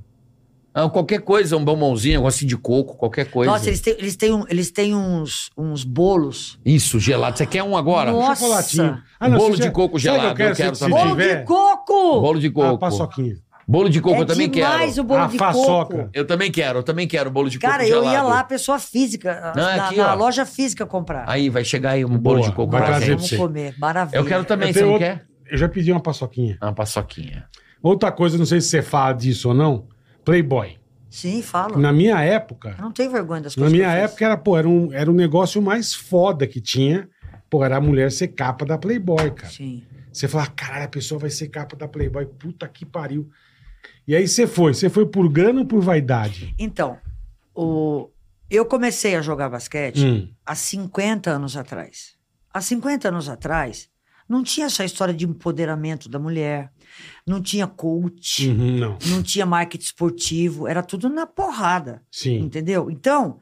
Ah, qualquer coisa, um bombonzinho, um negocinho de coco, qualquer coisa.
Nossa, eles têm, eles têm, um- eles têm uns, uns bolos.
Isso, gelado. Você quer um agora?
Nossa.
Chocolatinho.
Bolo
se
de
sabe
coco
o
gelado, eu quero
se, se
também.
Bolo
tiver,
de coco!
Bolo de
ah,
coco.
paçoquinha.
bolo de coco eu também
é demais
quero.
o bolo
Ah,
de
paçoca.
coco.
Eu também quero, eu também quero bolo de
Cara,
coco
eu
gelado.
ia lá, pessoa física,
Não, é
na,
aqui,
na
ó.
loja física comprar.
Aí vai chegar aí um bolo
Boa,
de coco
vai
pra
trazer
gente.
Vamos
pra você.
comer, maravilha.
Eu quero também,
Eu
você
tenho
não
outro-
quer?
Eu já pedi uma paçoquinha.
Uma paçoquinha.
Outra coisa, não sei se você fala disso ou não. Playboy.
Sim, fala.
Na minha época,
Eu não tenho vergonha das
na
coisas.
minha
que eu fiz.
época era, pô, era um, era um negócio mais foda que tinha. Pô, era a mulher ser capa da Playboy, cara.
Sim.
Você fala, caralho, a pessoa vai ser capa da Playboy. Puta que pariu. E aí você foi. Você foi por grana ou por vaidade?
Então, o... eu comecei a jogar basquete
Hum.
há 50 anos atrás. Há 50 anos atrás, não tinha essa história de empoderamento da mulher, não tinha coach,
Uhum, não.
não tinha marketing esportivo, era tudo na porrada.
Sim.
Entendeu? Então,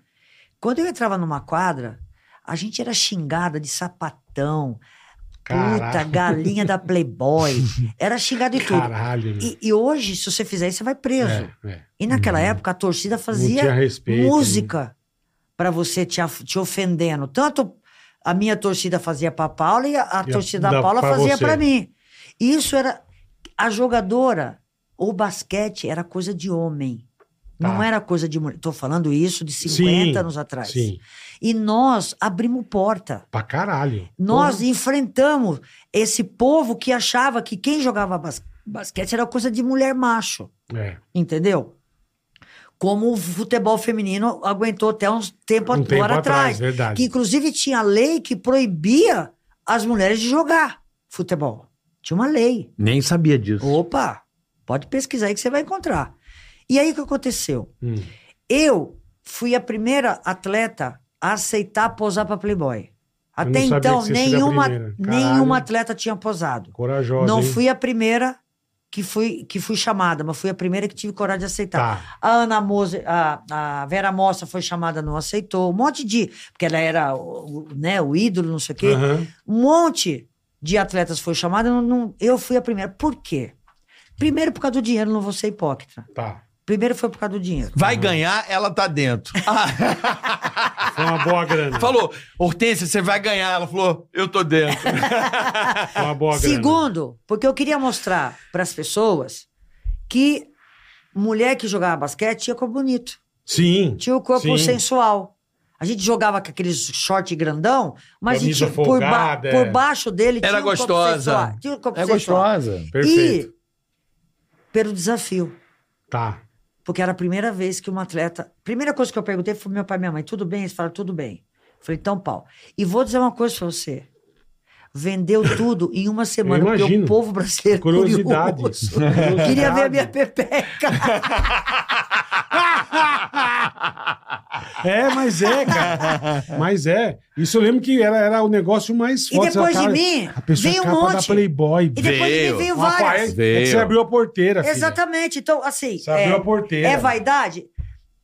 quando eu entrava numa quadra, a gente era xingada de sapatão, puta,
Caralho.
galinha da Playboy. Era xingada de tudo.
Caralho, meu.
E, e hoje, se você fizer isso, você vai preso.
É, é.
E naquela
Uhum.
época, a torcida
Não tinha
fazia
respeito,
música pra você te, af- te ofendendo. Tanto a minha torcida fazia pra Paula e a, a
E a-
torcida
da-
da Paula
pra
fazia
você.
pra mim. Isso era. A jogadora, o basquete era coisa de homem.
Tá.
Não era coisa de mulher. Tô falando isso de 50
Sim,
anos atrás.
Sim.
E nós abrimos porta.
Pra caralho.
Nós
Porra.
enfrentamos esse povo que achava que quem jogava bas- basquete era coisa de mulher macho.
É.
Entendeu? Como o futebol feminino aguentou até uns tempo,
Um
agora
tempo atrás,
atrás.
verdade.
Que inclusive tinha lei que proibia as mulheres de jogar futebol. Tinha uma lei.
Nem sabia disso.
Opa, pode pesquisar aí que você vai encontrar. E aí o que aconteceu?
Hum.
Eu fui a primeira atleta a aceitar posar pra Playboy. Até
não sabia
então,
que você seria a
nenhuma,
primeira. Caralho.
nenhuma atleta tinha posado.
Corajosa,
não
hein?
fui a primeira que fui, que fui chamada, mas fui a primeira que tive coragem de aceitar.
Tá.
A Ana Moser, a, a Vera Mossa foi chamada, não aceitou. Um monte de. Porque ela era o, o- né, o ídolo, não sei o quê.
Aham.
Um monte de atletas foi chamada, não- não- eu fui a primeira. Por quê? Primeiro, por causa do dinheiro, não vou ser hipócrita.
Tá.
Primeiro foi por causa do dinheiro.
Vai ganhar, ela tá dentro.
Foi uma boa grana.
Falou, Hortência, você vai ganhar. Ela falou, eu tô dentro.
Foi uma boa grana.
Segundo, porque eu queria mostrar para as pessoas que mulher que jogava basquete tinha corpo bonito,
Sim.
tinha o
Sim.
corpo sensual. A gente jogava com aqueles short grandão, mas a gente,
Camisa
por, ba-
folgada, é.
por baixo dele
Era
tinha um corpo
gostosa.
sensual, tinha um corpo
É
sensual.
gostosa.
Perfeito.
E pelo desafio.
Tá.
Porque era a primeira vez que uma atleta. Primeira coisa que eu perguntei foi pro meu pai e minha mãe: tudo bem? Eles falaram: tudo bem. Eu falei: então, pau. E vou dizer uma coisa pra você. Vendeu tudo em uma semana, porque
imagino.
o povo brasileiro. é
Curiosidade.
curioso.
Curiosidade.
Queria ver a minha pepeca.
É, mas é, cara. Mas é. Isso eu lembro que era, era o negócio mais
E
forte.
depois
a
de
cara-
mim,
a pessoa é
veio um
capa da
monte.
Playboy.
E depois de mim veio
Uma
várias.
pa- É que você abriu a porteira, filha.
Exatamente. Então, assim.
Você abriu
é,
a porteira.
É vaidade?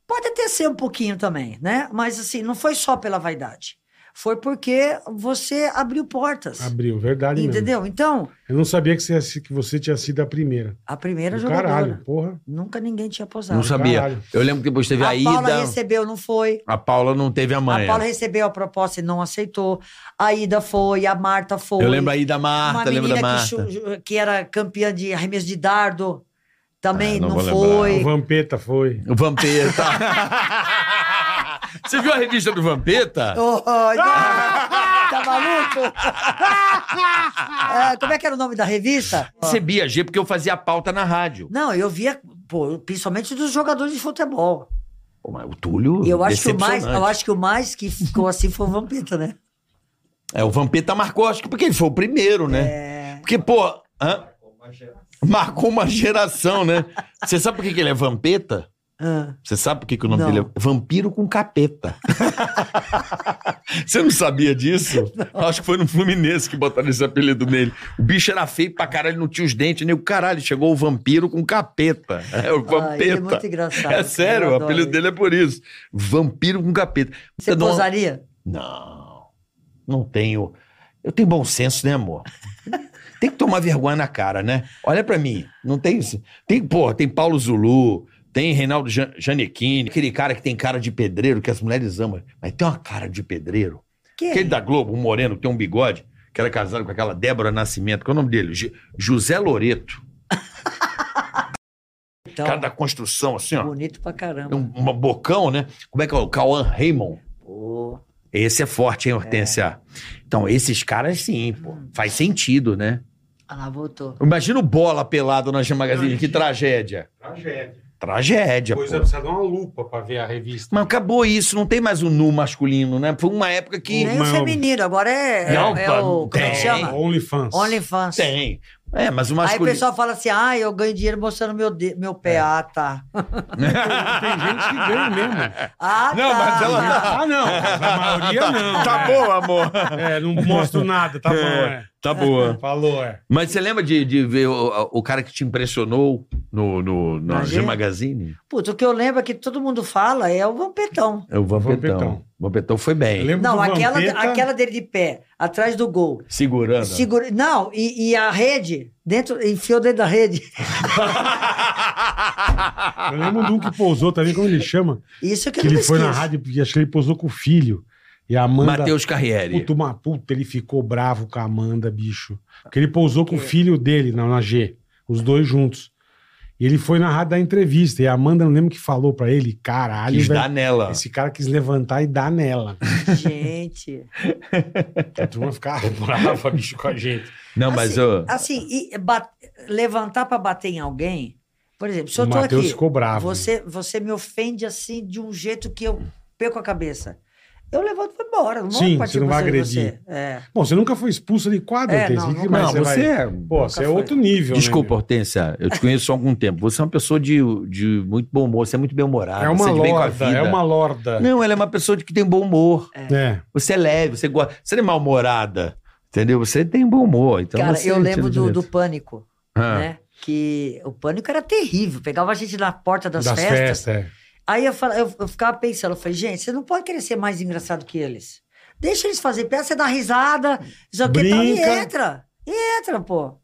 Pode até ser um pouquinho também, né? Mas, assim, não foi só pela vaidade. Foi porque você abriu portas.
Abriu, verdade mesmo.
Entendeu? Então,
Eu não sabia que você, que você tinha sido a primeira.
a primeira
Do
jogadora.
Caralho, porra.
Nunca ninguém tinha posado.
Não sabia.
Caralho.
Eu lembro que depois teve a,
A
ida.
Paula recebeu, não foi.
A Paula não teve a
A
mãe.
Paula recebeu a proposta e não aceitou. A Ida foi, a Marta foi.
Eu lembro aí da
Uma
Marta, lembro da
menina que,
Marta.
chu- ju- que era campeã de arremesso de dardo também
Ah, não
não,
vou
foi.
O Vampeta foi.
O Vampeta. Você viu a revista do Vampeta?
Olha, tá maluco? Ah, como é que era o nome da revista?
Eu recebia G porque eu fazia a pauta na rádio.
Não, eu via, pô, principalmente dos jogadores de futebol.
Pô, mas o Túlio.
E eu acho que o mais, eu
decepcionante.
acho que o mais que ficou assim foi o Vampeta, né?
É, o Vampeta marcou, acho que porque ele foi o primeiro,
É.
né? Porque, pô. hã? Marcou uma geração, né? Você sabe por que, que ele é Vampeta?
Ah,
Você sabe por que, que o nome
Não.
dele é Vampiro com Capeta? Você não sabia disso? Acho que foi no Fluminense que botaram esse apelido nele. O bicho era feio pra caralho, não tinha os dentes, nem o caralho. Chegou o vampiro com capeta. É o
Ah, ele é
vampeta.
muito engraçado.
É sério,
Eu
o
adoro
apelido
ele.
dele é por isso. Vampiro com capeta.
Você
Eu não-
posaria?
Não, não tenho. Eu tenho bom senso, né, amor? Tem que tomar vergonha na cara, né? Olha pra mim, não tem isso. Tem, pô, tem Paulo Zulu, tem Reinaldo Jan Janequini, aquele cara que tem cara de pedreiro, que as mulheres amam. Mas tem uma cara de pedreiro.
Quem?
Aquele da Globo, um moreno, que tem um bigode, que era casado com aquela Débora Nascimento, qual é o nome dele? Ju- José Loreto.
Então,
Cara da construção, assim, ó.
bonito pra caramba.
Um, um bocão, né? Como é que é o Cauã Raymond?
Pô,
Esse é forte, hein, Hortência? Então, esses caras sim, pô. Faz sentido, né?
ah lá, voltou.
Imagina o bola pelado na G Magazine, que tragédia.
Tragédia.
Tragédia,
Depois vai
pô.
precisar de uma lupa pra ver a revista.
Mas acabou isso, não tem mais o nu masculino, né? Foi uma época que.
Nem o
Não.
feminino, agora é, é-
Não,
é o. Como é
tem.
que chama?
OnlyFans.
OnlyFans.
Tem. É, mas o
Aí o
masculino. É.
pessoal fala assim: ah, eu ganho dinheiro mostrando meu, de- meu pé. Ah, tá.
Tem gente que ganha mesmo.
Ah,
Não,
tá.
mas ela tá.
Ah, não. mas A maioria não. né?
Tá boa, amor.
É, não mostro nada, tá bom, é.
Tá boa.
Falou, é.
Mas você lembra de, de ver o, o cara que te impressionou no, no, na
Na
G
G?
Magazine?
Putz, o que eu lembro é que todo mundo fala é o Vampetão.
É o Vampetão.
Vampetão.
O Vampetão foi bem.
Eu lembro
Não,
do
aquela,
Vampeta,
aquela dele de pé, atrás do gol.
Segurando.
Segura... Não, e, e a rede, dentro, enfiou dentro da rede.
Eu lembro de um que pousou também, como ele chama?
Isso que,
Que
eu
ele
não
foi na
esqueço.
rádio, porque acho que ele pousou com o filho. E a Amanda...
Matheus Carriere.
Puta, uma puta, ele ficou bravo com a Amanda, bicho. Porque ele pousou com o filho dele na, na G, os dois juntos. E ele foi na rádio dar entrevista. E a Amanda, não lembro o que falou pra ele, caralho,
Quis
velho,
dar nela.
esse cara quis levantar e dar nela.
Gente.
A turma ficava brava, bicho, com a gente.
Não,
Assim,
mas eu.
Assim, e ba- levantar pra bater em alguém, por exemplo, se eu
o
tô
Matheus
aqui,
ficou bravo.
você, você me ofende assim de um jeito que eu perco a cabeça. Eu levanto e vou embora. Não vou
Sim,
partir
você não
pra
vai
cima de
agredir.
você. É.
Bom, você nunca foi expulso de quadro,
É,
Hortência.
não,
O que
nunca
mais
Não, você
vai-
é.
Pô, você é
foi.
outro nível. né,
Desculpa,
meu?
Hortência, eu te conheço há algum tempo. Você é uma pessoa de, de muito bom humor, você é muito bem-humorada,
É uma
você é de bem com a
lorda,
vida.
é uma lorda.
Não, ela é uma pessoa de que tem bom humor.
É.
Você é leve, você gosta. Você não é mal-humorada. Entendeu? Você tem bom humor. Então
Cara,
você
eu
tira
lembro do,
direito.
do pânico,
Ah.
né? Que o pânico era terrível. Pegava a gente na porta das,
das
festas.
festas. é.
Né?
Aí eu, fala- eu- eu ficava pensando, eu falei, gente, você não pode querer ser mais engraçado que eles. Deixa eles fazer peça, você dá risada, já que tal, e
Brinca.
entra. E entra, pô.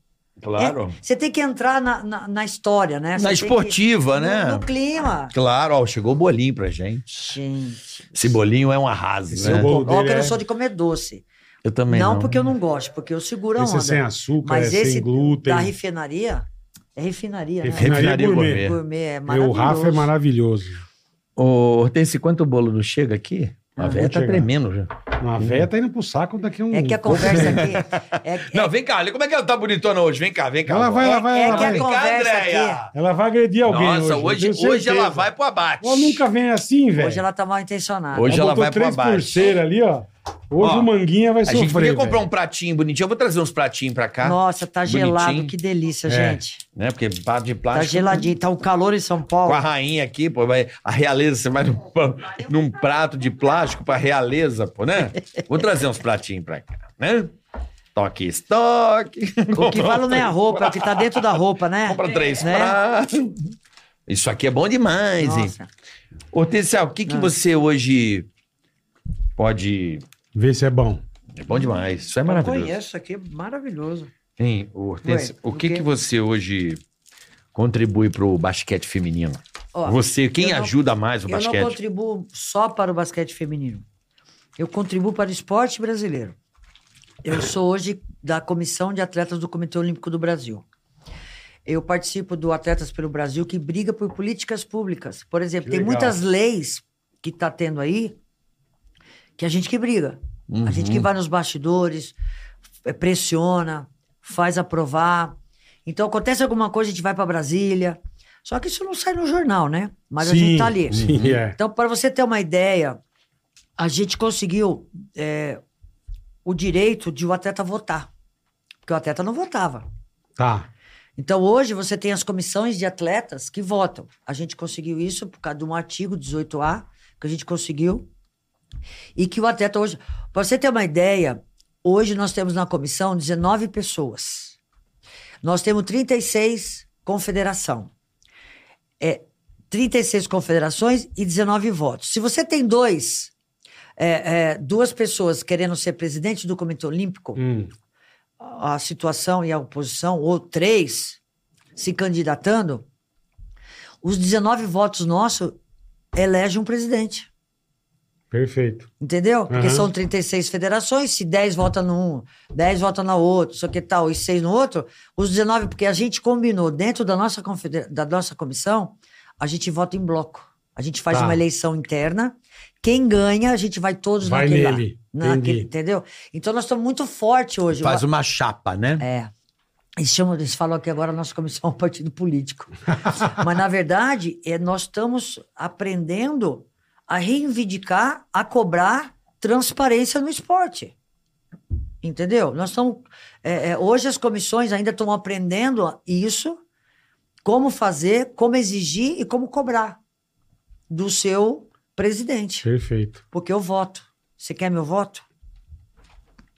Claro.
É, você tem que entrar na, na, na história, né? Você
Na
tem que-
esportiva,
no-
né?
No clima.
Claro, ó, chegou o bolinho pra gente.
Gente.
Esse bolinho é um arraso,
Esse
né?
é o bolo
Ó,
dele,
que eu
é.
não sou de comer doce.
Eu também
não,
não.
porque eu não gosto, porque eu seguro a
Esse é
onda.
sem açúcar,
Mas
é
esse
sem glúten.
da refinaria, é refinaria, né?
Refinaria
Refinaria gourmet.
gourmet.
Gourmet
Meu,
é
o
maravilhoso.
Rafa é maravilhoso.
Ô, Hortense, quanto bolo não chega aqui? A
Ah,
véia
vou
tá
chegar.
tremendo já.
A véia tá indo pro saco daqui a um...
É que a conversa aqui... é- é-
Não, vem cá, olha como é que ela tá bonitona hoje. Vem cá, vem cá.
Ela
ó.
vai, ela vai,
é
ela
que a
vai.
conversa
Andréia.
aqui-
Ela vai agredir alguém
Nossa, hoje,
eu
hoje,
tenho
ela
certeza.
vai pro abate.
Ela nunca vem assim, velho.
Hoje ela tá mal intencionada.
Hoje ela
botou
vai pro
três
abaixo.
pulseiras ali, ó. Hoje
Ó,
o Manguinha vai
A gente
sofrer,
podia comprar
velho.
um pratinho bonitinho. Eu vou trazer uns pratinhos pra cá.
Nossa, tá
Bonitinho.
gelado, que delícia,
É.
gente.
Né? Porque prato de
Tá
plástico.
geladinho, tá o calor em São
Com
Paulo.
a rainha aqui, pô, vai, a realeza, você vai num, num prato de plástico pra realeza, pô, né? Vou trazer uns pratinhos pra cá, né? Toque, estoque.
O que vale não é a roupa, é o que tá dentro da roupa, né?
Compra três
né?
pratos. Isso aqui é bom demais, hein?
Nossa. Ah.
Hortensia, o que, que você hoje pode.
Vê se é bom.
É bom demais. Isso é
Eu
maravilhoso.
conheço Então, aqui, maravilhoso.
Hein, ô, Hortência,
Ué,
o
o
que,
quê?
que você hoje contribui pro basquete feminino?
Ó,
você, quem
eu não-
ajuda mais o
eu não
basquete?
contribuo só para o basquete feminino. Eu contribuo para o esporte brasileiro. Eu sou hoje da Comissão de Atletas do Comitê Olímpico do Brasil. Eu participo do Atletas pelo Brasil que briga por políticas públicas. Por exemplo,
Que
tem
legal.
muitas leis que está tendo aí que a gente que briga. A gente
Uhum.
que vai nos bastidores, eh, pressiona, faz aprovar. Então acontece alguma coisa, a gente vai para Brasília. Só que isso não sai no jornal, né? Mas a gente tá ali.
Uhum.
Sim, é.
Então, para você ter uma ideia, a gente conseguiu é, o direito de o atleta votar. Porque o atleta não votava.
Tá.
Então, hoje, você tem as comissões de atletas que votam. A gente conseguiu isso por causa de um artigo 18A que a gente conseguiu. E que o atleta hoje. Para você ter uma ideia, hoje nós temos na comissão 19 pessoas. Nós temos 36 confederação. É, 36 confederações e 19 votos. Se você tem dois, é, é, duas pessoas querendo ser presidente do Comitê Olímpico,
Hum.
a situação e a oposição, ou três, se candidatando, os 19 votos nossos elegem um presidente.
Perfeito.
Entendeu? Porque
Aham.
são 36 federações, se 10 votam num, 10 votam na outro, só que tal, e 6 no outro, os 19, porque a gente combinou dentro da nossa, confeder- da nossa comissão, a gente vota em bloco. A gente faz
Tá.
uma eleição interna, quem ganha, a gente vai todos
Vai
naquele
nele.
lá. Naquele,
Entendi.
entendeu? Então nós estamos muito forte hoje.
Faz
Eu-
uma chapa, né?
é. Eles, chamam, eles falam aqui agora a nossa comissão é um partido político. Mas, na verdade, é, nós estamos aprendendo a reivindicar, a cobrar transparência no esporte. Entendeu? Nós estamos. é, é, hoje as comissões ainda estão aprendendo isso, como fazer, como exigir e como cobrar do seu presidente.
Perfeito.
Porque eu voto. Você quer meu voto?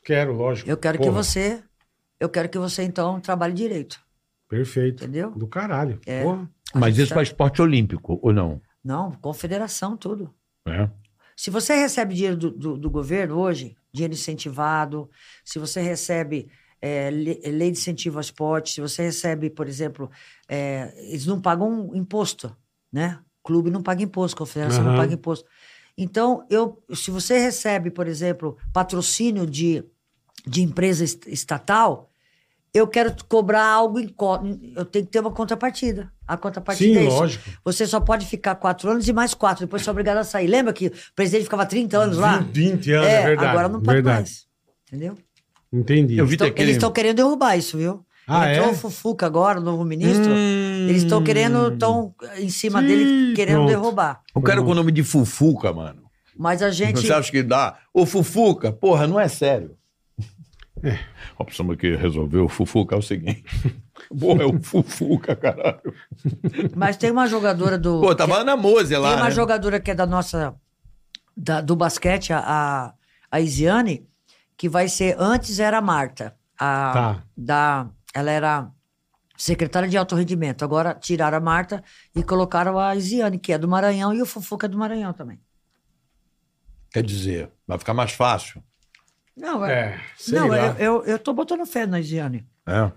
Quero, lógico.
Eu quero que
Porra,
você. Eu quero que você, então, trabalhe direito.
Perfeito.
Entendeu?
Do caralho.
É.
Porra.
Mas
gente
isso
tá-
para esporte olímpico, ou não?
Não, confederação, tudo.
É.
Se você recebe dinheiro do, do, do governo hoje, dinheiro incentivado, se você recebe eh, le- lei de incentivo ao esporte, se você recebe, por exemplo, eh, eles não pagam imposto, né? Clube não paga imposto, confederação não
Aham.
paga imposto. Então, eu, se você recebe, por exemplo, patrocínio de, de empresa est- estatal, eu quero cobrar algo em. co- Eu tenho que ter uma contrapartida. A contrapartida
Sim,
é isso.
lógico.
Você só pode ficar quatro anos e mais quatro, depois você é obrigado a sair. Lembra que o presidente ficava 30 anos lá?
20 anos, é, verdade.
agora não pode
verdade.
mais. Entendeu?
Entendi.
Eu vi
Então,
daquele...
Eles estão querendo derrubar isso, viu?
Ah,
Entrou
é?
o Fufuca agora, o novo ministro. Eles estão querendo, estão em cima
Hum. Ih,
dele, querendo
pronto.
derrubar.
Eu quero com o nome de Fufuca, mano.
Mas a gente.
Você acha que dá? O Fufuca, porra, não é sério. É. A opção que resolveu o Fufuca é o seguinte. Porra, é o Fufuca, caralho.
Mas tem uma jogadora do.
Pô, tava na Mose lá.
Tem uma
né?
jogadora que é da nossa. da- do basquete, a, a Isiane, que vai ser. Antes era a Marta. A,
Tá.
da, ela era secretária de alto rendimento. Agora tiraram a Marta e colocaram a Isiane, que é do Maranhão, e o Fofoca é do Maranhão também.
Quer dizer, vai ficar mais fácil.
Não, é.
É, sei
não,
lá.
eu, eu, eu tô botando fé na Isiane.
É.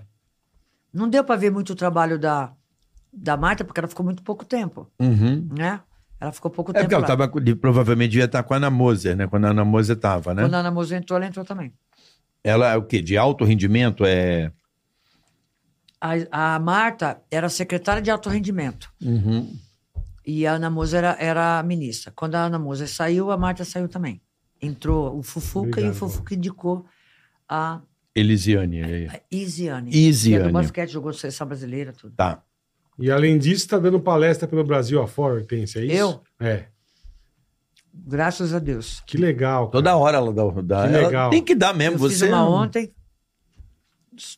Não deu pra ver muito o trabalho da, da Marta, porque ela ficou muito pouco tempo,
Uhum.
né? Ela ficou pouco
É
tempo.
porque ela
lá.
tava, com- de- provavelmente devia estar com a Ana Moser, né? Quando a Ana Moser tava, né?
Quando a Ana Moser entrou, ela entrou também.
Ela é o quê? De alto rendimento? É.
A, a Marta era secretária de alto rendimento
Uhum.
e a Ana Moser era, era a ministra. Quando a Ana Moser saiu, a Marta saiu também. Entrou o Fufuca e o
Obrigado.
Fufuca indicou a
Elisiane. é.
Isiane. Que é
Isiane.
do basquete, jogou seleção brasileira, tudo.
Tá.
E além disso, tá dando palestra pelo Brasil afora, Hortência, é isso?
Eu?
É.
Graças a Deus.
Que legal. cara.
Toda hora ela dá. dá
Que
ela
legal.
Tem que dar mesmo.
eu
É, você um
fiz uma ontem,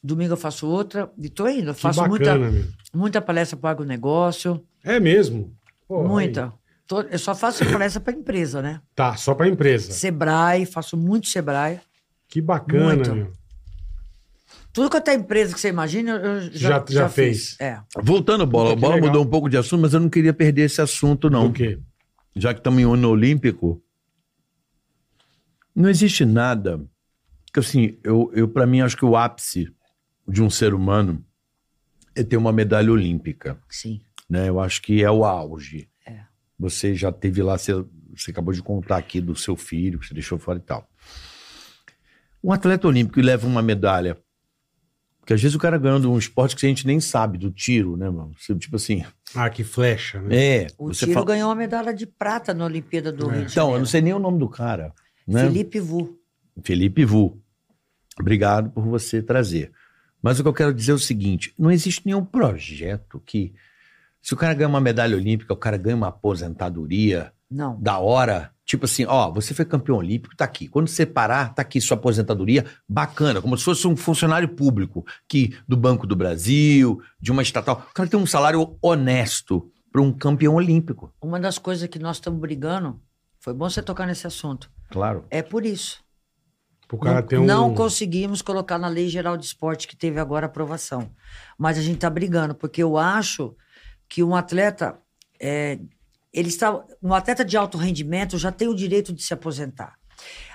domingo eu faço outra e tô indo. Eu
Que
faço muita,
bacana, meu.
muita palestra para o negócio,
É mesmo. Pô, aí.
muita. Tô- eu só faço palestra para empresa, né?
Tá, só pra empresa.
Sebrae, faço muito Sebrae.
Que bacana,
Muito.
meu.
Tudo quanto é empresa que você imagina, eu- eu já,
Já- já
fiz.
fez.
É.
Voltando, bola.
Puta,
A
que
bola
legal.
mudou um pouco de assunto, mas eu não queria perder esse assunto, não.
O quê?
já que estamos em ano olímpico, não existe nada que assim, eu, eu para mim acho que o ápice de um ser humano é ter uma medalha olímpica,
Sim.
né? Eu acho que é o auge.
É.
Você já teve lá, você, você acabou de contar aqui do seu filho que você deixou fora e tal. Um atleta olímpico que leva uma medalha, porque às vezes o cara ganhando um esporte que a gente nem sabe, do tiro, né, mano? Você, Tipo assim,
Ah, que flecha, né?
é,
O
você
Tiro
fala-
ganhou uma medalha de prata na Olimpíada
É.
do Rio de
Então, eu
Janeiro.
não sei nem o nome do cara, né?
Felipe Vu.
Felipe Vu, obrigado por você trazer. Mas o que eu quero dizer é o seguinte: não existe nenhum projeto que. Se o cara ganha uma medalha olímpica, o cara ganha uma aposentadoria
Não.
da hora. Tipo assim, ó, você foi campeão olímpico, tá aqui. Quando você parar, tá aqui sua aposentadoria bacana, como se fosse um funcionário público que do Banco do Brasil, de uma estatal. O cara tem um salário honesto para um campeão olímpico.
Uma das coisas que nós estamos brigando, foi bom você tocar nesse assunto,
Claro.
é por isso.
Pro cara
É. não,
ter um...
não conseguimos colocar na Lei Geral de Esporte que teve agora aprovação. Mas a gente está brigando, porque eu acho que um atleta. é, ele está, um atleta de alto rendimento já tem o direito de se aposentar.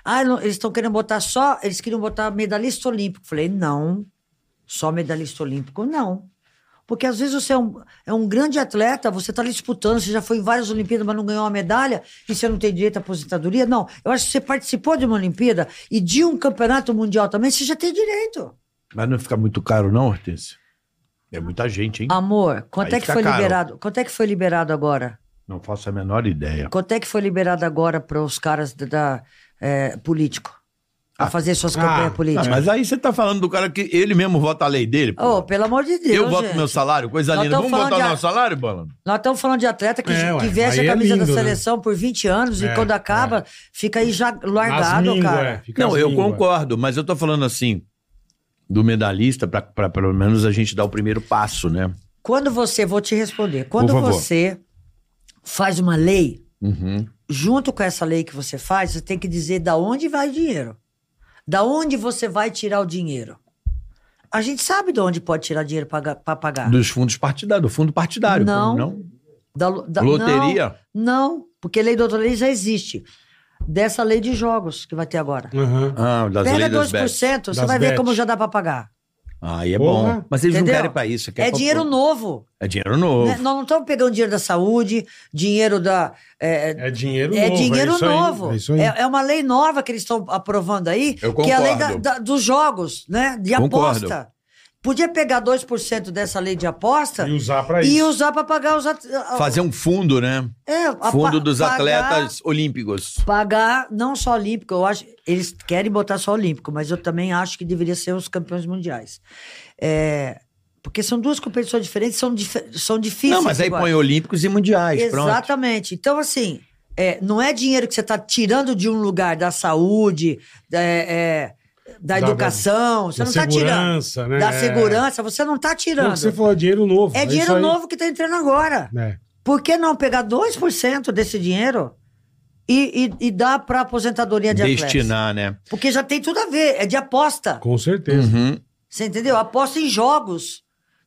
Ah, não, eles estão querendo botar só. Eles queriam botar medalhista olímpico. Falei, não, só medalhista olímpico, não. Porque às vezes você é um, é um grande atleta, você está disputando, você já foi em várias Olimpíadas, mas não ganhou uma medalha, e você não tem direito à aposentadoria. Não, eu acho que você participou de uma Olimpíada e de um campeonato mundial também, você já tem direito.
Mas não fica muito caro, não, Hortência? É muita gente, hein?
Amor, quanto
Aí
é que
fica
foi
caro.
liberado? Quanto é que foi liberado agora?
Não faço a menor ideia.
Quanto é que foi liberado agora para os caras da, da, eh, político? A fazer suas
ah,
campanhas
ah,
políticas.
mas aí você tá falando do cara que ele mesmo vota a lei dele, pô.
Oh, pelo amor de Deus.
eu voto
gente.
meu salário, coisa
Nós
linda.
tamo
Vamos votar
falando
o
de-
nosso salário, Bolano?
Nós estamos falando de atleta que,
É,
que
ué,
veste a
aí é
camisa da
lindo, né?
seleção por 20 anos e
É,
quando acaba, fica aí já
As
largado,
míngua,
cara.
é, fica
Não,
as
eu
míngua.
concordo, mas eu tô falando assim, do medalhista, pra, pra pelo menos a gente dar o primeiro passo, né?
Quando você, vou te responder, quando
favor.
você faz uma lei,
Uhum.
junto com essa lei que você faz, você tem que dizer da onde vai o dinheiro. Da onde você vai tirar o dinheiro. A gente sabe de onde pode tirar dinheiro para pagar.
Dos fundos partidários, do fundo partidário.
Tá. Não.
não?
Da lo- da-
Loteria?
Não, não, porque lei do outro lei já existe. Dessa lei de jogos que vai ter agora.
Aham.
Ah, das
Pega
leis das
2%,
bets.
você
Das
vai ver
bet.
como já dá para pagar.
Aí é
Porra.
bom. Mas eles
Entendeu?
não querem pra isso. quer
É
pra-
dinheiro novo.
É dinheiro novo.
né? Nós não estamos pegando dinheiro da saúde, dinheiro da. É,
É dinheiro
é
novo.
dinheiro
isso aí,
novo.
é isso aí.
É- é uma lei nova que eles estão aprovando aí,
Eu
que é a lei da-
concordo.
da- dos jogos, né? De
Concordo.
aposta. Podia pegar 2% dessa lei de aposta
E usar pra
e
isso.
usar para pagar os é, atletas.
Fazer um fundo, né? Fundo dos atletas olímpicos.
Pagar não só olímpico, eu acho. Eles querem botar só olímpico, mas eu também acho que deveria ser os campeões mundiais. É, porque são duas competições diferentes, são, dif- são difíceis.
Não, mas aí
igual.
põe olímpicos e mundiais, pronto.
Exatamente. Então, assim, é, não é dinheiro que você está tirando de um lugar da saúde, da, é, da
Da-
educação, você
da
não está tirando.
segurança, né?
Da
É.
segurança, você não está
Como
tirando.
você falou, é dinheiro novo.
É
isso
dinheiro
aí.
novo que está entrando agora.
É.
Por que não pegar 2% desse dinheiro e, e, e dar para aposentadoria de atleta?
Destinar, né?
Porque já tem tudo a ver, é de aposta.
Com
Uhum.
certeza.
Você entendeu? Aposta em jogos.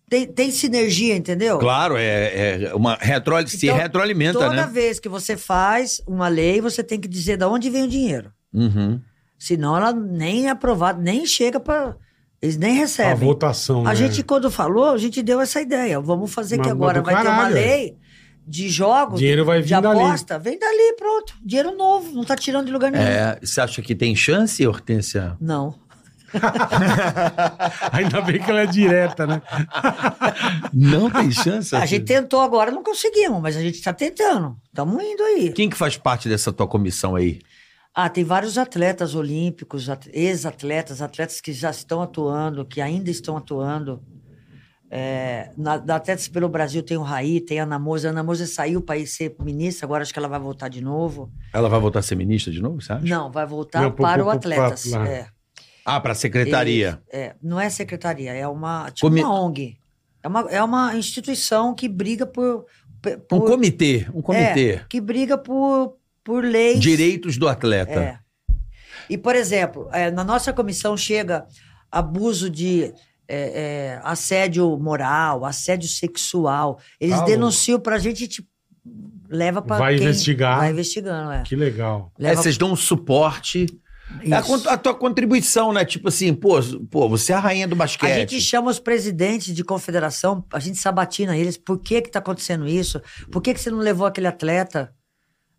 Tem, tem sinergia, entendeu?
Claro, é, é uma retroali se
Então,
retroalimenta,
Toda
né?
vez que você faz uma lei, você tem que dizer de onde vem o dinheiro.
Uhum.
Senão ela nem é aprovada, nem chega para. Eles nem
A
recebem.
votação.
A
né?
gente, quando falou, a gente deu essa ideia. Vamos fazer
Mas-
que
mas
agora
do
vai ter uma
caralho, é.
lei de jogos,
Dinheiro vai
de
vir dali.
aposta. Vem dali, pronto. Dinheiro novo, não tá tirando de lugar nenhum.
É, você acha que tem chance, Hortência?
Não.
Ainda bem que ela é direta, né?
Não tem
Tá
chance?
A gente tentou agora, não conseguimos, mas a gente tá tentando. Estamos indo aí.
Quem que faz parte dessa tua comissão aí?
Ah, tem vários atletas olímpicos, at- ex-atletas, atletas que já estão atuando, que ainda estão atuando. É, na, da Atletas pelo Brasil tem o Raí, tem a Ana Moza. A Ana Moza saiu para ser ministra, agora acho que ela vai voltar de novo.
Ela vai voltar a ser ministra de novo, sabe?
Não, vai voltar
Não, pro-
para o
pro- pro-
Atletas.
pra-
é.
Ah, pra secretaria.
É, não é secretaria, é uma, tipo
Comi-
uma ONG. É uma, é uma instituição que briga por... pe-
Um
por-
comitê, um comitê.
É, que briga por, por leis...
Direitos do atleta.
É. E, por exemplo, é, na nossa comissão chega abuso de é, é, assédio moral, assédio sexual. Eles
Tá
denunciam pra gente e te leva pra
Vai
quem
investigar.
Vai investigando, é.
Que legal.
É,
Leva-
vocês dão um suporte. É a,
Isso.
cont- a tua contribuição, né? Tipo assim, pô, pô, você é a rainha do
A
basquete.
gente chama os presidentes de confederação, a gente sabatina eles. Por que que tá acontecendo isso? Por que que você não levou aquele atleta?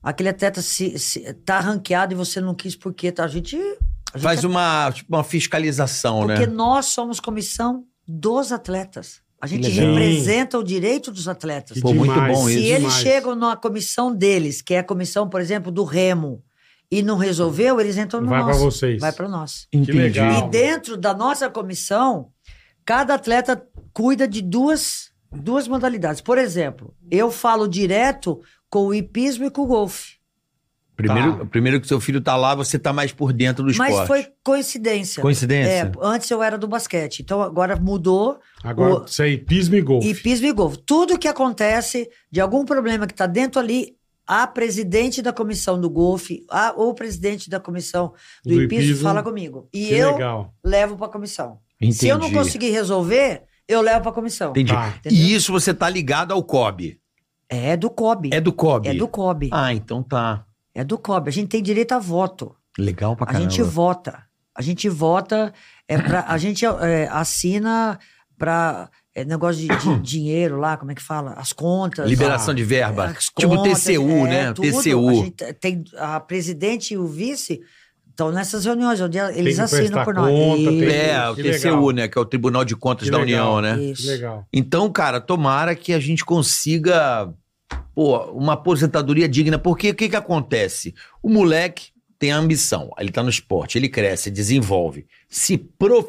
Aquele atleta se, se- tá ranqueado e você não quis por quê? Tá? A gente... a gente é-
Faz uma, tipo, uma fiscalização,
Porque
né?
nós somos comissão dos atletas. A gente
legal.
representa o direito dos atletas.
Que
Pô, muito bom
Se
isso.
eles
demais.
chegam na comissão deles, que é a comissão, por exemplo, do Remo, e não resolveu, eles entram no
Vai pra
nosso.
vocês.
Vai para nós.
Que legal.
E dentro da nossa comissão, cada atleta cuida de duas, duas modalidades. Por exemplo, eu falo direto com o hipismo e com o golfe.
Primeiro,
Tá.
primeiro que seu filho tá lá, você tá mais por dentro do esporte.
Mas foi coincidência.
Coincidência?
É, antes eu era do basquete. Então agora mudou.
Agora,
O-
isso aí, pismo e golfe.
E pismo e golfe. Tudo que acontece de algum problema que está dentro ali, a presidente da comissão do golfe, a, ou o presidente da comissão do,
Do
hipismo,
hipismo.
fala comigo. E
Que
eu
legal.
levo para a comissão.
Entendi.
Se eu não conseguir resolver, eu levo para a comissão.
Entendi.
Tá.
E isso você tá ligado ao COB.
É do COB.
É do COB.
É do COB.
Ah, então tá.
É do COB. A gente tem direito a voto.
Legal pra
A
caramba.
gente vota. A gente vota, é pra, a gente é, assina para negócio de, de dinheiro lá, como é que fala? As contas. Ah,
Liberação
Tá.
de verba.
As
tipo
contas,
TCU,
é,
né?
tudo.
TCU.
A, gente tem, a presidente e o vice estão nessas reuniões, onde eles
que
assinam
prestar
por nós.
conta, tem-
Isso,
É, o
Que
TCU,
legal.
né? Que é o Tribunal de Contas
Que
da
legal.
União, né?
Que
Isso.
legal.
Então, cara, tomara que a gente consiga pô, uma aposentadoria digna. Porque o que, que acontece? O moleque tem a ambição, ele tá no esporte, ele cresce, desenvolve, se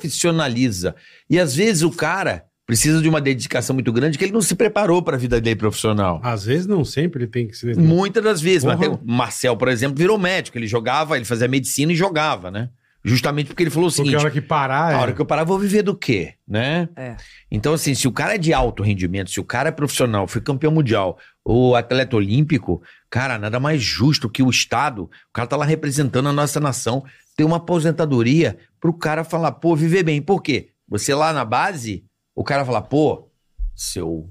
profissionaliza. E às vezes o cara precisa de uma dedicação muito grande que ele não se preparou para a vida dele profissional.
Às vezes não sempre ele tem que se.
Muitas das vezes. Mas
Porra.
tem o Marcel, por exemplo, virou médico. Ele jogava, ele fazia medicina e jogava, né? Justamente porque ele falou o
Porque
seguinte:
a hora que parar.
a
é-
hora que eu parar, eu vou viver do quê? Né?
É.
Então, assim, se o cara é de alto rendimento, se o cara é profissional, foi campeão mundial, ou atleta olímpico, cara, nada mais justo que o Estado, o cara tá lá representando a nossa nação, ter uma aposentadoria pro cara falar, pô, viver bem. Por quê? Você lá na base, o cara fala, pô, seu.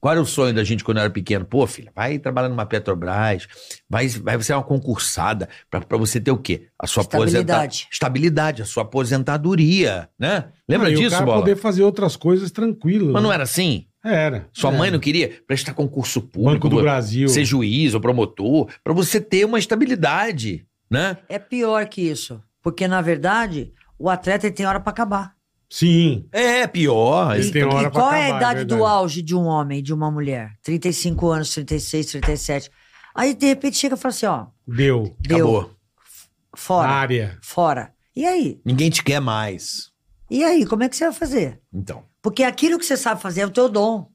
Qual era o sonho da gente quando era pequeno? Pô, filha, vai trabalhar numa Petrobras, vai, vai ser uma concursada, pra, pra você ter o quê? A sua
Estabilidade.
aposentadoria. Estabilidade, a sua aposentadoria, né? Lembra
Não, Ah, e o
disso,
cara
Bola?
poder fazer outras coisas tranquilo.
Mas não
né?
era assim?
Era.
Sua
Era.
mãe não queria prestar concurso público,
É. Banco do Brasil.
ser juiz ou promotor, pra você ter uma estabilidade, né?
É pior que isso. Porque, na verdade, o atleta ele tem hora para acabar.
Sim.
É pior.
Ele
e,
tem
e
hora pra
qual é a
acabar,
idade
é
do
verdade.
auge de um homem e de uma mulher? 35 anos, 36, 37. Aí, de repente, chega e fala assim, ó,
Deu.
deu,
Acabou.
fora,
Área.
fora. E aí?
Ninguém te quer mais.
E aí, como é que você vai fazer?
Então.
Uhum.
Porque aquilo que você sabe fazer é o teu dom.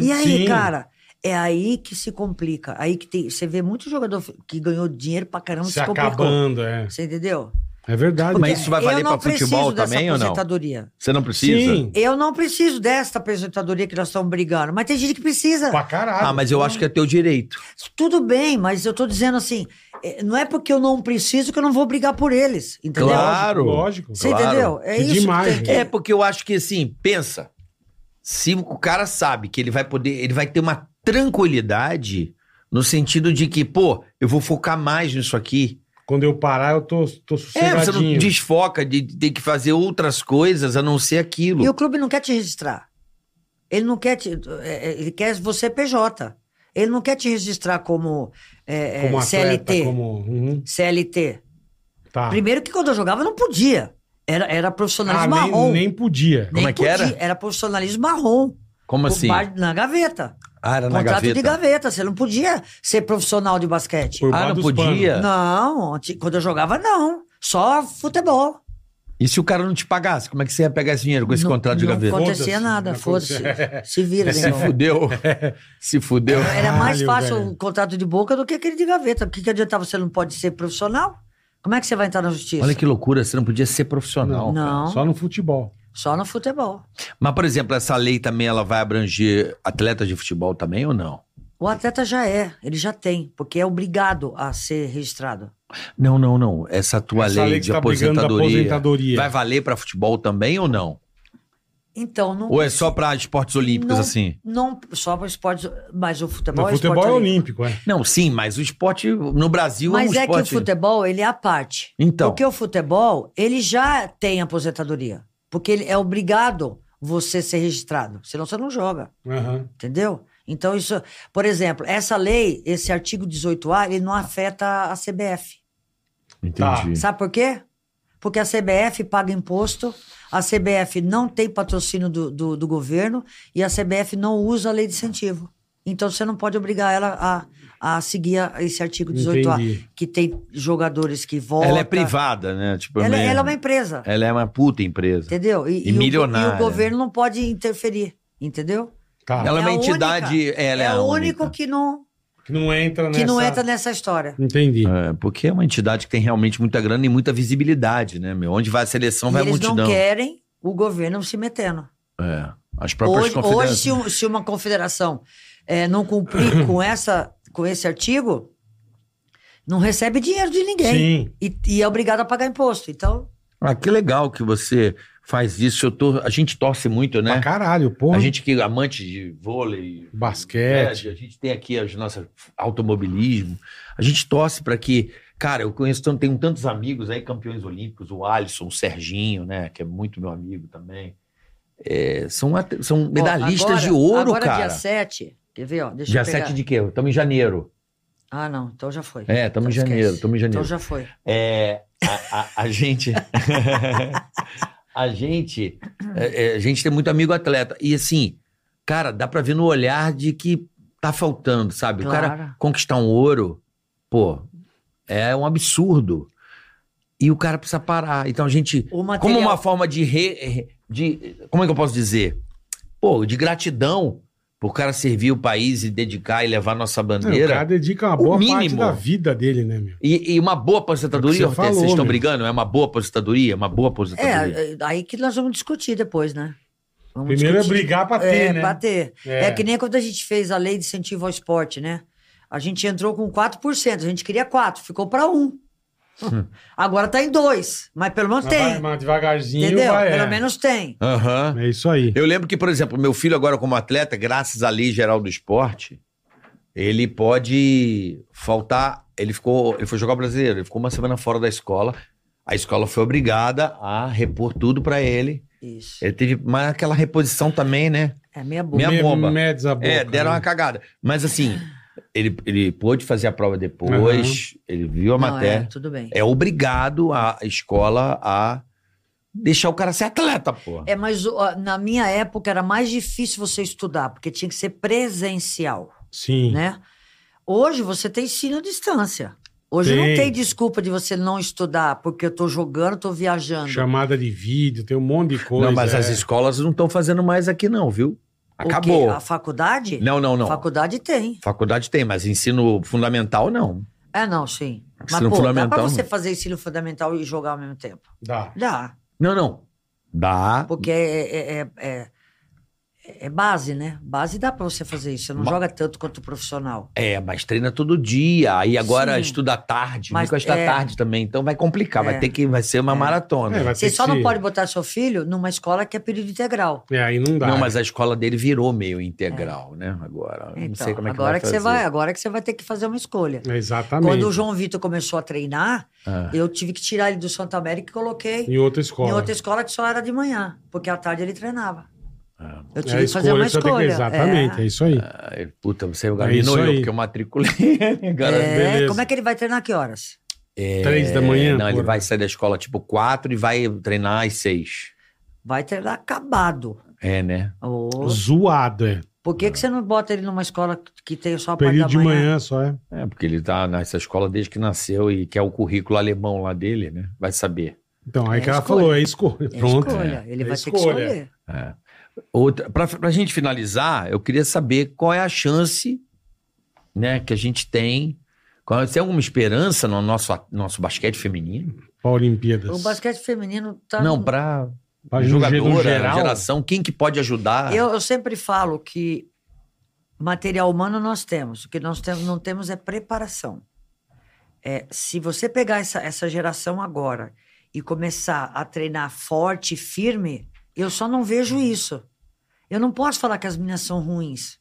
E aí,
Hum, Sim.
cara, É aí que se complica. Aí que tem, você vê muito jogador que ganhou dinheiro pra caramba se,
Se
complicou.
acabando, é.
Você entendeu?
É verdade.
Mas isso vai valer
Eu não
pra futebol
preciso dessa
também ou não?
aposentadoria.
Você não precisa?
Sim,
Eu não preciso desta aposentadoria que nós estamos brigando, mas tem gente que precisa.
pra caralho.
Ah, mas eu acho que é teu direito.
Tudo bem, mas eu tô dizendo assim, eh, não é porque eu não preciso que eu não vou brigar por eles, entendeu?
Claro.
Lógico.
Você
claro.
entendeu? É
Que
isso
demais, né?
que tem que...
É, porque eu acho que assim, pensa. Se o cara sabe que ele vai poder, ele vai ter uma tranquilidade no sentido de que, pô, eu vou focar mais nisso aqui.
Quando eu parar, eu tô, tô
É, você
sossegadinho.
não desfoca de de ter que fazer outras coisas a não ser aquilo.
E o clube não quer te registrar. Ele não quer te. eh, Ele quer você PJ. Ele não quer te registrar como, eh, eh,
como atleta,
CLT.
como... Uhum,
CLT.
tá.
Primeiro que quando eu jogava eu não podia. Era, era
Ah,
profissionalismo marrom.
nem, nem podia.
Como é que era?
Era profissionalismo marrom.
Como
Com
assim?
bar- Na gaveta.
Ah, era na
Contrato de
gaveta.
gaveta. Você não podia ser profissional de basquete.
Por
Ah,
baixo
não
dos
podia?
panos.
Não, anti- quando eu jogava, não. Só futebol.
E se o cara não te pagasse, como é que você ia pegar esse dinheiro com esse
Não-
contrato de
não
gaveta?
acontecia
Foda-se,
nada.
não
Foda-se. Se vira,
Se
negão.
fudeu. Se fudeu.
Era mais
Caralho,
fácil
velho.
um contrato de boca do que aquele de gaveta. Porque que adiantava você não pode ser profissional? Como é que você vai entrar na justiça?
Olha que loucura, você não podia ser profissional. cara.
Não,
Só no futebol.
só no futebol.
Mas, por exemplo, essa lei também ela vai abranger atletas de futebol também ou não?
O atleta já é, ele já tem, porque é obrigado a ser registrado.
Não, não, não. Essa tua
Essa
lei,
lei que
de
tá brigando da
aposentadoria,
aposentadoria.
vai valer pra futebol também ou não?
Então, não.
Ou é só pra esportes olímpicos
Não.
assim?
Não, só para esportes. Mas o futebol
no
é
futebol é
esporte olímpico.
olímpico, é.
Não, sim, mas o esporte no Brasil
Mas
é um
é
esporte.
que o futebol, ele é a parte.
Então.
Porque o futebol, ele já tem aposentadoria. Porque ele é obrigado você ser registrado. Senão você não joga.
Aham.
Entendeu? Então, isso, por exemplo, essa lei, esse artigo 18A, ele não afeta a CBF.
Entendi.
Sabe por quê? Porque a CBF paga imposto, a CBF não tem patrocínio do, do, do governo e a CBF não usa a lei de incentivo. Então, você não pode obrigar ela a, a seguir a- esse artigo 18A,
Entendi.
que tem jogadores que votam.
Ela é privada, né? Tipo,
Ela,
meio-
ela é uma empresa,
ela é uma puta empresa.
entendeu?
E
o go-
milionária.
E o governo não pode interferir, entendeu?
Tá.
Ela é uma
É a única-
entidade. Ela é,
é
a
o
única.
único que não,
Que não entra nessa...
que não entra nessa história.
Entendi.
É, porque é uma entidade que tem realmente muita grana e muita visibilidade, né, meu? Onde vai a seleção,
E
vai a
eles não
multidão.
querem o governo se metendo.
É, as próprias
Hoje, hoje,
confederações.
se, um- se uma confederação eh, não cumprir com, essa, com esse artigo, não recebe dinheiro de ninguém.
Sim.
E, e é obrigado a pagar imposto. Então,
Ah, que legal que você faz isso. Eu tô, a gente torce muito,
Pra
né?
caralho, porra.
A gente que é amante de vôlei, né, a
Basquete.
gente tem aqui as nossas automobilismo. A gente torce para que, cara, eu conheço tanto, tenho tantos amigos aí campeões olímpicos, o Alisson, o Serginho, né, que é muito meu amigo também. É, são at- são
ó,
medalhistas
agora-
de ouro,
agora é
cara.
dia 7, quer ver? Ó, deixa
Dia
eu pegar.
7 de quê? Estamos em janeiro.
Ah, não, então já foi.
É, estamos em
Então
janeiro,
esquece.
estamos em janeiro.
Então já foi.
É, a, a- a gente. a gente. é, é, a gente tem muito amigo atleta. E assim, cara, dá pra ver no olhar de que tá faltando, sabe? O cara
Claro.
conquistar um ouro, pô, é um absurdo. E o cara precisa parar. Então a gente.
O material-
Como uma forma de, re- re- de. Como é que eu posso dizer? Pô, de gratidão por cara servir o país e dedicar e levar nossa
Não, o
bandeira.
cara dedica uma
O
boa parte
mínimo.
da vida dele, né, meu?
E, e uma boa
É
aposentadoria,
o que você
Hortência, vocês
falou,
estão
meu.
brigando? É uma boa aposentadoria? Uma boa aposentadoria?
É, aí que nós vamos discutir depois, né? Vamos
Primeiro é
discutir.
brigar pra ter,
é,
né?
bater.
É.
É. que nem quando a gente fez a lei de incentivo ao esporte, né? A gente entrou com 4%, a gente queria 4%, ficou para 1%.
Hum.
Agora tá em 2%, mas pelo menos
Mas
tem.
vai- mas devagarzinho
entendeu?
vai... é.
Pelo menos tem.
Aham.
É isso aí.
Eu lembro que, por exemplo, meu filho agora como atleta, graças à lei geral do esporte, ele pode faltar... Ele ficou, ele foi jogar brasileiro, ele ficou uma semana fora da escola. A escola foi obrigada a repor tudo pra ele.
Isso.
Ele teve mas aquela reposição também, né?
É meia boca.
Minha
Me-
bomba.
medes a
É,
boca,
deram
né?
uma cagada. Mas assim, ele, ele pôde fazer a prova depois, ele viu a
Não,
matéria.
é, tudo bem.
é obrigado a escola a deixar o cara ser atleta, pô.
É, mas ó, na minha época era mais difícil você estudar, porque tinha que ser presencial,
Sim.
né? Hoje você tem ensino à distância. Hoje
Tem.
não tem desculpa de você não estudar, porque eu tô jogando, tô viajando.
Chamada de vídeo, tem um monte de coisa.
não, mas
é.
as escolas não estão fazendo mais aqui não, viu?
O quê?
Acabou.
A faculdade?
Não, não, não.
Faculdade tem.
Faculdade tem, mas ensino fundamental não.
É, não, sim. Mas,
Ensino
pô, dá pra
fundamental,
você
não.
fazer ensino fundamental e jogar ao mesmo tempo?
Dá.
Dá.
Não, não. Dá.
Porque é, é, é- é- é base, né? Base dá pra você fazer isso. Você não
Ma-
joga tanto quanto profissional.
É, mas treina todo dia. Aí agora
Sim.
estuda à tarde.
Mas
Mas estuda à
é.
tarde também. Então vai complicar.
É.
Vai ter que. Vai ser uma maratona.
É, vai
Você
ter
só
que
não
se-
pode botar seu filho numa escola que é período integral.
É, aí não dá.
Não, mas a escola dele virou meio integral, né? Agora. não
É. Então,
sei como é que
agora
vai
que você
fazer.
vai, agora que você vai ter que fazer uma escolha.
Exatamente.
Quando o João Vitor começou a treinar,
Ah.
eu tive que tirar ele do Santa América e coloquei
Em outra escola.
em outra escola que só era de manhã, porque à tarde ele treinava.
Ah,
Eu
É a
tive que fazer uma
que você tem que-
escolha.
Exatamente, é. isso aí.
Ai, puta, você
É
agora
isso
não eu,
aí.
porque eu matriculei. ele,
É,
Agora, é,
É,
beleza.
como é que ele vai treinar que horas?
Três da manhã.
não, ele
porra.
vai sair da escola tipo quatro e vai treinar às seis.
Vai treinar acabado.
É, né?
Ô,
Zoado, é.
por que, que você não bota ele numa escola que tem só a parte da
Período de
manhã?
manhã só, é.
É, porque ele tá nessa escola desde que nasceu e quer o currículo alemão lá dele, né? Vai saber.
Então, aí
É
que ela
escolha.
falou, é escolha.
É
Pronto.
escolha. Ele
É
vai ter que
escolha.
escolher.
É. Outra, pra, pra gente finalizar, eu queria saber qual é a chance né, que a gente tem. Qual, se tem alguma esperança no nosso, nosso basquete feminino?
Pra Olimpíadas.
O basquete feminino tá.
Não, pra
Pra
jogadora,
geral,
geração, quem que pode ajudar?
eu, eu sempre falo que material humano nós temos. O que nós temos, não temos é preparação. É, se você pegar essa, essa geração agora e começar a treinar forte, firme, eu só não
Uhum.
vejo isso. Eu não posso falar que as meninas são ruins.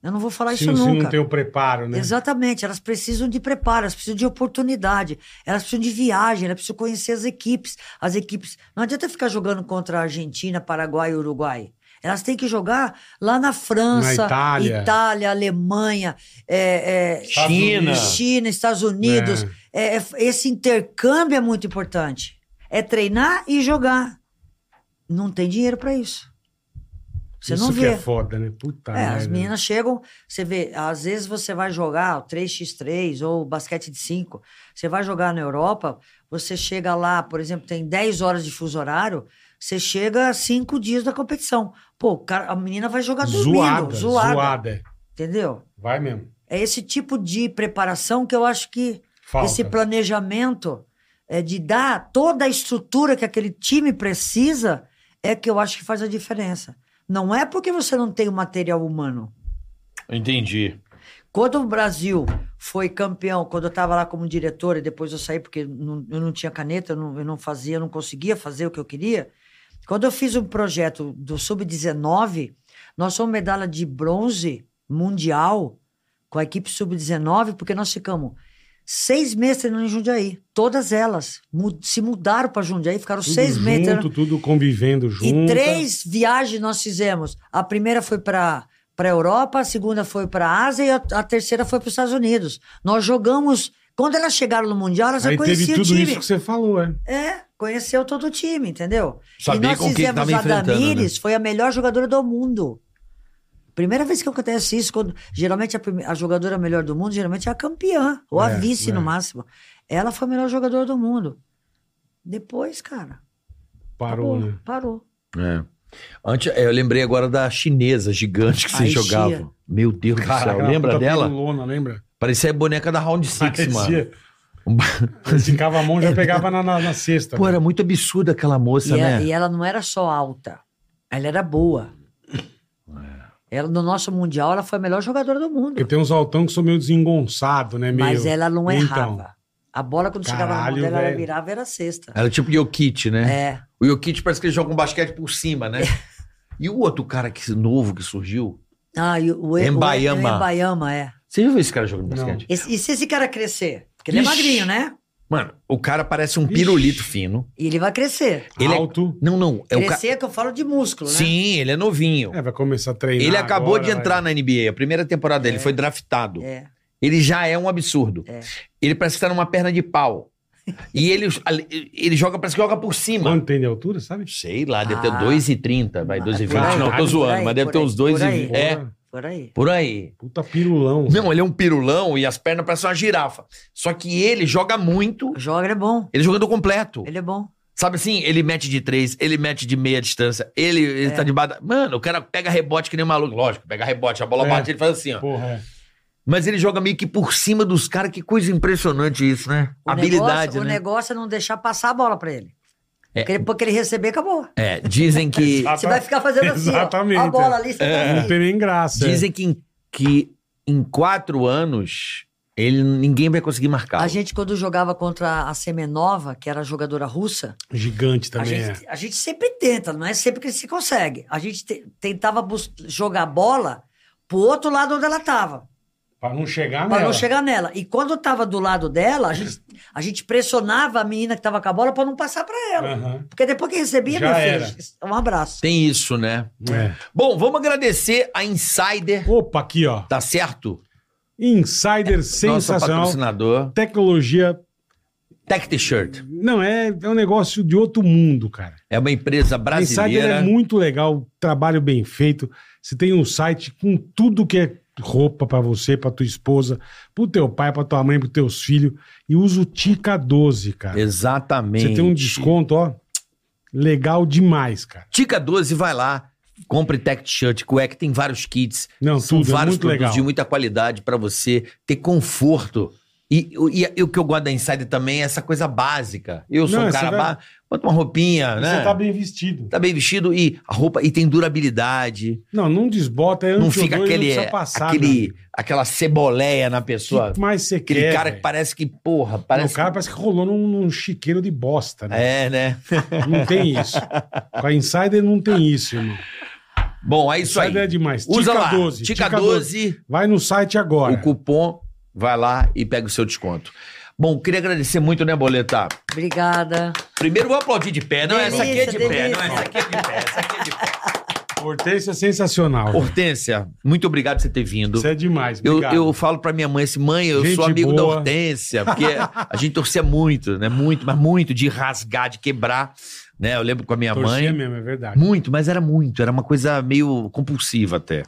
Eu não vou falar
se,
isso
não- se
nunca.
não tem o preparo, né?
Exatamente, elas precisam de preparo, elas precisam de oportunidade, elas precisam de viagem, elas precisam conhecer as equipes. As equipes. Não adianta ficar jogando contra a Argentina, Paraguai e Uruguai. Elas têm que jogar lá na França,
Na Itália.
Itália, Alemanha, é, é,
Estados
China.
Unidos.
China, Estados Unidos. É, é, esse intercâmbio é muito importante. É treinar e jogar. Não tem dinheiro para isso. Você
Isso
não
que
vê.
é foda, né? Puta
É, as
merda.
meninas chegam, você vê, às vezes você vai jogar o 3x3 ou basquete de 5, você vai jogar na Europa, você chega lá, por exemplo, tem 10 horas de fuso horário, você chega a 5 dias da competição. Pô, o cara- a menina vai jogar tá dormindo,
Zoada,
zoada,
zoada. é.
entendeu?
Vai mesmo.
É esse tipo de preparação que eu acho que
Falta.
esse planejamento é, de dar toda a estrutura que aquele time precisa é que eu acho que faz a diferença. Não é porque você não tem o material humano.
Entendi.
Quando o Brasil foi campeão, quando eu estava lá como diretora, e depois eu saí porque não- eu não tinha caneta, eu não, eu não fazia, eu não conseguia fazer o que eu queria. Quando eu fiz um projeto do Sub-19, nós fomos medalha de bronze mundial com a equipe Sub-19, porque nós ficamos seis meses treinando em Jundiaí. Todas elas mu- se mudaram para Jundiaí, ficaram
Tudo
seis meses treinando.
junto, tudo convivendo junto.
E três viagens nós fizemos. A primeira foi para para Europa, a segunda foi para Ásia e a, a terceira foi para os Estados Unidos. Nós jogamos. Quando elas chegaram no Mundial, elas já
Aí teve
conheciam o
tudo
time.
isso que você falou, é.
É, conheceu todo o time, entendeu?
Sabia
e nós
com quem que
fizemos
tava
a
né?
enfrentando,
Damires, foi a melhor jogadora do mundo. Primeira vez que acontece isso, quando geralmente a, prime- a jogadora melhor do mundo geralmente é a campeã, ou a
É,
vice
é.
no máximo. Ela foi a melhor jogadora do mundo. Depois, cara,
Parou,
acabou,
né?
parou.
Antes, é, eu lembrei agora da chinesa gigante que vocês
Ai,
jogavam.
Gia.
Meu Deus do céu,
aquela
lembra
puta
dela?
pirulona, lembra?
Parecia a boneca da Round Six, mano.
Parecia. Ele Ficava a mão, já pegava na, na, na cesta. né?
Pô, era muito absurda aquela moça,
e, a-
né?
e ela não era só alta, ela era boa.
É.
Ela, no nosso Mundial, ela foi a melhor jogadora do mundo.
Porque tem uns altão que são meio desengonçado, né? Meio...
Mas ela não
Então,
errava. A bola, quando chegava na mão
Caralho,
dela, ela
velho.
virava era sexta.
Era tipo Jokic, né?
É.
O Jokic parece que ele joga um basquete por cima, né? e o outro cara que, novo que surgiu?
Ah, e o, o,
Embaiama.
O Embaiama, é.
Você já viu esse cara jogando
Não.
basquete?
Esse- e se esse cara crescer? Porque ele
Ixi.
é magrinho, né?
Mano, o cara parece um pirulito fino.
E ele vai crescer.
Ele é-
Alto.
Não, não. É o ca...
crescer é que eu falo de músculo, né?
Sim, ele é novinho.
É, vai começar a treinar.
Ele acabou
agora,
de entrar
vai.
na NBA, a primeira temporada dele, foi draftado.
É.
Ele já é um absurdo.
É.
Ele parece que tá numa perna de pau. E ele, ele joga, parece que joga por cima.
Quanto tem de altura, sabe?
Sei lá, deve
Ah.
ter 2,30, vai,
Ah,
2,20.
por
Não,
aí,
tô
por
zoando,
aí,
mas deve
por
ter
aí,
uns 2
por aí.
e... É,
Porra,
Por aí.
por aí.
Puta pirulão.
Não, ele é um pirulão e as pernas parecem uma girafa. Só que ele joga muito,
Joga, ele é bom.
ele é jogador completo.
Ele é bom.
Sabe assim? Ele mete de três, ele mete de meia distância, ele,
É.
ele tá de bada. Mano, o cara pega rebote que nem um maluco. Lógico, pega rebote, a bola
É.
bate, ele faz assim, ó.
Porra, é.
Mas ele joga meio que por cima dos caras. Que coisa impressionante isso, né?
O
Habilidade,
negócio, O
né?
negócio é não deixar passar a bola pra ele.
É.
Porque depois que ele receber, acabou.
É, dizem que...
Exato.
Você vai ficar fazendo assim,
Exatamente. É.
ó. A bola ali, você
Não
tá
tem
assim.
nem graça. é.
Dizem que em, que em quatro anos ele, ninguém vai conseguir marcar.
A gente, quando jogava contra a Semenova, que era a jogadora russa,
Gigante
a
também. é.
gente, a gente sempre tenta, não é sempre que se consegue. A gente te- tentava bus- jogar a bola pro outro lado onde ela tava,
é. Pra não chegar
pra
nela.
não chegar nela. E quando tava do lado dela, a gente, a gente pressionava a menina que tava com a bola pra não passar pra ela.
Aham.
Porque depois que recebia,
É. Já
meu
era.
filho, um abraço.
Tem isso, né?
É.
Bom, vamos agradecer a Insider,
Opa, aqui, ó.
tá certo?
Insider
Nosso
sensacional.
patrocinador.
Tecnologia.
Tech T-Shirt.
Não, é, é um negócio de outro mundo, cara.
É uma empresa
Insider
brasileira.
é muito legal, trabalho bem feito. Você tem um site com tudo que é roupa pra você, pra tua esposa, pro teu pai, pra tua mãe, pros teus filhos. E usa o Tica 12, cara.
Exatamente.
Você tem um desconto, ó. Legal demais, cara.
Tica 12, vai lá. Compre Tech T-Shirt, cueca, tem vários kits.
Não,
São
tudo, é
vários
muito
produtos
legal.
de muita qualidade pra você ter conforto. E, e- e o que eu gosto da Insider também é essa coisa básica. Eu sou
Não,
um
você
cara...
vai-
Vai... Bota uma roupinha, né?
Você tá bem vestido.
Tá bem vestido e a roupa e tem durabilidade.
Não, não desbota, é
não
anti-odor
fica
e
aquele,
precisa passar, né?
aquele aquela ceboleia na pessoa.
O que mais você
aquele
quer,
cara que
velho?
parece que, porra,
Não,
parece
O cara parece que rolou num, num chiqueiro de bosta, né?
É, né?
Não tem isso. Com a Insider não tem isso, irmão.
Bom, é isso aí.
Insider é demais.
Usa
Tica
lá.
12,
Tica,
Tica
12,
Vai no site agora.
o cupom, vai lá e pega o seu desconto. Bom, queria agradecer muito, né, Boleta?
Obrigada.
Primeiro vou aplaudir de pé. Não, essa aqui é de
Delícia,
pé. Não,
delícia.
essa aqui é de pé. Essa aqui é de pé.
Hortência é sensacional.
Hortência, muito obrigado por você ter vindo.
Isso é demais.
Eu,
Obrigado.
eu falo pra minha mãe assim, mãe, eu
Gente
sou amigo da
boa.
Hortência, porque a gente torcia muito, né? Muito, mas muito de rasgar, de quebrar, né? Eu lembro com a minha
Torcia
mãe.
mesmo, é verdade.
Muito, mas era muito, era uma coisa meio compulsiva até.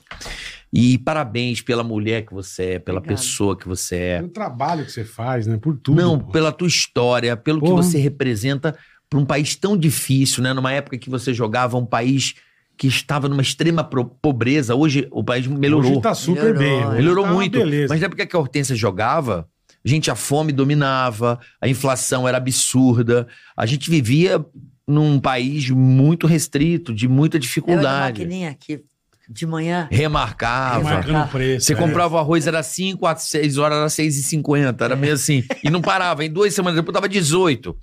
E parabéns pela mulher que você é, pela
Obrigada.
pessoa que você é.
Pelo trabalho que você faz, né? Por tudo.
Não,
pô.
pela tua história, pelo que
Porra.
você representa para um país tão difícil, né? Numa época que você jogava um país que estava numa extrema pro- pobreza, hoje o país melhorou.
Hoje tá super
Melhorou,
bem.
é.
hoje
Melhorou
tá uma
muito.
Beleza.
Mas na época que a Hortência jogava, gente, a fome dominava, a inflação era absurda, a gente vivia num país muito restrito, de muita
Eu era
dificuldade.
maquininha aqui de manhã.
Tá
Remarcava.
marcando o preço.
Ah, Você
é.
comprava o arroz, era 5, às 6 horas era 6,50.
É.
Era meio assim. E não parava. Em duas semanas depois tava 18.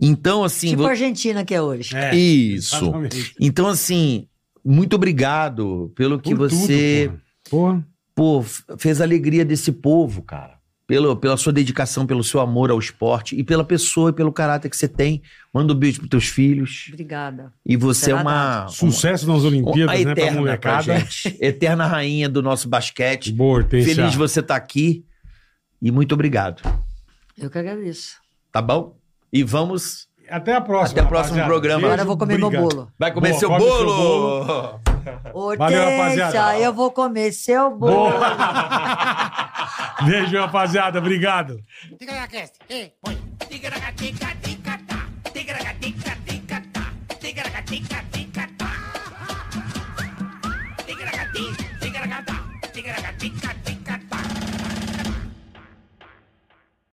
Então, assim.
tipo
vo-
a Argentina que é hoje.
É,
Isso.
exatamente.
Então, assim, muito obrigado pelo que
Por tudo,
você
Porra.
pô, f- fez a alegria desse povo, cara. Pelo, pela sua dedicação, pelo seu amor ao esporte e pela pessoa e pelo caráter que você tem. Manda um beijo pros teus filhos.
Obrigada.
E você é uma.
Porra. Sucesso nas Olimpíadas,
a
né? Pra
eterna, pra
molecada.
gente. eterna rainha do nosso basquete.
Boa, Hortência.
Feliz de você estar aqui. E muito obrigado.
Eu que agradeço.
Tá bom? E vamos.
Até a próxima.
Até o próximo
rapaziada.
programa.
Beijo,
Agora eu vou comer
briga.
meu bolo.
Vai comer
Boa,
seu
come seu
bolo!
Hortência,
rapaziada.
eu vou comer seu
Boa.
bolo.
Beijo, rapaziada. Obrigado.
Ticaracast, hey, boy. Ticaracatica, ticatá. Ticaracatica, ticatá. Ticaracatica, ticatá.